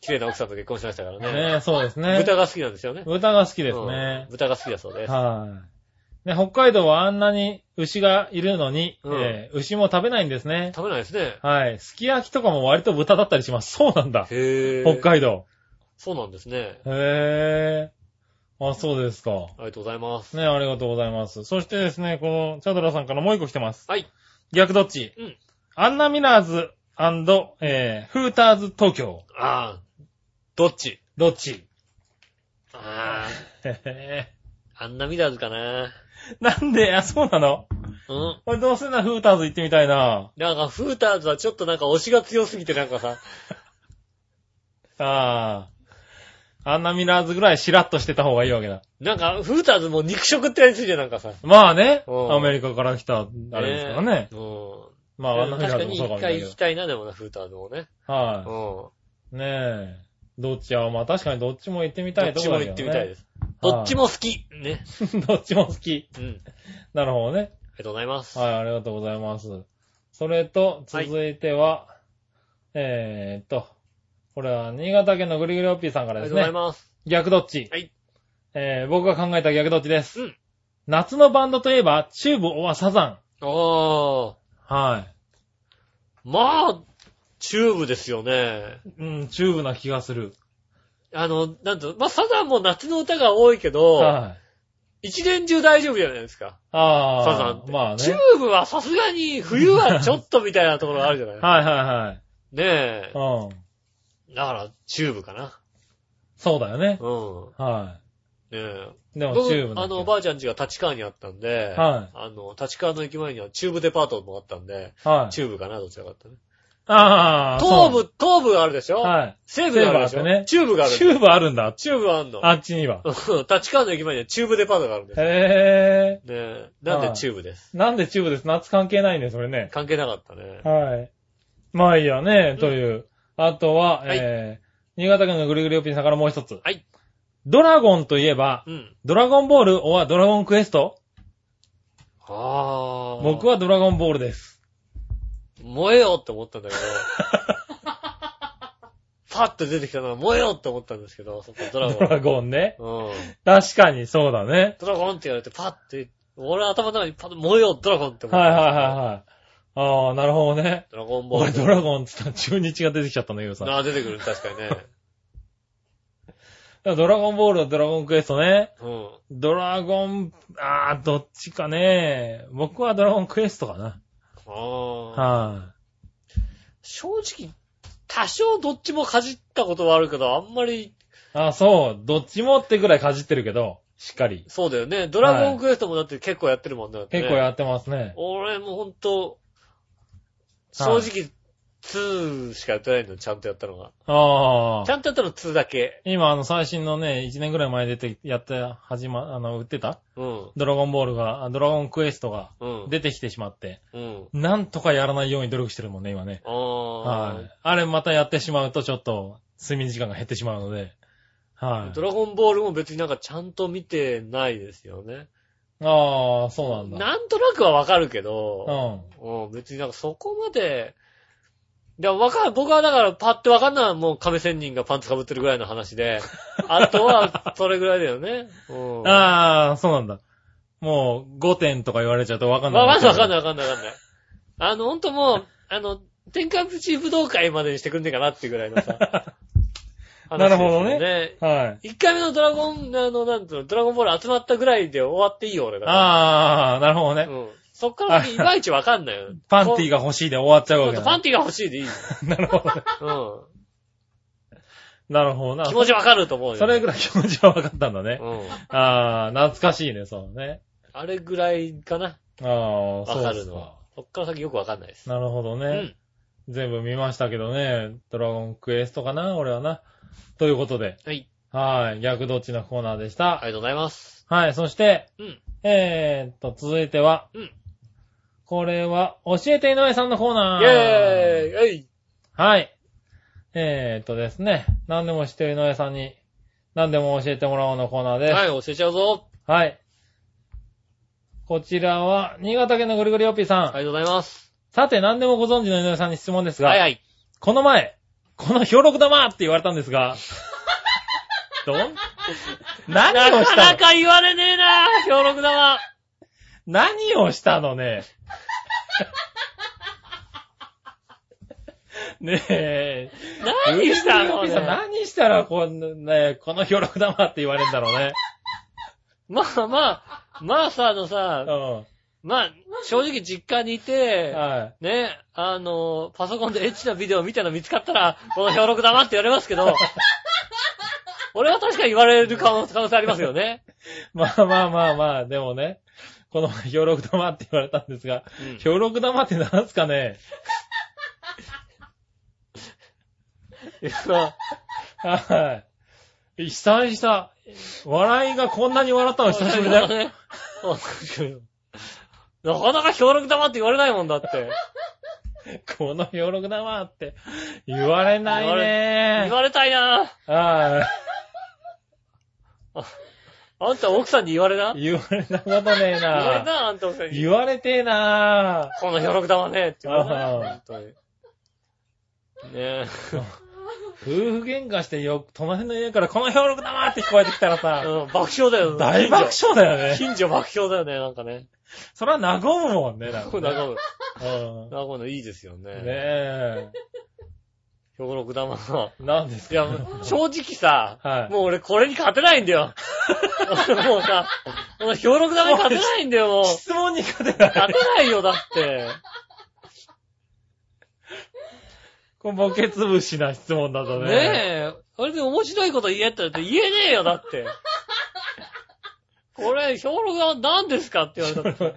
[SPEAKER 2] 綺麗な奥さんと結婚しましたから
[SPEAKER 3] い。
[SPEAKER 2] ね。
[SPEAKER 3] ねそうですね。
[SPEAKER 2] 豚が好きなんですよね。
[SPEAKER 3] 豚が好きです
[SPEAKER 2] うん
[SPEAKER 3] ね。
[SPEAKER 2] 豚が好きだそうです。
[SPEAKER 3] はい。ね、北海道はあんなに牛がいるのに、
[SPEAKER 2] うん
[SPEAKER 3] えー牛も食べないんですね。
[SPEAKER 2] 食べないですね。
[SPEAKER 3] はい。すき焼きとかも割と豚だったりします。 そうなんだ。
[SPEAKER 2] へえ。
[SPEAKER 3] 北海道。
[SPEAKER 2] そうなんですね。
[SPEAKER 3] へぇー。あ、そうですか。
[SPEAKER 2] ありがとうございます。
[SPEAKER 3] ね、ありがとうございます。そしてですね、この、チャドラさんからもう一個来てます。
[SPEAKER 2] はい。
[SPEAKER 3] 逆どっち
[SPEAKER 2] うん
[SPEAKER 3] アンナ・ミラーズ、えー、フーターズ東京。
[SPEAKER 2] ああ、どっち
[SPEAKER 3] どっち
[SPEAKER 2] あ
[SPEAKER 3] へへ
[SPEAKER 2] あ、あんなミラーズかな。
[SPEAKER 3] へなんで、あ、そうなの
[SPEAKER 2] うん。
[SPEAKER 3] 俺どうせならフーターズ行ってみたいな。
[SPEAKER 2] なんか、フーターズはちょっとなんか推しが強すぎてなんかさ、
[SPEAKER 3] あアンナミラーズぐらいシラッとしてた方がいいわけだ。
[SPEAKER 2] なんか、フーターズも肉食ってやりすぎじゃんなんかさ。
[SPEAKER 3] まあね、
[SPEAKER 2] うん
[SPEAKER 3] アメリカから来た、あれですからね。
[SPEAKER 2] うん。
[SPEAKER 3] まあ、アンナミ
[SPEAKER 2] 確か
[SPEAKER 3] ラーズも
[SPEAKER 2] に
[SPEAKER 3] そうかも
[SPEAKER 2] 一
[SPEAKER 3] しれない
[SPEAKER 2] 回
[SPEAKER 3] け
[SPEAKER 2] 行きたいな、でもな、フーターズもね。う
[SPEAKER 3] ど。
[SPEAKER 2] ん。
[SPEAKER 3] は
[SPEAKER 2] ど
[SPEAKER 3] い。ねえ。どっちは、まあ確かにどっちも行ってみたい
[SPEAKER 2] っ
[SPEAKER 3] と
[SPEAKER 2] ち
[SPEAKER 3] ころ
[SPEAKER 2] も
[SPEAKER 3] だけ
[SPEAKER 2] 行
[SPEAKER 3] ど、ね。
[SPEAKER 2] ってみたいです。
[SPEAKER 3] はい
[SPEAKER 2] どっちも好き。ね。
[SPEAKER 3] どっちも好き。
[SPEAKER 2] うん。あり
[SPEAKER 3] なるほどね。
[SPEAKER 2] がとうございます。
[SPEAKER 3] はい、ありがとうございます。それと、続いては、えーっと、これは新潟県のぐりぐりおっぴーさんか
[SPEAKER 2] ありが
[SPEAKER 3] らで
[SPEAKER 2] と
[SPEAKER 3] す
[SPEAKER 2] うござ
[SPEAKER 3] ね
[SPEAKER 2] い。ます。
[SPEAKER 3] 逆どっち。
[SPEAKER 2] はい
[SPEAKER 3] えー、僕が考えた逆どっちです。
[SPEAKER 2] うん
[SPEAKER 3] 夏のバンドといえば、チューブ・オア・サザン。
[SPEAKER 2] ああ。
[SPEAKER 3] はい。
[SPEAKER 2] まあ、チューブですよね。
[SPEAKER 3] うん、チューブな気がする。
[SPEAKER 2] あの、なんと、まあ、サザンも夏の歌が多いけど、
[SPEAKER 3] はい。
[SPEAKER 2] 一年中大丈夫じゃないですか。
[SPEAKER 3] ああ。
[SPEAKER 2] サザンって。
[SPEAKER 3] まあね。
[SPEAKER 2] チューブはさすがに、冬はちょっとみたいなところあるじゃ ない
[SPEAKER 3] はいはい
[SPEAKER 2] ねえ。
[SPEAKER 3] はい。うん。
[SPEAKER 2] だから、チューブかな。
[SPEAKER 3] そうだよね。
[SPEAKER 2] うん。
[SPEAKER 3] は
[SPEAKER 2] ねえ。
[SPEAKER 3] い。でも、チューブ
[SPEAKER 2] 僕、
[SPEAKER 3] な
[SPEAKER 2] あ
[SPEAKER 3] 気が
[SPEAKER 2] の、おばあちゃん家が立川にあったんで、
[SPEAKER 3] はい
[SPEAKER 2] あの、立川の駅前にはチューブデパートもあったんで、
[SPEAKER 3] はい。
[SPEAKER 2] チューブかな、どちらかってね。
[SPEAKER 3] ああ。
[SPEAKER 2] 東
[SPEAKER 3] そう
[SPEAKER 2] 部、東部があるでしょ
[SPEAKER 3] はい。
[SPEAKER 2] 西部があるでし
[SPEAKER 3] 西
[SPEAKER 2] ょ
[SPEAKER 3] 部あってね
[SPEAKER 2] チューブがあるでし
[SPEAKER 3] チ
[SPEAKER 2] ょ。
[SPEAKER 3] ューブあるんだ。
[SPEAKER 2] チューブあんの。
[SPEAKER 3] あっちには。
[SPEAKER 2] うん立川の駅前にはチューブデパートがあるんです。ね
[SPEAKER 3] へ
[SPEAKER 2] え。なんでチューブです。
[SPEAKER 3] え。なんでチューブです夏関係ないんです、それね。
[SPEAKER 2] 関係なかったね。
[SPEAKER 3] はい。まあいいやね、という。あとは、
[SPEAKER 2] はい
[SPEAKER 3] えー、新潟県のぐるぐるおぴんさんからもう一つ。
[SPEAKER 2] はい。
[SPEAKER 3] ドラゴンといえば、
[SPEAKER 2] うん。
[SPEAKER 3] ドラゴンボール、おはドラゴンクエスト
[SPEAKER 2] ああ。
[SPEAKER 3] 僕はドラゴンボールです。
[SPEAKER 2] 燃えよって思ったんだけ ど、パッて出てきたのは燃えよって思ったんですけど、そこドラ
[SPEAKER 3] ド
[SPEAKER 2] ゴン。
[SPEAKER 3] ラゴンね。
[SPEAKER 2] うん。
[SPEAKER 3] 確かにそうだね。
[SPEAKER 2] ドラゴンって言われてパッて、俺の頭の中にパッと燃えよドラゴンって思った。
[SPEAKER 3] はいはいはいはい。ああ、なるほどね。
[SPEAKER 2] ドラゴンボー
[SPEAKER 3] 俺
[SPEAKER 2] ル。
[SPEAKER 3] ドラゴンって言ったら中日が出てきちゃったんだけどさ。だ
[SPEAKER 2] なあ、出てくる、確かにね。
[SPEAKER 3] からドラゴンボール、ドラゴンクエストね。
[SPEAKER 2] うん。
[SPEAKER 3] ドラゴン、ああ、どっちかね。僕はドラゴンクエストかな。
[SPEAKER 2] ああ。
[SPEAKER 3] は
[SPEAKER 2] 正直、多少どっちもかじったことはあるけど、あんまり、
[SPEAKER 3] い、あ。あそう。どっちもってぐらいかじってるけど、しっかり。
[SPEAKER 2] そうだよね。ドラゴンクエストもだって結構やってるもんね。だってね
[SPEAKER 3] 結構やってますね。
[SPEAKER 2] 俺もほんと、正直、2しかやってないの、ちゃんとやったのが。
[SPEAKER 3] あ
[SPEAKER 2] ち
[SPEAKER 3] あ。
[SPEAKER 2] ゃんとやったの2だけ。
[SPEAKER 3] 今、あの、最新のね、1年ぐらい前出て、やって、始ま、あの、売ってた
[SPEAKER 2] うん。
[SPEAKER 3] ドラゴンボールが、あドラゴンクエストが
[SPEAKER 2] うん。、
[SPEAKER 3] 出てきてしまって、
[SPEAKER 2] うん。
[SPEAKER 3] なんとかやらないように努力してるもんね、今ね。
[SPEAKER 2] ああ。
[SPEAKER 3] はい。あれまたやってしまうと、ちょっと、睡眠時間が減ってしまうので、は
[SPEAKER 2] ドラゴンボールも別になんかちゃんと見てないですよね。
[SPEAKER 3] い。ああ、そうなんだ。
[SPEAKER 2] なんとなくはわかるけ
[SPEAKER 3] う
[SPEAKER 2] ど、
[SPEAKER 3] ん。
[SPEAKER 2] うん、別になんかそこまで、でもわかる、僕はだからパッてわかんないのはもう亀仙人がパンツ被ってるぐらいの話 で、あとはそれぐらいだよね。うん。
[SPEAKER 3] ああ、そうなんだ。もう、5点とか言われちゃうとわかんない。
[SPEAKER 2] わかんないわかんないわ
[SPEAKER 3] い。
[SPEAKER 2] かんないわかんない。あの、ほんともう、あの、天下プチ武道会までにしてくんねえかなっていうぐらい のさ。
[SPEAKER 3] なるほどね
[SPEAKER 2] 話ですよね。
[SPEAKER 3] はい。
[SPEAKER 2] 一回目のドラゴン、あの、なんつうの、ドラゴンボール集まったぐらいで終わっていいよ、俺だから。
[SPEAKER 3] ああ、なるほどね。。
[SPEAKER 2] うん。そっから先いまいちわかんないよ
[SPEAKER 3] パンティが欲しいで終わっちゃう
[SPEAKER 2] こ
[SPEAKER 3] わ
[SPEAKER 2] う
[SPEAKER 3] け
[SPEAKER 2] そう
[SPEAKER 3] だ。
[SPEAKER 2] パンティが欲しいでいい。
[SPEAKER 3] なるほどね。
[SPEAKER 2] うん。
[SPEAKER 3] なるほどな。
[SPEAKER 2] 気持ちわかると思うよ。
[SPEAKER 3] それぐらい気持ちは分かったんだね。
[SPEAKER 2] うん。
[SPEAKER 3] ああ、懐かしいね、そうね。
[SPEAKER 2] あれぐらいかな。
[SPEAKER 3] ああ、
[SPEAKER 2] わ
[SPEAKER 3] そう
[SPEAKER 2] か
[SPEAKER 3] で
[SPEAKER 2] る
[SPEAKER 3] す
[SPEAKER 2] の
[SPEAKER 3] か
[SPEAKER 2] は。。そっから先よくわかんないです。
[SPEAKER 3] なるほどね。
[SPEAKER 2] うん。
[SPEAKER 3] 全部見ましたけどね。ドラゴンクエストかな俺はな。ということで。
[SPEAKER 2] はい。
[SPEAKER 3] はい。逆どっちのコーナーでし
[SPEAKER 2] あり
[SPEAKER 3] た。
[SPEAKER 2] がとうございます。
[SPEAKER 3] はい。そして、
[SPEAKER 2] うん。
[SPEAKER 3] えーっと、続いては。
[SPEAKER 2] うん
[SPEAKER 3] これは、教えて井上さんのコー
[SPEAKER 2] イ
[SPEAKER 3] ナー。
[SPEAKER 2] ェーイえい
[SPEAKER 3] はい。えーっとですね。何でも知ってる井上さんに、何でも教えてもらおうのコーナーです。
[SPEAKER 2] はい、教えちゃうぞ。
[SPEAKER 3] はい。こちらは、新潟県のぐるぐるよっぴーさん。
[SPEAKER 2] ありがとうございます。
[SPEAKER 3] さて、何でもご存知の井上さんに質問ですが、
[SPEAKER 2] はいはい。
[SPEAKER 3] この前、この兵六玉って言われたんです が、どん
[SPEAKER 2] な
[SPEAKER 3] 何をし
[SPEAKER 2] か
[SPEAKER 3] た
[SPEAKER 2] な
[SPEAKER 3] の
[SPEAKER 2] か言われねえな氷六玉。
[SPEAKER 3] 何をした のね。ねえ。
[SPEAKER 2] 何したの
[SPEAKER 3] ぐるぐるよっぴーさん
[SPEAKER 2] ね。
[SPEAKER 3] 何したらこんな、ね、この兵六玉って言われるんだろうね。
[SPEAKER 2] まあまあ、まあさ、あのさ、
[SPEAKER 3] う
[SPEAKER 2] まあ、正直実家にい
[SPEAKER 3] ん。
[SPEAKER 2] て、
[SPEAKER 3] はい。
[SPEAKER 2] ね、あの、パソコンでエッチなビデオみたいなの見つかったら、この評録だなって言われますけど、俺は確かに言われる可能可能性ありますよね。
[SPEAKER 3] まあまあまあまあ、でもね、この兵六玉って言われたんですが、
[SPEAKER 2] うん
[SPEAKER 3] 兵六玉ってなんすかね
[SPEAKER 2] いや
[SPEAKER 3] はい。被災した。笑いがこんなに笑ったの久しぶり だよ。
[SPEAKER 2] ね。そう確かになかなか協力玉って言われないもんだって。
[SPEAKER 3] この評論だわって言われないね
[SPEAKER 2] 言われたいな
[SPEAKER 3] あ
[SPEAKER 2] あんた奥さんに言われな
[SPEAKER 3] あ、言われたことね
[SPEAKER 2] 言われ
[SPEAKER 3] えな
[SPEAKER 2] なあんた奥さんに
[SPEAKER 3] 言。われてえな
[SPEAKER 2] この協力玉ねって言われな
[SPEAKER 3] ああ
[SPEAKER 2] 本当に。ねえ。
[SPEAKER 3] 夫婦喧嘩してよ、隣の家からこの評論だわって聞こえてきたらさ、
[SPEAKER 2] うん爆笑だよ。
[SPEAKER 3] 大爆笑だよね。
[SPEAKER 2] 近所爆笑だよね、なんかね。
[SPEAKER 3] それは和むもんね、なん
[SPEAKER 2] こ
[SPEAKER 3] か
[SPEAKER 2] う、
[SPEAKER 3] ね。
[SPEAKER 2] なんか、
[SPEAKER 3] うん
[SPEAKER 2] なんかのいいですよね。
[SPEAKER 3] ねえ。
[SPEAKER 2] 評論玉の。
[SPEAKER 3] なんです
[SPEAKER 2] い
[SPEAKER 3] か
[SPEAKER 2] や、正直さ、
[SPEAKER 3] はい
[SPEAKER 2] もう俺これに勝てないんだよ。 もうさ、もう評論玉に勝てないんだよ、もう。
[SPEAKER 3] 質問に勝てな
[SPEAKER 2] 勝
[SPEAKER 3] い。
[SPEAKER 2] てないよ、だって。
[SPEAKER 3] こうボケつぶしな質問だとね。
[SPEAKER 2] ねえ。それで面白いこと言えって言って言えねえよ、だって。これ、評論が何ですかって言われたって。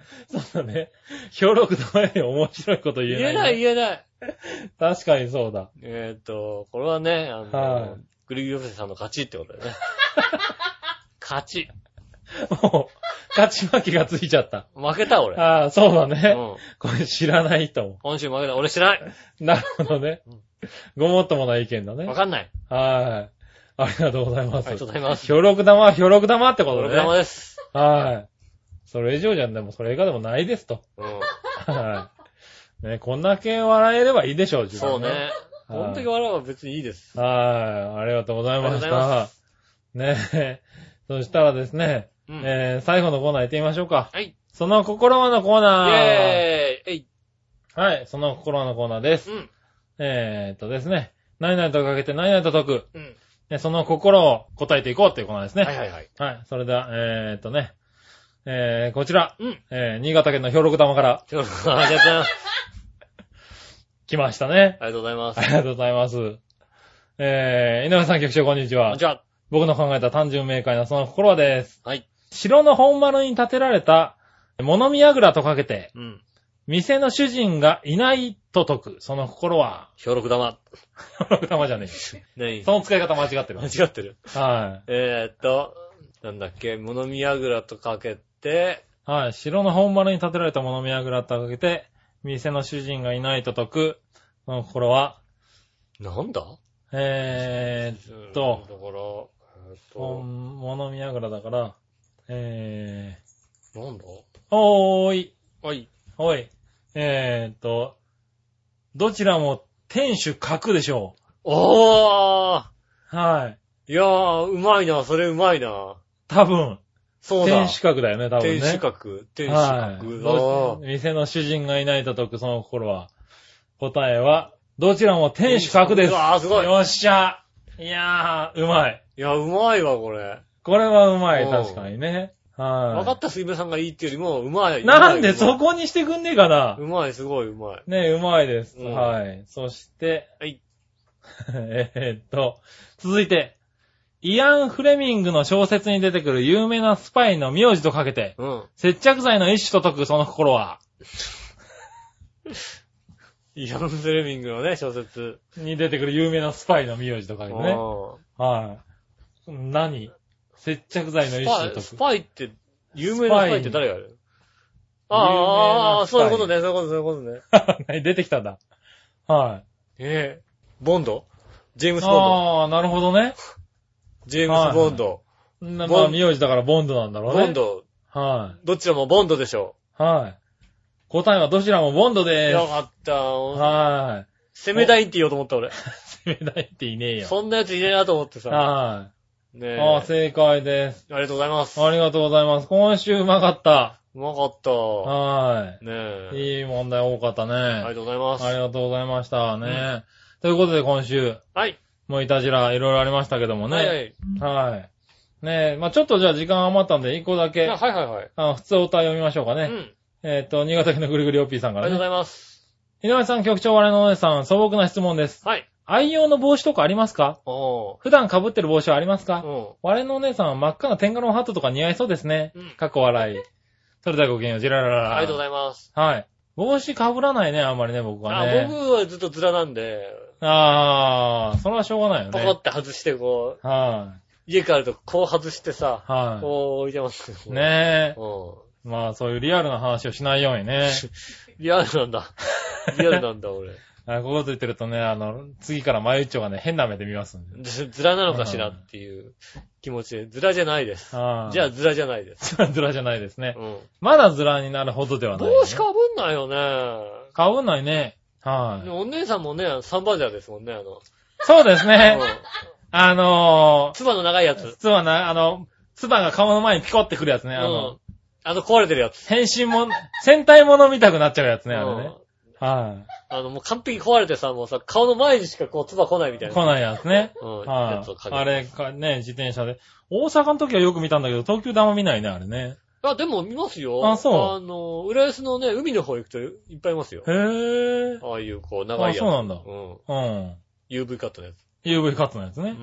[SPEAKER 3] そうだね。評論の前に面白いこと言
[SPEAKER 2] 言
[SPEAKER 3] え
[SPEAKER 2] え
[SPEAKER 3] な。
[SPEAKER 2] ないい、言えない。
[SPEAKER 3] 確かにそうだ。
[SPEAKER 2] えーっと、これはね、あ
[SPEAKER 3] は
[SPEAKER 2] の、グリギョフセさんの勝ちってことだよね。勝ち。
[SPEAKER 3] もう、勝ち負けがついちゃった。
[SPEAKER 2] 負けた、俺。
[SPEAKER 3] ああ、そうだ
[SPEAKER 2] う
[SPEAKER 3] ね。
[SPEAKER 2] ん。
[SPEAKER 3] これ知らない人も。
[SPEAKER 2] 今週負けた。俺知らない。
[SPEAKER 3] なるほどね。ごもっともな意見だね
[SPEAKER 2] わ。かんない。
[SPEAKER 3] はい。ありがとうございます。
[SPEAKER 2] ありがとうございます。
[SPEAKER 3] 評論玉は評論玉ってこ
[SPEAKER 2] お
[SPEAKER 3] と
[SPEAKER 2] 疲
[SPEAKER 3] で
[SPEAKER 2] れ様
[SPEAKER 3] ね。
[SPEAKER 2] です。
[SPEAKER 3] はい。それ以上じゃん、でもそれ以下でもないですと。
[SPEAKER 2] うん。
[SPEAKER 3] はい。ね、こんだけ笑えればいいでしょう、自
[SPEAKER 2] そう
[SPEAKER 3] 分は
[SPEAKER 2] ね。こんだけ笑えば別にいいです。
[SPEAKER 3] はい。ありがとうございまし
[SPEAKER 2] ありがとうござい
[SPEAKER 3] た。ねえ。そしたらですね、
[SPEAKER 2] うん。
[SPEAKER 3] えー最後のコーナー行ってみましょうか。
[SPEAKER 2] はい。イ
[SPEAKER 3] その心はのコーナー。
[SPEAKER 2] ェーイえい。
[SPEAKER 3] はい。その心はのコーナーです。
[SPEAKER 2] うん。
[SPEAKER 3] えーっとですね、何々とかけて何々と解く。
[SPEAKER 2] うん。
[SPEAKER 3] ねその心を答えていこうっていうコーナーですね。
[SPEAKER 2] はいはいはい。
[SPEAKER 3] はい。それでは、えーっとね、えー、こちら、
[SPEAKER 2] うん。
[SPEAKER 3] えー、新潟県の兵六玉から
[SPEAKER 2] 今日はありがとうございます。
[SPEAKER 3] 来ましたね。
[SPEAKER 2] ありがとうございます
[SPEAKER 3] あ。りがとうございます。えー、井上さん局長こんにち
[SPEAKER 2] こん
[SPEAKER 3] は
[SPEAKER 2] に。ちは。
[SPEAKER 3] 僕の考えた単純明快なその心はです。
[SPEAKER 2] はい。
[SPEAKER 3] 城の本丸に建てられた、物見櫓とかけて、
[SPEAKER 2] うん。
[SPEAKER 3] 店の主人がいないと解く。その心は、
[SPEAKER 2] 小六玉。
[SPEAKER 3] 兵六玉じゃねえ。
[SPEAKER 2] 何
[SPEAKER 3] その使い方間違ってる。
[SPEAKER 2] 間違ってる。
[SPEAKER 3] は
[SPEAKER 2] えーっと、なんだっけ、物見櫓とかけて、
[SPEAKER 3] い。はい。城の本丸に建てられた物見櫓とかけて、店の主人がいないと解く。その心は、
[SPEAKER 2] なんだ
[SPEAKER 3] え
[SPEAKER 2] ずーっ
[SPEAKER 3] と
[SPEAKER 2] だから、えーっ
[SPEAKER 3] ー、ほ
[SPEAKER 2] と、
[SPEAKER 3] ん物見櫓だから、え
[SPEAKER 2] なんだ
[SPEAKER 3] ー、おーい。
[SPEAKER 2] はい。
[SPEAKER 3] おい。えーっと、どちらも天守閣でしょ
[SPEAKER 2] おー
[SPEAKER 3] う。はい。
[SPEAKER 2] いやー、うまいな、それうまいな。
[SPEAKER 3] 多分、
[SPEAKER 2] そう
[SPEAKER 3] 天
[SPEAKER 2] だ。
[SPEAKER 3] 守閣だよね、多分
[SPEAKER 2] 天
[SPEAKER 3] ね。
[SPEAKER 2] 守閣。天守閣。
[SPEAKER 3] はい
[SPEAKER 2] あ
[SPEAKER 3] ど。店の主人がいないと解くその心は、答えは、どちらも天守閣です。
[SPEAKER 2] うわーすごい
[SPEAKER 3] よっしゃ。いやー、うまい。
[SPEAKER 2] ーいや、うまいわ、これ。
[SPEAKER 3] これはうまい、
[SPEAKER 2] おう
[SPEAKER 3] 確かにね。はい。
[SPEAKER 2] 分かったすみさんがいいっていうよりも、うまい。
[SPEAKER 3] なんで
[SPEAKER 2] うま
[SPEAKER 3] そ
[SPEAKER 2] い
[SPEAKER 3] こにしてくんねえかな
[SPEAKER 2] うまい、すごいうまい。
[SPEAKER 3] ね、うまいです。
[SPEAKER 2] うん
[SPEAKER 3] はい。そして、
[SPEAKER 2] はい。
[SPEAKER 3] えーっと、続いて、イアン・フレミングの小説に出てくる有名なスパイの名字とかけて、
[SPEAKER 2] うん。
[SPEAKER 3] 接着剤の一種と解くその心は、
[SPEAKER 2] イアン・フレミングのね、小説。
[SPEAKER 3] に出てくる有名なスパイの名字とかけて
[SPEAKER 2] う
[SPEAKER 3] ね。
[SPEAKER 2] ん
[SPEAKER 3] はい。何接着剤の
[SPEAKER 2] ス
[SPEAKER 3] 一
[SPEAKER 2] パ
[SPEAKER 3] 種
[SPEAKER 2] イ、
[SPEAKER 3] と解
[SPEAKER 2] ス
[SPEAKER 3] く。
[SPEAKER 2] パイって、有名なスパイって誰がやるああああ、
[SPEAKER 3] 有
[SPEAKER 2] そう
[SPEAKER 3] 名
[SPEAKER 2] い
[SPEAKER 3] な
[SPEAKER 2] う
[SPEAKER 3] スパ
[SPEAKER 2] こと
[SPEAKER 3] イ
[SPEAKER 2] ね、そういうこと、そういうことね。
[SPEAKER 3] 何出てきたんだ。はい。
[SPEAKER 2] ええボンドジェームス・ボンド。
[SPEAKER 3] ああ、なるほどね。
[SPEAKER 2] ジェームス・ボンド。
[SPEAKER 3] なま
[SPEAKER 2] ボ
[SPEAKER 3] あ、
[SPEAKER 2] ン
[SPEAKER 3] 名字だからボンドなんだろうね。
[SPEAKER 2] ボン。ド。
[SPEAKER 3] は
[SPEAKER 2] どちらもボンドでしょ
[SPEAKER 3] い。はい。答えはどちらもボンド
[SPEAKER 2] う。
[SPEAKER 3] で
[SPEAKER 2] よ
[SPEAKER 3] す。
[SPEAKER 2] かった。
[SPEAKER 3] はい。
[SPEAKER 2] 攻めたいって言おうと思った俺。
[SPEAKER 3] 冷たいっていねえよ。
[SPEAKER 2] そんなやついねえなと思ってさ。
[SPEAKER 3] は
[SPEAKER 2] ね
[SPEAKER 3] い。
[SPEAKER 2] え。
[SPEAKER 3] ああ、
[SPEAKER 2] あ
[SPEAKER 3] 正解です。
[SPEAKER 2] りがとうございます。
[SPEAKER 3] ありがとうございます。今週うまかった。
[SPEAKER 2] うまかった。
[SPEAKER 3] は
[SPEAKER 2] ね
[SPEAKER 3] い。
[SPEAKER 2] え。
[SPEAKER 3] いい問題多かったね。
[SPEAKER 2] ありが
[SPEAKER 3] あ
[SPEAKER 2] とうございます。
[SPEAKER 3] りがとうございましたね。ということで今週、
[SPEAKER 2] はい。
[SPEAKER 3] もういたじらいろいろありましたけども
[SPEAKER 2] はいは
[SPEAKER 3] ね。
[SPEAKER 2] い。
[SPEAKER 3] はい。ねえ、まあちょっとじゃあ時間余ったんで一個だ
[SPEAKER 2] い
[SPEAKER 3] け、
[SPEAKER 2] や
[SPEAKER 3] あ
[SPEAKER 2] はいはいはい。
[SPEAKER 3] の、普通お歌読みましょうか
[SPEAKER 2] う
[SPEAKER 3] ね。
[SPEAKER 2] ん。
[SPEAKER 3] えっと、新潟県のぐるぐるおっぴーさん
[SPEAKER 2] あ
[SPEAKER 3] か
[SPEAKER 2] りが
[SPEAKER 3] ら
[SPEAKER 2] とうござ
[SPEAKER 3] ね。
[SPEAKER 2] います。
[SPEAKER 3] 井上さん局長、我のお姉さん、素朴な質問です。
[SPEAKER 2] はい。
[SPEAKER 3] 愛用の帽子とかありますか
[SPEAKER 2] お
[SPEAKER 3] 普段被ってる帽子はありますか
[SPEAKER 2] ー。
[SPEAKER 3] 我のお姉さんは真っ赤なテンガロンハットとか似合いそうですね。
[SPEAKER 2] うん
[SPEAKER 3] 過去笑い。それではごきげんよう、ジラララ
[SPEAKER 2] うん。
[SPEAKER 3] ラ。
[SPEAKER 2] ありがとうご
[SPEAKER 3] い
[SPEAKER 2] ざいます。
[SPEAKER 3] ます。はい。帽子被らないね、あんまりね、僕は
[SPEAKER 2] あ
[SPEAKER 3] ね。、
[SPEAKER 2] 僕はずっとズラなんで、
[SPEAKER 3] あー、それはしょうがないよ
[SPEAKER 2] パコっ
[SPEAKER 3] ね。
[SPEAKER 2] て外してこ
[SPEAKER 3] は
[SPEAKER 2] 家帰るとこう外してさ、
[SPEAKER 3] は
[SPEAKER 2] こう置いてますけ
[SPEAKER 3] い。
[SPEAKER 2] ど。。
[SPEAKER 3] ねえ。
[SPEAKER 2] う
[SPEAKER 3] まあそういうリアルな話をしないよう にね。
[SPEAKER 2] ん。リアルなんだ。リアルなんだ、俺。
[SPEAKER 3] あこういうこと言ってるとね、あの、次からマユッチョがね、変な目で見ますんで。
[SPEAKER 2] ずずらなのかしらっていう気持ちで、ずら じゃないです。
[SPEAKER 3] あ
[SPEAKER 2] じゃあ
[SPEAKER 3] あ、
[SPEAKER 2] ずらじゃないです。
[SPEAKER 3] ずらずらじゃないですね
[SPEAKER 2] う。ん。
[SPEAKER 3] まだずらになるほどではない、ね。
[SPEAKER 2] 帽子かぶんないよね。
[SPEAKER 3] かぶんないね。はい、
[SPEAKER 2] でもお姉さんもね、サンバージャーですもんね、あの。
[SPEAKER 3] そうですね
[SPEAKER 2] うん。
[SPEAKER 3] あの
[SPEAKER 2] つばの長いやつ
[SPEAKER 3] ー、。つばな、あの、つばが顔の前にピコってくるやつね。
[SPEAKER 2] う
[SPEAKER 3] あの、
[SPEAKER 2] ん。あの壊れてるやつ。
[SPEAKER 3] 変身もん、 戦隊もの見たくなっちゃうやつね、あれ
[SPEAKER 2] う
[SPEAKER 3] ね
[SPEAKER 2] ん。
[SPEAKER 3] は
[SPEAKER 2] あの、もう完璧に壊れてさ、もうさ、顔の前にしかこう、つば来ないみた
[SPEAKER 3] い。
[SPEAKER 2] いな。
[SPEAKER 3] 来ないやつね。
[SPEAKER 2] うん。や
[SPEAKER 3] は
[SPEAKER 2] つをかけ
[SPEAKER 3] い。
[SPEAKER 2] て
[SPEAKER 3] あれか、ね、自転車で。大阪の時はよく見たんだけど、東京であんま見ないね、あれね。
[SPEAKER 2] あ、でも見ますよ。
[SPEAKER 3] あそう
[SPEAKER 2] あの、浦安のね、海の方行くといっぱいいますよ。
[SPEAKER 3] へぇー。
[SPEAKER 2] ああいう、こう、長いやつ。
[SPEAKER 3] あそうなんだ
[SPEAKER 2] うん。
[SPEAKER 3] うん。
[SPEAKER 2] UV カットのやつ。
[SPEAKER 3] UV カットのやつ
[SPEAKER 2] う
[SPEAKER 3] ね。
[SPEAKER 2] ん。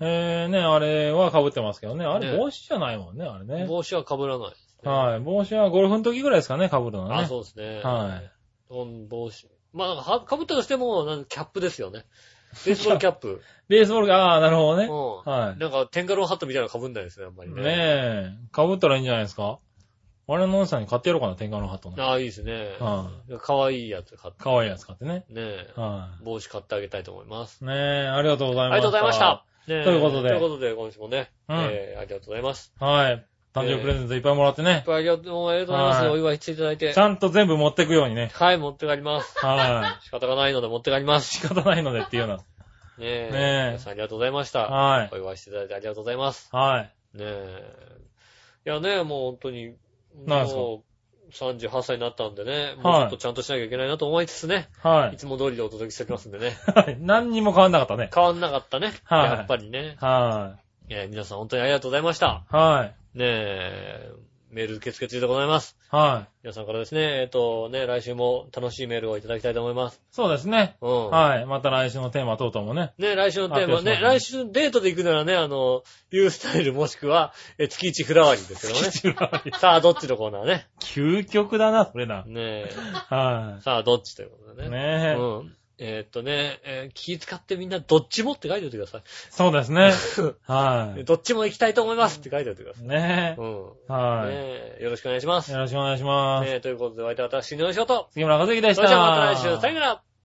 [SPEAKER 3] へぇー、ね、あれは被ってますけどね。あれ
[SPEAKER 2] ね
[SPEAKER 3] 帽子じゃないもんね、あれね。
[SPEAKER 2] 帽子は被らない。
[SPEAKER 3] はい。帽子はゴルフの時ぐらいですかね、被るのはね。
[SPEAKER 2] あ、そうですね。
[SPEAKER 3] はい。
[SPEAKER 2] うん、帽子。まあ、なんかは、被ったとしても、なんかキャップです よね。ベースボールキャップ。
[SPEAKER 3] ベースボールが、ああー、なるほどね。
[SPEAKER 2] う
[SPEAKER 3] はい
[SPEAKER 2] ん。。なんか、テンガロンハットみたいなの被んないですね、あんまりね。
[SPEAKER 3] ねえ、被ったらいいんじゃないですか我々のお姉さんに買ってやろうかな、天下のハットね。
[SPEAKER 2] ああ、いいですね。
[SPEAKER 3] は
[SPEAKER 2] かわいいやつ買っ
[SPEAKER 3] い。かわいいやつ買ってね。
[SPEAKER 2] て、ねえ
[SPEAKER 3] は
[SPEAKER 2] 帽子買ってあげたいと思います。
[SPEAKER 3] い。ねえ、ありがとうござ
[SPEAKER 2] あ
[SPEAKER 3] い
[SPEAKER 2] りが
[SPEAKER 3] ました。
[SPEAKER 2] とうございました。。ねえ
[SPEAKER 3] ということで
[SPEAKER 2] ということで、今週もね、
[SPEAKER 3] うん
[SPEAKER 2] えーありがとうございます。
[SPEAKER 3] はい。誕生日プレゼントいっぱいもらって
[SPEAKER 2] い
[SPEAKER 3] ね
[SPEAKER 2] っ。ぱいありがとうありがとうございます。
[SPEAKER 3] はい
[SPEAKER 2] お祝いしていただいて
[SPEAKER 3] ち。ゃんと全部持ってくようにね。
[SPEAKER 2] はい、持って帰ります。
[SPEAKER 3] は
[SPEAKER 2] 仕方がないので持って帰りま
[SPEAKER 3] い。
[SPEAKER 2] す。
[SPEAKER 3] 仕方ないのでっていうの
[SPEAKER 2] ねえ。
[SPEAKER 3] ねえ
[SPEAKER 2] 皆さんありがとうございました。
[SPEAKER 3] は
[SPEAKER 2] お祝いしていただいてありがとうございます。
[SPEAKER 3] い。はい。
[SPEAKER 2] ねえ。いやね、もう本当に、
[SPEAKER 3] なんですか
[SPEAKER 2] もう38歳になったんでね、もうちょっとちゃんとしなきゃいけないなと思いつつね、
[SPEAKER 3] はいい。
[SPEAKER 2] つも通りでお届けしておきますんでね。
[SPEAKER 3] はい。何にも変わんなかったね。
[SPEAKER 2] 変わんなかったね。
[SPEAKER 3] はい
[SPEAKER 2] やっぱりね。
[SPEAKER 3] は
[SPEAKER 2] えー皆さん本当にありがとうございました。
[SPEAKER 3] い。はい。
[SPEAKER 2] ねえ、メール受付中でございます。
[SPEAKER 3] はい。
[SPEAKER 2] 皆さんからですね、えっ、とね、来週も楽しいメールをいただきたいと思います。
[SPEAKER 3] そうですね。
[SPEAKER 2] うん。
[SPEAKER 3] はい。また来週のテーマ等々 もね。
[SPEAKER 2] ね、来週のテーマ
[SPEAKER 3] 発表
[SPEAKER 2] ね、
[SPEAKER 3] しま
[SPEAKER 2] 来
[SPEAKER 3] す
[SPEAKER 2] 週デートで行くならね、あの、ユースタイルもしくは、え月一フラワーにですけどね。さあ、どっちのコーナーね。
[SPEAKER 3] 究極だな、それな。
[SPEAKER 2] ねえ、
[SPEAKER 3] は
[SPEAKER 2] さあ、どっちということ
[SPEAKER 3] い。
[SPEAKER 2] でね。
[SPEAKER 3] ねえ。
[SPEAKER 2] うん。えーっとね、えー気使ってみんなどっちもって書いておいてくださ
[SPEAKER 3] そうで すね。はい
[SPEAKER 2] い。。どっちも行きたいと思いますって書いておいてください。
[SPEAKER 3] ね
[SPEAKER 2] う
[SPEAKER 3] え。
[SPEAKER 2] ん。
[SPEAKER 3] は
[SPEAKER 2] ねえ、よろしくお願いします。
[SPEAKER 3] い。
[SPEAKER 2] ね
[SPEAKER 3] よろしくお願いします。
[SPEAKER 2] え、ということで、お相手は私、井上翔と。
[SPEAKER 3] 杉村和之でし
[SPEAKER 2] それ
[SPEAKER 3] た。
[SPEAKER 2] じゃあまた来週、さよなら